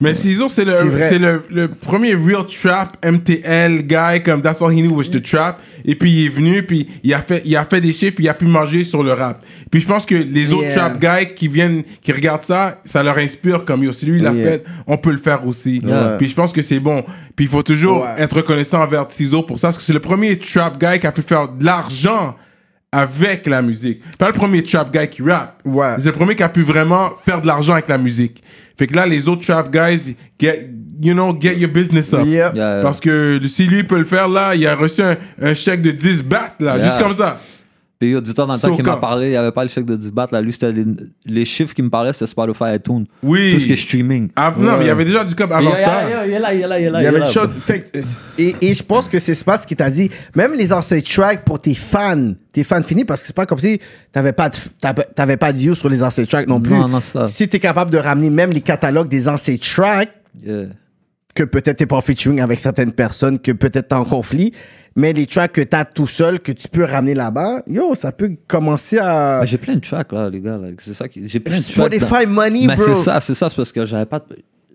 Mais Tizo, c'est C'est le, vrai. c'est le, le premier real trap MTL guy, comme that's all he knew was the trap. Et puis il est venu, puis il a fait, il a fait des chiffres, puis il a pu manger sur le rap. Puis je pense que les autres Yeah. trap guys qui viennent, qui regardent ça, ça leur inspire comme yo, si lui il l'a Yeah. fait, on peut le faire aussi. Ouais. Puis je pense que c'est bon. Puis il faut toujours Ouais. être reconnaissant envers Tizo pour ça, parce que c'est le premier trap guy qui a pu faire de l'argent avec la musique. Pas le premier trap guy qui rappe. Ouais. C'est le premier qui a pu vraiment faire de l'argent avec la musique. Fait que là, les autres trap guys, get, you know, get your business up. Yeah. Yeah. Parce que si lui peut le faire, là, il a reçu un, un chèque de 10 bahts, là, Yeah. juste comme ça. Puis yo, dis-toi, dans le Sauf temps qu'il m'a quand. parlé, il n'y avait pas le chèque de 10 bahts, là. Lui, c'était les, les chiffres qui me parlaient, c'était Spotify et Tune. Oui. Tout ce qui est streaming. Ah, Non, mais il y avait déjà du cop avant Yo, yo, ça. yo, yo, Il est là, il est là, il est là. Il y avait est une là, chose. bro. Fait que- euh, Et, et je pense que c'est pas ce qui t'a dit. Même les anciens tracks pour tes fans, tes fans finis, parce que c'est pas comme si t'avais pas de, t'avais- t'avais pas de views sur les anciens tracks non plus. Non, non, ça. Si t'es capable de ramener même les catalogues des anciens tracks, Yeah. que peut-être t'es pas en featuring avec certaines personnes, que peut-être t'es en conflit, mais les tracks que t'as tout seul, que tu peux ramener là-bas, yo, ça peut commencer à. Ah, J'ai plein de tracks là, les gars. là. C'est ça qui. J'ai plein de tracks. Spotify dans- money, Mais bro. c'est ça, c'est ça, c'est parce que j'avais pas, de-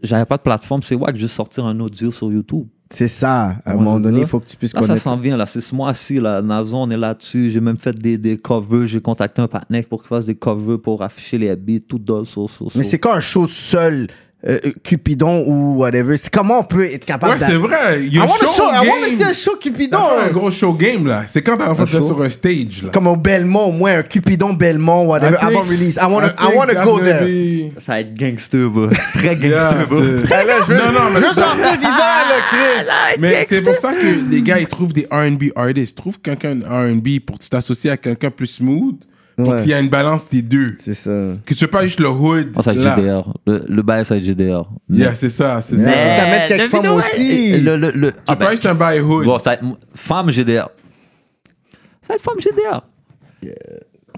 j'avais pas de plateforme. C'est wack, juste sortir un audio sur YouTube. C'est ça. À un moment donné, il faut que tu puisses Là, ça connaître. s'en vient là. C'est ce mois-ci là. Nazon, on est là-dessus. J'ai même fait des, des covers. J'ai contacté un partenaire pour qu'il fasse des covers pour afficher les beats, tout dans sur, sur, Mais sur- c'est quand un show seul, euh, euh, Cupidon ou whatever, c'est comment on peut être capable Ouais, c'est vrai. Il y I a un wanna show, show, I wanna see a game. show Cupidon. T'as fait un gros show game, là. C'est quand t'as fait ça show. sur un stage, là. Comme au Belmont, au moins, un Cupidon Belmont, whatever, I think- avant release. I wanna, I think wanna that's go gonna there. be- Ça va être gangster, bro. Très Yeah, gangster, bro. c'est- Non, non, mais Juste en fait vivant, là, Ah, Chris. Mais c'est pour ça que les gars, ils trouvent des R&B artists. Trouve quelqu'un de R&B pour que tu t'associes à quelqu'un plus smooth, pour Ouais. qu'il y ait une balance des deux. C'est ça. Que ce soit pas juste le hood. Oh, ça va là. être GDR. Le, le bail, ça va être GDR. Yeah, c'est ça, c'est Mais faut ça. que t'amènes quelques femmes aussi. Le, le, le- Tu ah, peux pas ben, juste un bail hood. bon, ça va être m- femme GDR. Ça va être femme GDR.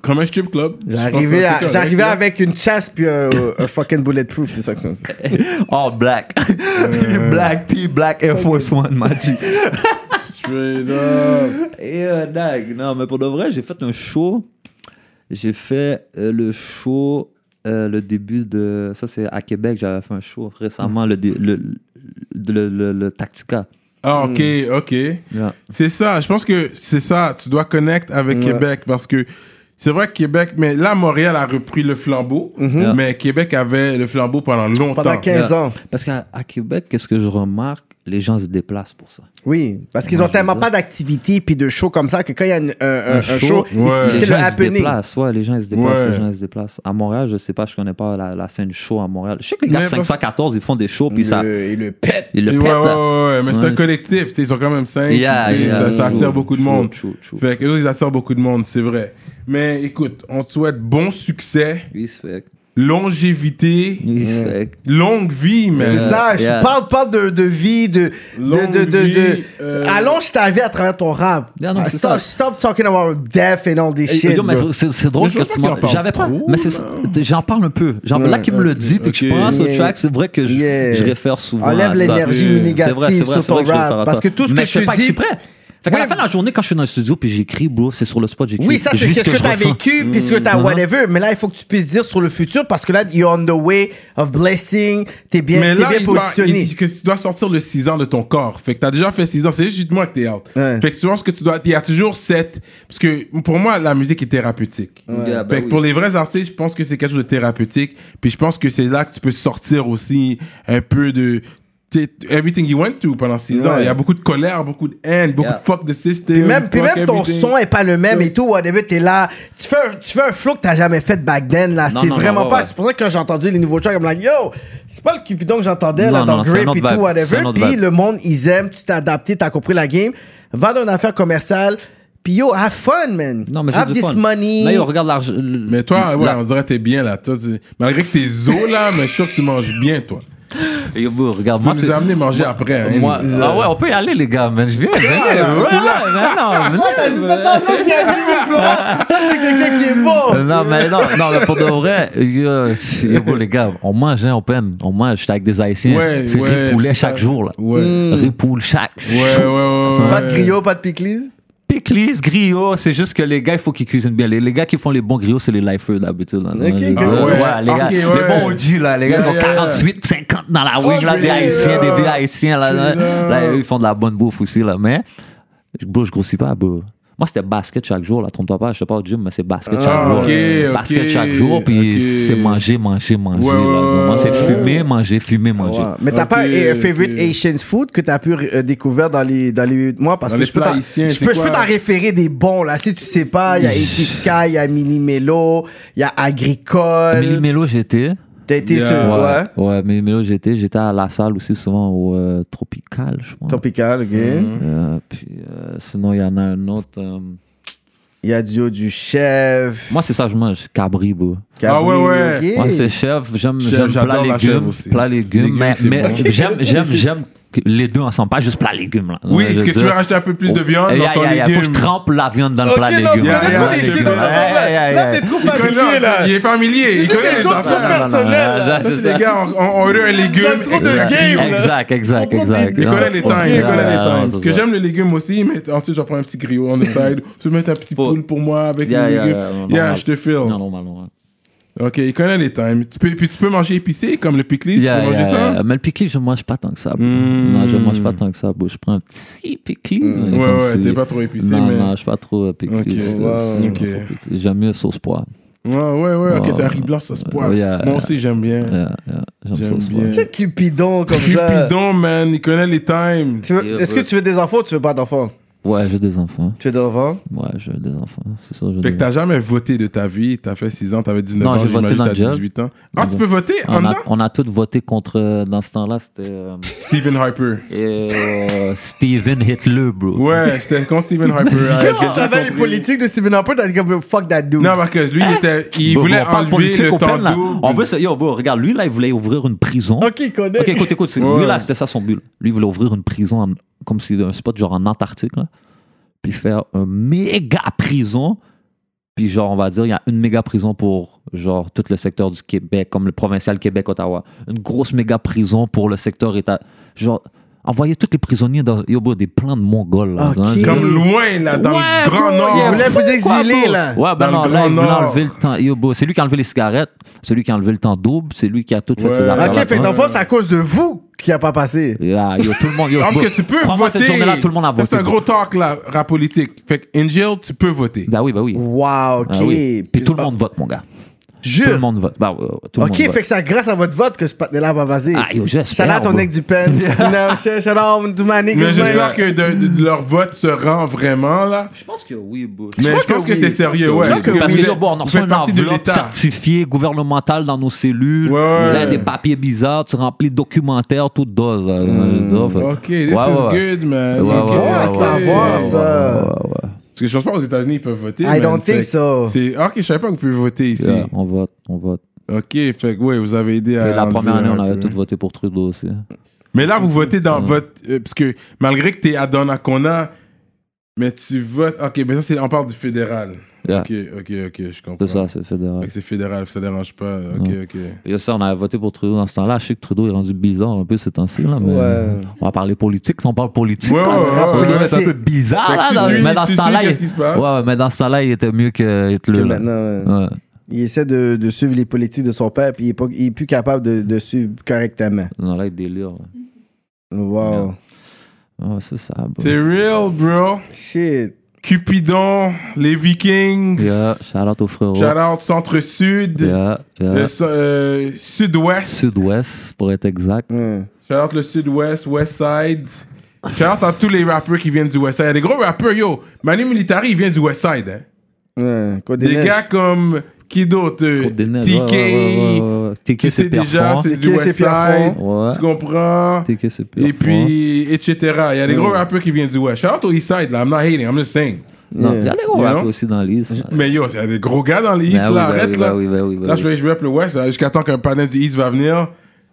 Comme un strip club. Je pense que J'arrivais c'est à- correct, j'arrivais là. avec une chasse puis euh, un fucking bulletproof, c'est ça que c'est. All black. black P, black Air Force One, Magic. Straight up. Et euh, dag, non, mais pour de vrai, j'ai fait un show. J'ai fait euh, le show euh, le début de. Ça, c'est à Québec, j'avais fait un show récemment, le, dé- le, le, le, le- le Tactica. Ah, ok, Hmm. ok. Yeah. C'est ça, je pense que c'est ça, tu dois connecter avec Ouais. Québec parce que c'est vrai que Québec, mais là, Montréal a repris le flambeau, Yeah. mais Québec avait le flambeau pendant longtemps. Mm-hmm. Pendant 15 Yeah. ans. Parce qu'à à Québec, qu'est-ce que je remarque Les gens se déplacent pour ça. Oui, parce qu'ils Moi, ont je tellement veux. pas d'activité puis de show comme ça que quand il y a une- un, un- un show, ici, ouais. Les c'est le gens ils se happening. déplacent, ouais, les gens ils se déplacent, Ouais. les gens ils se déplacent. À Montréal, je sais pas, je connais pas la, la scène show à Montréal. Je sais que les gars de Mais parce- 514, ils font des shows, puis ça, Le- il le pète. ils le Et pètent. ouais, ouais, là. ouais, ouais, mais c'est un Ouais. collectif, tu sais, ils sont quand même cinq, Yeah, tu sais, yeah, ça, ça true, attire beaucoup de true, monde. true, true. Fait que eux, ils attirent beaucoup de monde, c'est vrai. Mais écoute, on te souhaite bon succès, Respect, longévité, respect. longue vie, mais. C'est ça, je yeah. parle, parle de, de vie, de. de, Longue de, de, vie, de- euh, Allonge ta vie à travers ton rap. Yeah, non, Ah, c'est stop, ça. stop talking about death and all this Eh, shit. yo, mais bro. c'est- c'est drôle Mais je que pense pas tu qu'il en m'en- parle J'avais pas. trop, Mais c'est là. j'en parle un peu. Genre, là qu'il me le dit, puis que je Ok. pense au Yeah. track, c'est vrai que je, Yeah. je réfère souvent. Enlève à ça. l'énergie C'est vrai, C'est vrai, c'est négative vrai, c'est sur vrai ton que je vais faire rap. à Parce ça. que tout ce Mais que je fais tu pas dis. exprès. Fait qu'à Oui. la fin de la journée, quand je suis dans le studio puis j'écris, bro, c'est sur le spot, j'écris. Oui, ça, c'est Juste qu'est-ce que, je t'as ressens. vécu, puis ce que t'as Mhm. whatever. Mais là, il faut que tu puisses dire sur le futur parce que là, you're on the way of blessing. T'es bien, Mais t'es là, bien il doit- positionné. il- que tu dois sortir le 6 ans de ton corps. Fait que t'as déjà fait 6 ans, c'est juste moi que t'es out. Ouais. Fait que tu penses que tu dois. Il y a toujours 7. Parce que pour moi, la musique est thérapeutique. Yeah, bah fait que oui. pour les vrais artistes, je pense que c'est quelque chose de thérapeutique. Puis je pense que c'est là que tu peux sortir aussi un peu de. tu sais, Everything you went through pendant 6 ans. Ouais. Il y a beaucoup de colère, beaucoup de haine, beaucoup Yeah. de fuck the system. Puis même, puis fuck même ton everything. son est pas le même et tout. Au début, t'es là. Tu fais, un, tu fais un flow que t'as jamais fait back then, là. Non, C'est non, vraiment non, ouais, pas. ouais. C'est pour ça que quand j'ai entendu les nouveaux tracks, I'm like, yo, c'est pas le Cupidon que j'entendais, là, Non, dans non, c'est un Grape autre et tout, vibe. C'est whatever. un autre Puis vibe. le monde, ils aiment, tu t'es adapté, t'as compris la game. Va dans une affaire commerciale. Puis yo, have fun, man. Non, mais j'ai have du this fun. money. Mais yo, regarde l'argent. Mais toi, ouais, La- on dirait que t'es bien là. Toi, tu- Malgré que t'es zo là, mais je suis sûr que tu manges bien, toi. Yo, bro, regarde, Tu peux moi, nous c'est. amener manger après. hein, Moi, anyway. ah ouais, on peut y aller, les gars, man. Je viens. je viens, ouais, mais non, mais non, T'as juste fait ça, l'autre, il a dit, mais tu vois, Ça, c'est quelqu'un qui est beau. Euh, Non, mais non, non, mais pour de vrai, yo, c'est- yo, bro, les gars, on mange, hein, on peine. On mange, j'étais avec des Haïtiens. Ouais, c'est Mm. ouais, riz poulet je- chaque jour, là. Ouais. Hmm. Riz poulet chaque Ouais, ouais, jour. ouais. Pas de ouais. griot, pas de piclis. Piclis, griot, c'est juste que les gars, il faut qu'ils cuisinent bien. Les, les gars qui font les bons griots, c'est les lifers d'habitude. là. Ok, ok. Euh, Ah ouais, ouais. les gars, Ok, les ouais. bons OG, là, les gars, ils Yeah, font yeah, 48, 50 dans la wing, là, je des suis haïtiens, là. des vieux haïtiens, là, là, Je suis là. Là, eux, ils font de la bonne bouffe aussi, là, mais, bro, je grossis pas, bro. Moi, c'était basket chaque jour, là, trompe-toi pas, je sais pas au gym, mais c'est basket chaque Ah, jour. ok, ok, basket chaque jour, puis ok. c'est manger, manger, manger, Ouais, là, ouais, vraiment, c'est ouais. fumer, manger, fumer, manger. Ouais. Mais t'as Ok, pas un euh, favorite ok. Asian food que t'as pu euh, découvrir dans les, dans les mois parce Dans que les je peux plats t'en- haïtiens, je c'est peux, je peux quoi? t'en référer des bons là. Si tu sais pas, il y a Ekiska, il y a Mini Melo, il y a Mille Agricole. mélo, j'étais. T'as été Yeah. sur Ouais, ouais. ouais. mais, mais là, j'étais, j'étais à la salle aussi, souvent au euh, Tropical, je pense. Tropical, ok. Mm-hmm. Euh, puis, euh, sinon, il y en a un autre. euh, Il y a Duo du Chef. Moi, c'est ça, je mange cabri, bro. Ah ouais, ouais. ok. Moi, c'est chef, j'aime Chef, j'aime plat j'adore la chèvre légumes. aussi. Plat légumes, Légumes, mais, c'est mais bon. j'aime, j'aime, j'aime que les deux ensemble, pas juste plat légumes. Là. Oui, Ouais, je est-ce veux que tu dire- veux racheter un peu plus de Oh, viande yeah, dans ton yeah, yeah, Faut que je légume trempe la viande dans le Ok, plat non, légumes. tu connais Yeah, tous yeah, les yeah, chiffres, yeah, non, non, yeah, yeah, yeah. Là, t'es trop Il connaît, familier là. Il est familier, il C'est connaît des les choses trop affaires. personnelles. personnelles. là. Ah, Ça, c'est c'est ça. les gars, on- on order un légume. trop de exact. game, là. Exact, exact, exact. Il connaît les exact. times, il connaît les Yeah, times. Parce c'est que ça. j'aime le légume aussi, mais ensuite, j'en prends un petit griot on the side. Tu peux mettre un petit Faut- poule pour moi avec le Yeah, yeah, légume. yeah, non, Yeah, normal. je te Non, file. non, non, non. Ok, il connaît les times. Tu peux- Puis tu peux manger épicé comme le pickles, tu Yeah, peux manger yeah, ça. yeah. Mais le pickle, je mange pas tant que ça. bro. Mm. Non, je mange pas tant que ça. bro. Je prends un petit pickle. mais Hmm. Ouais, comme ouais, si- t'es pas trop épicé, non, mais. non, je suis pas trop euh, pickle. Ok, c'est- wow, c'est- ok. c'est trop pickle. J'aime mieux sauce poids. Ouais, ouais, ouais, ok, Ouais. t'es un riz blanc, ça se poire. Ouais, Oh, yeah, Moi yeah. aussi, j'aime bien. Yeah, yeah, J'aime J'aime sauce poids. bien. Tu sais, Cupidon comme ça. Cupidon, man, il connaît les times. Tu veux- Est-ce que tu veux des enfants ou tu veux pas d'enfants? Ouais, j'ai des enfants. Tu veux des enfants? Ouais, j'ai des enfants. C'est ça, j'ai Fait des que t'as jamais voté de ta vie, t'as fait 6 ans, t'avais 19 Non, ans, j'ai voté j'imagine dans t'as le job. 18 ans. Ah, Dans tu le- peux voter en on a, dedans? on a tous voté contre, euh, dans ce temps-là, c'était euh, Stephen Harper. euh, Steven Hitler, bro. Ouais, c'était contre Stephen Harper. Ah, est-ce que Tu j'ai savais les compris? politiques de Steven Harper, t'as dit comme fuck that dude. Non, parce que lui, il, était, il Bro, voulait on parle enlever politique le au temps peine, là. double. On veut ça- Yo, bro, regarde, lui, là, il voulait ouvrir une prison. Ok, il connaît. Ok, écoute, écoute, c'est- Ouais. lui là, c'était ça son but. là. Lui, il voulait ouvrir une prison en- comme si un spot genre en Antarctique, là, puis faire un méga prison. Puis genre, on va dire, il y a une méga prison pour genre tout le secteur du Québec, comme le provincial Québec-Ottawa. Une grosse méga prison pour le secteur État. Genre, envoyer tous les prisonniers dans yo, bro, des plans de Mongols. Là, Ok. dans le- Comme loin, là, dans Ouais, le Grand bro, Nord. il Ils voulaient vous Quoi, exiler, bro? là. Ouais, ben Dans non, le là, Grand il voulait Nord. enlever le temps. Yo, bro, c'est lui qui a enlevé les cigarettes, c'est lui qui a enlevé le temps double, c'est lui qui a tout fait Ouais. ses affaires. Ok, fait d'en face, c'est à cause de vous qu'il a pas passé. Yeah, yo, tout le monde, yo, Parce bro, que tu peux crois-moi, voter. cette journée-là, tout le monde a Ça, voté. C'est un bro. gros talk, là, rap politique. Fait que Angel, tu peux voter. Bah oui, bah oui. Wow, ok. Ah oui. Puis tout le monde vote, mon gars. Tout le Jure. monde vote. Bah, euh, tout le Ok, monde vote. fait que c'est grâce à votre vote que ce partenaire va passer. Ah, yo, j'espère, Shout out ton bro. nec du pen. You know, shout- shout out to my niggas, Mais man. j'espère que de- de- leur vote se rend vraiment, là. Je pense que oui, bro. Mais pense je pense que que oui. c'est sérieux, ouais. Parce que, parce vous que êtes- là, bon, on vous reçoit faites une partie de enveloppe l'État. certifiée gouvernementale dans nos cellules. Ouais, ouais. Là, des papiers bizarres, tu remplis documentaire, toute dose. là. Hmm. Ok, this Ouais, ouais, is ouais. good, man. Ouais, Ok, ouais, Bon à ouais, savoir, ouais, ça. Parce que je pense pas aux États-Unis, ils peuvent voter. I man. don't Fait think que so. c'est- Ok, je savais pas que vous pouvez voter ici. Yeah, on vote, on vote. Ok, fait que ouais, vous avez aidé à. Et la enlever première année, un on avait peu. tous voté pour Trudeau aussi. Mais là, vous votez dans Mm. votre. euh, parce que malgré que t'es à Donnacona, mais tu votes. Ok, mais ça, c'est, on parle du fédéral. Yeah. Ok, ok, ok, je comprends. C'est ça, Mm. c'est Fait fédéral. que c'est fédéral, ça dérange pas. Ok, ok. Et ça, on avait voté pour Trudeau dans ce temps-là. Je sais que Trudeau est rendu bizarre un peu ces temps-ci. Là, mais Ouais. On va parler politique. On parle politique. Ouais, ouais, on va ouais, parler- ouais. c'est un peu Fait bizarre. que Là, tu dans- suis- mais dans tu ce suis temps-là, qu'est-ce qui il- se passe? Ouais, ouais, mais dans ce temps-là, il était mieux que Que Hitler. là. maintenant, euh, Ouais. il essaie de, de suivre les politiques de son père, puis il est, pas- il est plus capable de, de suivre correctement. Non, là, il délire. là. Wow. Ouais, c'est ça. bro. C'est real, bro. Shit. Cupidon, les Vikings. Yeah, shout out aux frérots. Shout out Centre-Sud. Yeah, yeah. le so- euh, Sud-Ouest. Sud-Ouest, pour être exact. Hmm. Shout out le Sud-Ouest, West Side. Shout out à tous les rappeurs qui viennent du West Side. Il y a des gros rappeurs, yo. Manu Militari, il vient du West Side. hein. Hmm. Côte Des Neiges. gars comme. Qui d'autre euh, Côte des Neiges, TK. ouais, ouais, ouais, ouais, ouais. TK, Tu sais c'est déjà, Pierrefonds. c'est du TK, West c'est Pierrefonds. Side. Ouais. Tu comprends? TK, c'est Et Pierrefonds. puis, etc. Il y a des gros rappeurs qui viennent du West. Shout out au East Side, là. I'm not hating, I'm just saying. Non, euh, il y a des gros Yeah. rappeurs aussi dans l'East. Mais yo, il y a des gros gars dans l'East, Ben oui, là. ben Arrête, oui, là. ben oui, ben oui, ben Là, oui. je vais, je vais up le West, là, jusqu'à temps qu'un panel du East va venir.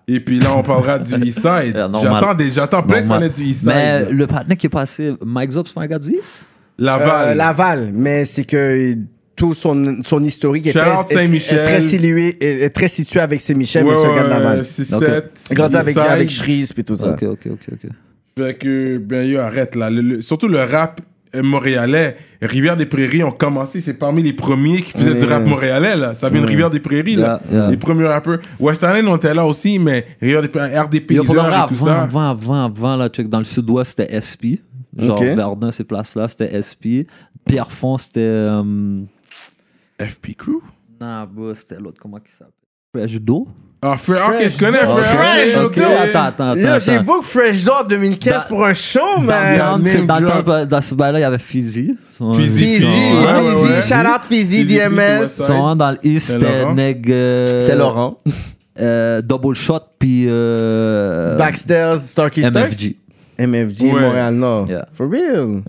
Et puis là, on parlera du East Side. Euh, normal. J'attends des- j'attends plein de Normal. panels du East Side. Mais là. le partenaire qui est passé, Mike Zop, c'est pas un gars du East? Laval. Euh, Laval, mais c'est que tout son, son historique est Shout très, out est- Saint-Michel. est très silué- est- est très situé avec Saint-Michel, mais c'est un gars de Laval. 6, Ok. 7. Il grandit avec, avec Shreeze puis tout ça. Ok, ok, ok. ok. Fait que, ben, yo, arrête là. Le- le- surtout le rap euh, montréalais, Rivière des Prairies ont commencé, c'est parmi les premiers qui faisaient du Mm. rap montréalais là. Ça vient de Rivière des Prairies là. Yeah, yeah. Les premiers rappeurs. West Island, on était là aussi, mais Rivière des Prairies, RDP, Il y a Heures pour le et rap, tout avant, ça. avant, avant, avant, là, check, dans le sud-ouest, c'était SP. Genre, Ok. Verdun, ces places-là, c'était SP. Pierrefonds, c'était. euh, FP Crew. Non, bah, c'était l'autre, comment il s'appelle Fresh Do Ah, frère, ok, Fresh. je connais Oh, frère. Fresh, Ok, ok. Attends, attends, attends. Là, j'ai attends. book Fresh Door 2015 Dans- pour un show, Dans, man. dans- name c'est- dans- drop. dans- dans ce bail-là, il y avait Fizzy. Son- Fizzy. Fizzy, Ouais, ouais, ouais. Fizzy, shout out Fizzy, Fizzy, DMS. Fizzy, Son dans l'East, C'est c'était Laurent. Neg. euh, C'est Laurent. euh, double Shot, puis. euh, Backstairs, Starkey Stark. MFG. MFG, Ouais. Montréal Nord. Yeah. For real.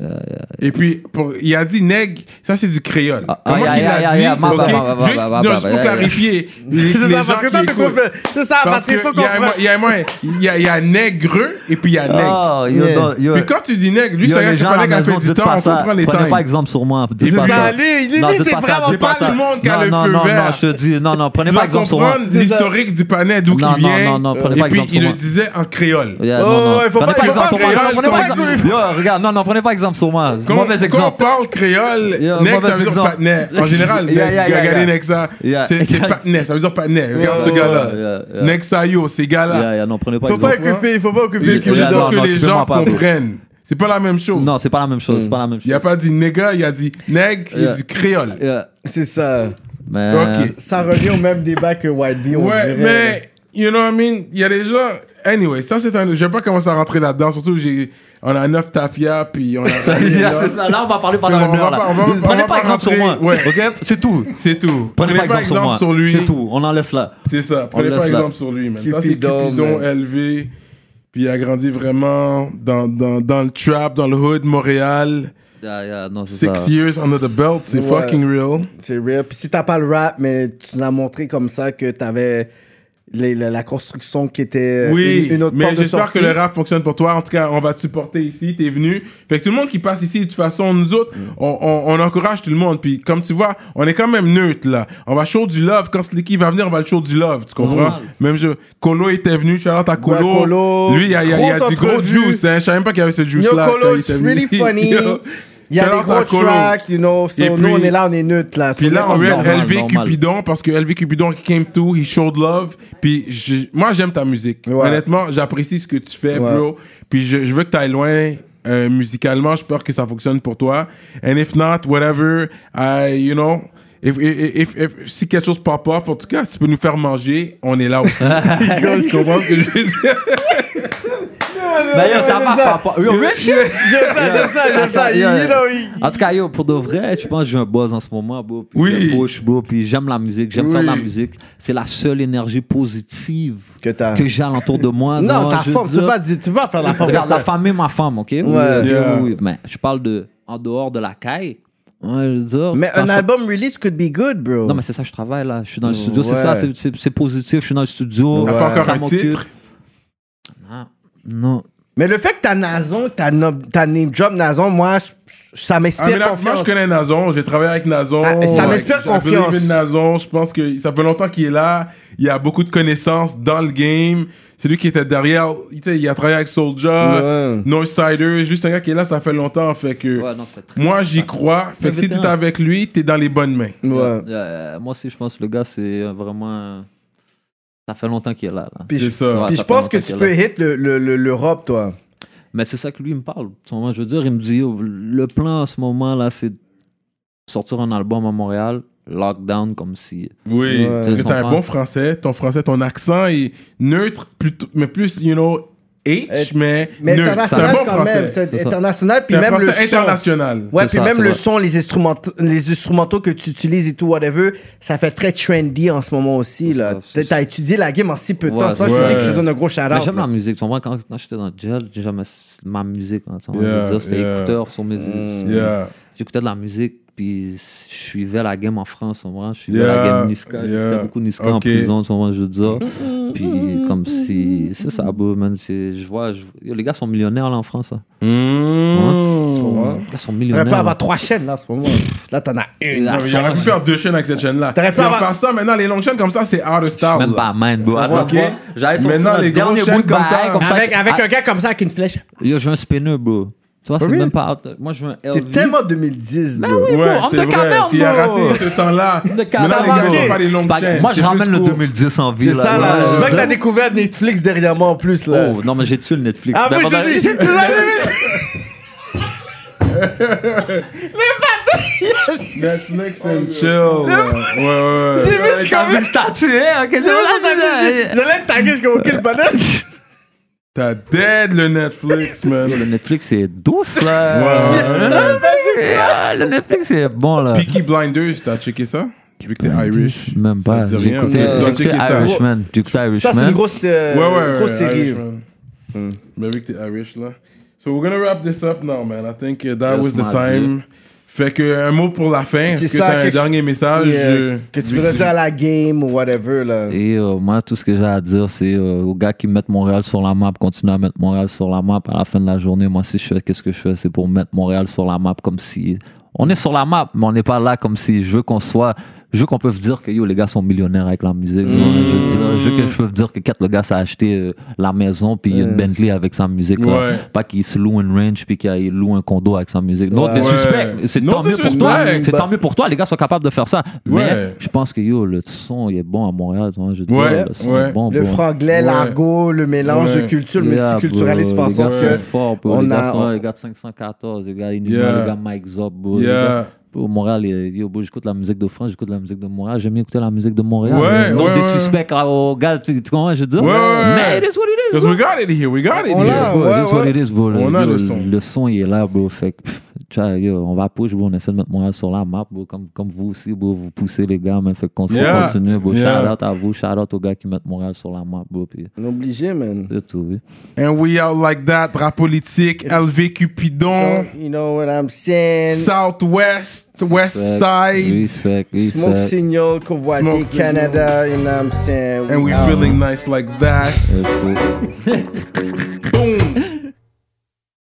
Et puis, pour, il a dit neg, ça c'est du créole. Ah, Comment ah, qu'il ah, ah, a dit ah, ah, ok, ah, ah, ah, Juste ah, ah, non, ah, juste ah, pour ah, clarifier. les- C'est les ça, gens parce que qui toi, t'es écoutent. trop fait. C'est ça, parce qu'il faut que y a un comprendre. mo- Il y a un mo- il y a- il y a nègre et puis il y a nègre. Oh, yo, Yeah. non, yo. Puis quand tu dis nègre, lui, Yo, c'est un gars les qui gens à connaît la qu'à maison, fait du dites temps, pas on ça. comprend les Prenez times. pas exemple sur moi. Dites C'est pas ça, ça. allez, il Non, dit, dites c'est pas vraiment ça, dites pas ça. le monde qui a Non, le non, feu non, vert. Non, je te dis, non, non, prenez Tu pas vas exemple sur moi. comprendre l'historique du panel d'où Non, qu'il non, vient. non, non, prenez et pas puis exemple sur il le moi. disait en créole. Yeah, Oh, non, non. ouais, faut prenez pas- pas exemple faut pas sur créole, moi. non, Prenez faut pas pas exemple. que- Yo, regarde, non, non, prenez pas exemple sur moi. Quand, Mauvais quand on exemple. parle créole, nègre, Yeah, mauvais ça veut dire exemple. patinet. En général, Yeah, yeah, yeah, regardez yeah. Nexa, Yeah. c'est c'est patinet, ça veut dire patinet. Regarde ce ouais, gars-là. yeah, yeah. Nexa, yo, ces gars-là. Yeah, yeah, non, prenez pas Faut pas exemple. occuper, faut pas Mais occuper. que Yeah, non, non, que les tu peux gens m'en parler. comprennent. C'est pas la même chose. Non, c'est pas la même chose. C'est pas la même Il a chose. pas dit nègre, il a dit nègre Yeah. et du créole. Yeah. C'est ça. Mais. Ok. Ça revient au même débat que White Bee, on Hein? Ouais, dirait. mais, you know what I mean? Il y a des gens. Anyway, ça, c'est un. Je vais pas commencer à rentrer là-dedans. Surtout, j'ai. On a 9 Tafia, puis on a. Yeah, c'est ça. Là, on va parler pendant Mais une on va heure. pas- là. on va- on Prenez va pas pas exemple sur rentrer. moi. Ouais. Ok, c'est tout. C'est tout. Prenez pas exemple sur moi. sur lui. C'est tout. On en laisse là. C'est ça. Prenez laisse pas là. exemple sur lui, man. Ça, c'est Cupidon, Cupidon man. élevé. Puis il a grandi vraiment dans, dans, dans le trap, dans le hood, Montréal. Yeah, yeah, non, c'est ça. Six years under the belt, c'est Ouais. fucking real. C'est real. Puis si t'as pas le rap, mais tu nous as montré comme ça que t'avais les- la, la construction qui était euh, Oui, une, une autre mais porte de j'espère sortie. que le rap fonctionne pour toi. En tout cas, on va te supporter ici. T'es venu. Fait que tout le monde qui passe ici, de toute façon, nous autres, Mm. on, on- on encourage tout le monde. Puis comme tu vois, on est quand même neutre là. On va show du love. Quand Slicky va venir, on va le show du love. Tu comprends? Normal. Même jeu. Colo était venu. Charlotte à Colo. Ouais, Colo. Lui, il y a, il y a- il y a Grosse du gros entrevue. juice. Hein. Je savais même pas qu'il y avait ce juice Yo, là. Colo, it's really funny. Il y a des gros tracks, you know. So Et nous, puis- on est là, on est neutre, là. Puis So là, on est veut normal. normal, LV normal. Cupidon parce que LV Cupidon he came to, he showed love. Puis je- moi, j'aime ta musique. Ouais. Honnêtement, j'apprécie ce que tu fais, Ouais. bro. Puis je, je veux que tu ailles loin euh, musicalement. J'ai peur que ça fonctionne pour toi. And if not, whatever, I, you know. If, if, if- if- si quelque chose pop off, en tout cas, si tu peux nous faire manger, on est là aussi. tu comprends ce que je veux dire? Mais yo, ça marche pas. Yo, Rich, J'aime ça, j'aime ça, j'aime ça. Yeah, yeah. You know, il- En tout cas, yo, pour de vrai, je pense que j'ai un buzz en ce moment, bro. Puis Oui. Je push, bro. Puis j'aime la musique, j'aime Oui. faire de la musique. C'est la seule énergie positive Que t'as. j'ai à l'entour de moi. Non, Donc, ta je veux forme, tu dire- peux pas dire- tu peux pas faire la forme. Regarde, comme la ça. femme est ma femme, ok? Oui, Ouais. oui, Yeah. oui, mais je parle de en dehors de la caille. Ouais, je veux dire, Mais quand un je- album release could be good, bro. Non, mais c'est ça, je travaille là. Je suis dans le studio, Ouais. c'est ça, c'est- c'est c'est positif. Je suis dans le studio. T'as pas encore ça un m'occupe. titre? Non. Non. Mais le fait que t'as Nazon, t'as no- t'as name drop Nazon, moi, je- je- ça Ah, mais m'inspire là, moi, confiance. je connais Nazon. J'ai travaillé avec Nazon. euh, Ah, ça m'inspire J'ai appelé confiance. Vin Nazon. Je pense que ça fait longtemps qu'il est là. Il a beaucoup de connaissances dans le game. C'est lui qui était derrière. Tu sais, il a travaillé avec Soulja, Ouais. Northsider. Juste un gars qui est là, ça fait longtemps. Fait que Ouais, non, c'est très- moi, j'y crois. Fait que si veut t'es dire- avec lui, t'es dans les bonnes mains. Ouais. Euh, moi aussi, je pense que le gars, c'est vraiment. Ça fait longtemps qu'il est là. là. Puis C'est je- ça. Puis ça je fait pense que longtemps tu qu'il peux est hit le- le- le- l'Europe, toi. Mais c'est ça que lui il me parle. Tu vois, Je veux dire, il me dit yo, le plan en ce moment là, c'est de sortir un album à Montréal, lockdown, comme si. Oui. Ouais. Parce que t'as un Comprends. bon français. Ton français, ton accent est neutre, plutôt, mais plus, you know, H, mais, Mais neutre. C'est un international bon quand même. français. C'est C'est ça. international, puis C'est un même le français son. international. Ouais, C'est puis ça, même c'est le vrai. son, les instrumentaux, les instrumentaux que tu utilises et tout, whatever, ça fait très trendy en ce moment aussi. là. C'est ça, c'est- T'as étudié la game en si peu de temps. Ouais, Toi, c'est je te ça. dis que je te donne un gros shout-out. Mais j'aime là. la musique. Tu vois, quand, quand j'étais dans le gel, j'aimais ma musique. hein, tu vois, Yeah, je veux dire, C'était yeah. Mm, écouteur sur mes. sur Mm. mes- Yeah. J'écoutais de la musique, puis je suivais la game en France. tu vois, je suivais Yeah, la game Niska. yeah. J'écoutais beaucoup Niska en Ok. prison, tu vois, je veux dire. Puis comme si. C'est ça, bro, man. c'est- Je vois. je- yo, les gars sont millionnaires là en France. hein. Mm. Mmh. Les gars sont T'aurais millionnaires. pu avoir trois chaînes là en ce moment. Là, t'en as une. là. Ouais, mais J'aurais pu faire deux chaînes avec cette chaîne-là. T'aurais pu Mais avoir- par ça, maintenant, les longues chaînes comme ça, c'est out of style. Même pas man, bro. Ah, va, Attends, ok. moi, J'allais sortir Maintenant, le les grosses dernier chaînes bout de comme bail, ça- comme ça. Avec, avec Ah, un gars comme ça avec une flèche. Yo, j'ai un spinner, bro. Tu vois, c'est oui? même pas. out- Moi, j'ai un LV. T'es tellement 2010, Ben bro. Ouais, homme c'est de vrai. caverne, parce qu'il a bro. raté ce temps-là. de caverne. Maintenant, les gars, T'as c'est pas manqué. les longues C'est pas- chaînes. Moi, C'est je ramène plus le court. 2010 en vie. C'est ça, là. ouais, Je vois ouais. que t'as découvert Netflix derrière moi en plus, là. Oh, non, mais j'ai tué le Netflix. ah, Ben, moi, je ben, te dis, ben, tu l'as vu? Netflix and chill. Ouais, ouais, ouais. J'ai vu, je suis T'as comme. vu le statut, hein? ok, c'est J'ai vu, ça, je c'est suis comme- Je l'ai tagué, je comme aucune banane. T'as dead le Netflix, man. ça. Le Netflix, c'est douce, Ouais, là. ouais, ouais. Ah, Le Netflix, c'est bon, là. Peaky Blinders, t'as checké ça? Vu que t'es Irish. Même Ça pas. te J'ai dit rien. écouté Tu dois j'ai écouté checker ça. Ouais, Irishman. J'ai écouté Ça, c'est une Irishman. grosse euh, ouais, ouais. grosse série. Irishman. Hmm. Mais vu que t'es Irish, là. So we're gonna wrap this up now, man. I think uh, that Yes, was the my time. Fait que euh, un mot pour la fin. C'est Est-ce que ça, t'as un quelque- dernier message? Et, euh, euh, que tu vu voudrais dire à la game ou whatever, là. Et euh, moi, tout ce que j'ai à dire, c'est euh, aux gars qui mettent Montréal sur la map, continuez à mettre Montréal sur la map. À la fin de la journée, moi, si je fais, qu'est-ce que je fais C'est pour mettre Montréal sur la map comme si. On est sur la map, mais on n'est pas là comme si je veux qu'on soit. Je veux qu'on peut dire que yo, les gars sont millionnaires avec la musique. Je, veux dire- je veux que je peux dire que quatre le gars, ça a acheté euh, la maison puis une Bentley avec sa musique. là. Ouais. Pas qu'il se loue une ranch puis qu'il loue un condo avec sa musique. Non, Ouais. des Ouais. suspects. C'est Non, tant mieux pour disrespect. toi. C'est tant mieux pour toi, les gars sont capables de faire ça. Ouais. Mais je pense que yo, le son il est bon à Montréal. tu vois, je veux dire, Ouais, le son ouais. est bon. Le bro. franglais, Ouais. l'argot, le mélange Ouais. de culture, le Yeah, multiculturalisme bro, fait en les sorte gars que. sont forts, bro, on les, gars a- sont- on- les gars de 514, les gars Inima, Yeah. les gars Mike Zop. bro, les gars- Yeah. bro, Montréal, eh, yo, bro, j'écoute la musique de France, j'écoute la musique de Montréal. J'aime bien écouter la musique de Montréal. Ouais, Non ouais, des ouais. suspects ah, aux gars, tu tu comprends, je veux dire. Ouais, ouais, Mais ouais. it is what it is. Because we got it here, we got it On here. l'a. bro, ouais, it is what ouais. it is, bro. On a le son. Le son, il est là, bro. Fait que, pff, tu vois, yo, on va push, bro, on essaie de mettre Montréal sur la map, bro, comme, comme vous aussi, bro, vous poussez les gars, mais fait qu'on faut Yeah. continuer, bro. Yeah. Shout out à vous, shout out aux gars qui mettent Montréal sur la map, bro, puis On est obligé, man. c'est tout, oui. And we out like that, rap politique, LV Cupidon, You know what I'm saying? Southwest, West Side, Respect, Smoke respect. signal, Courvoisier, Smoke signal. Canada, you know what I'm saying? and we out. feeling nice like that. respect. Boom!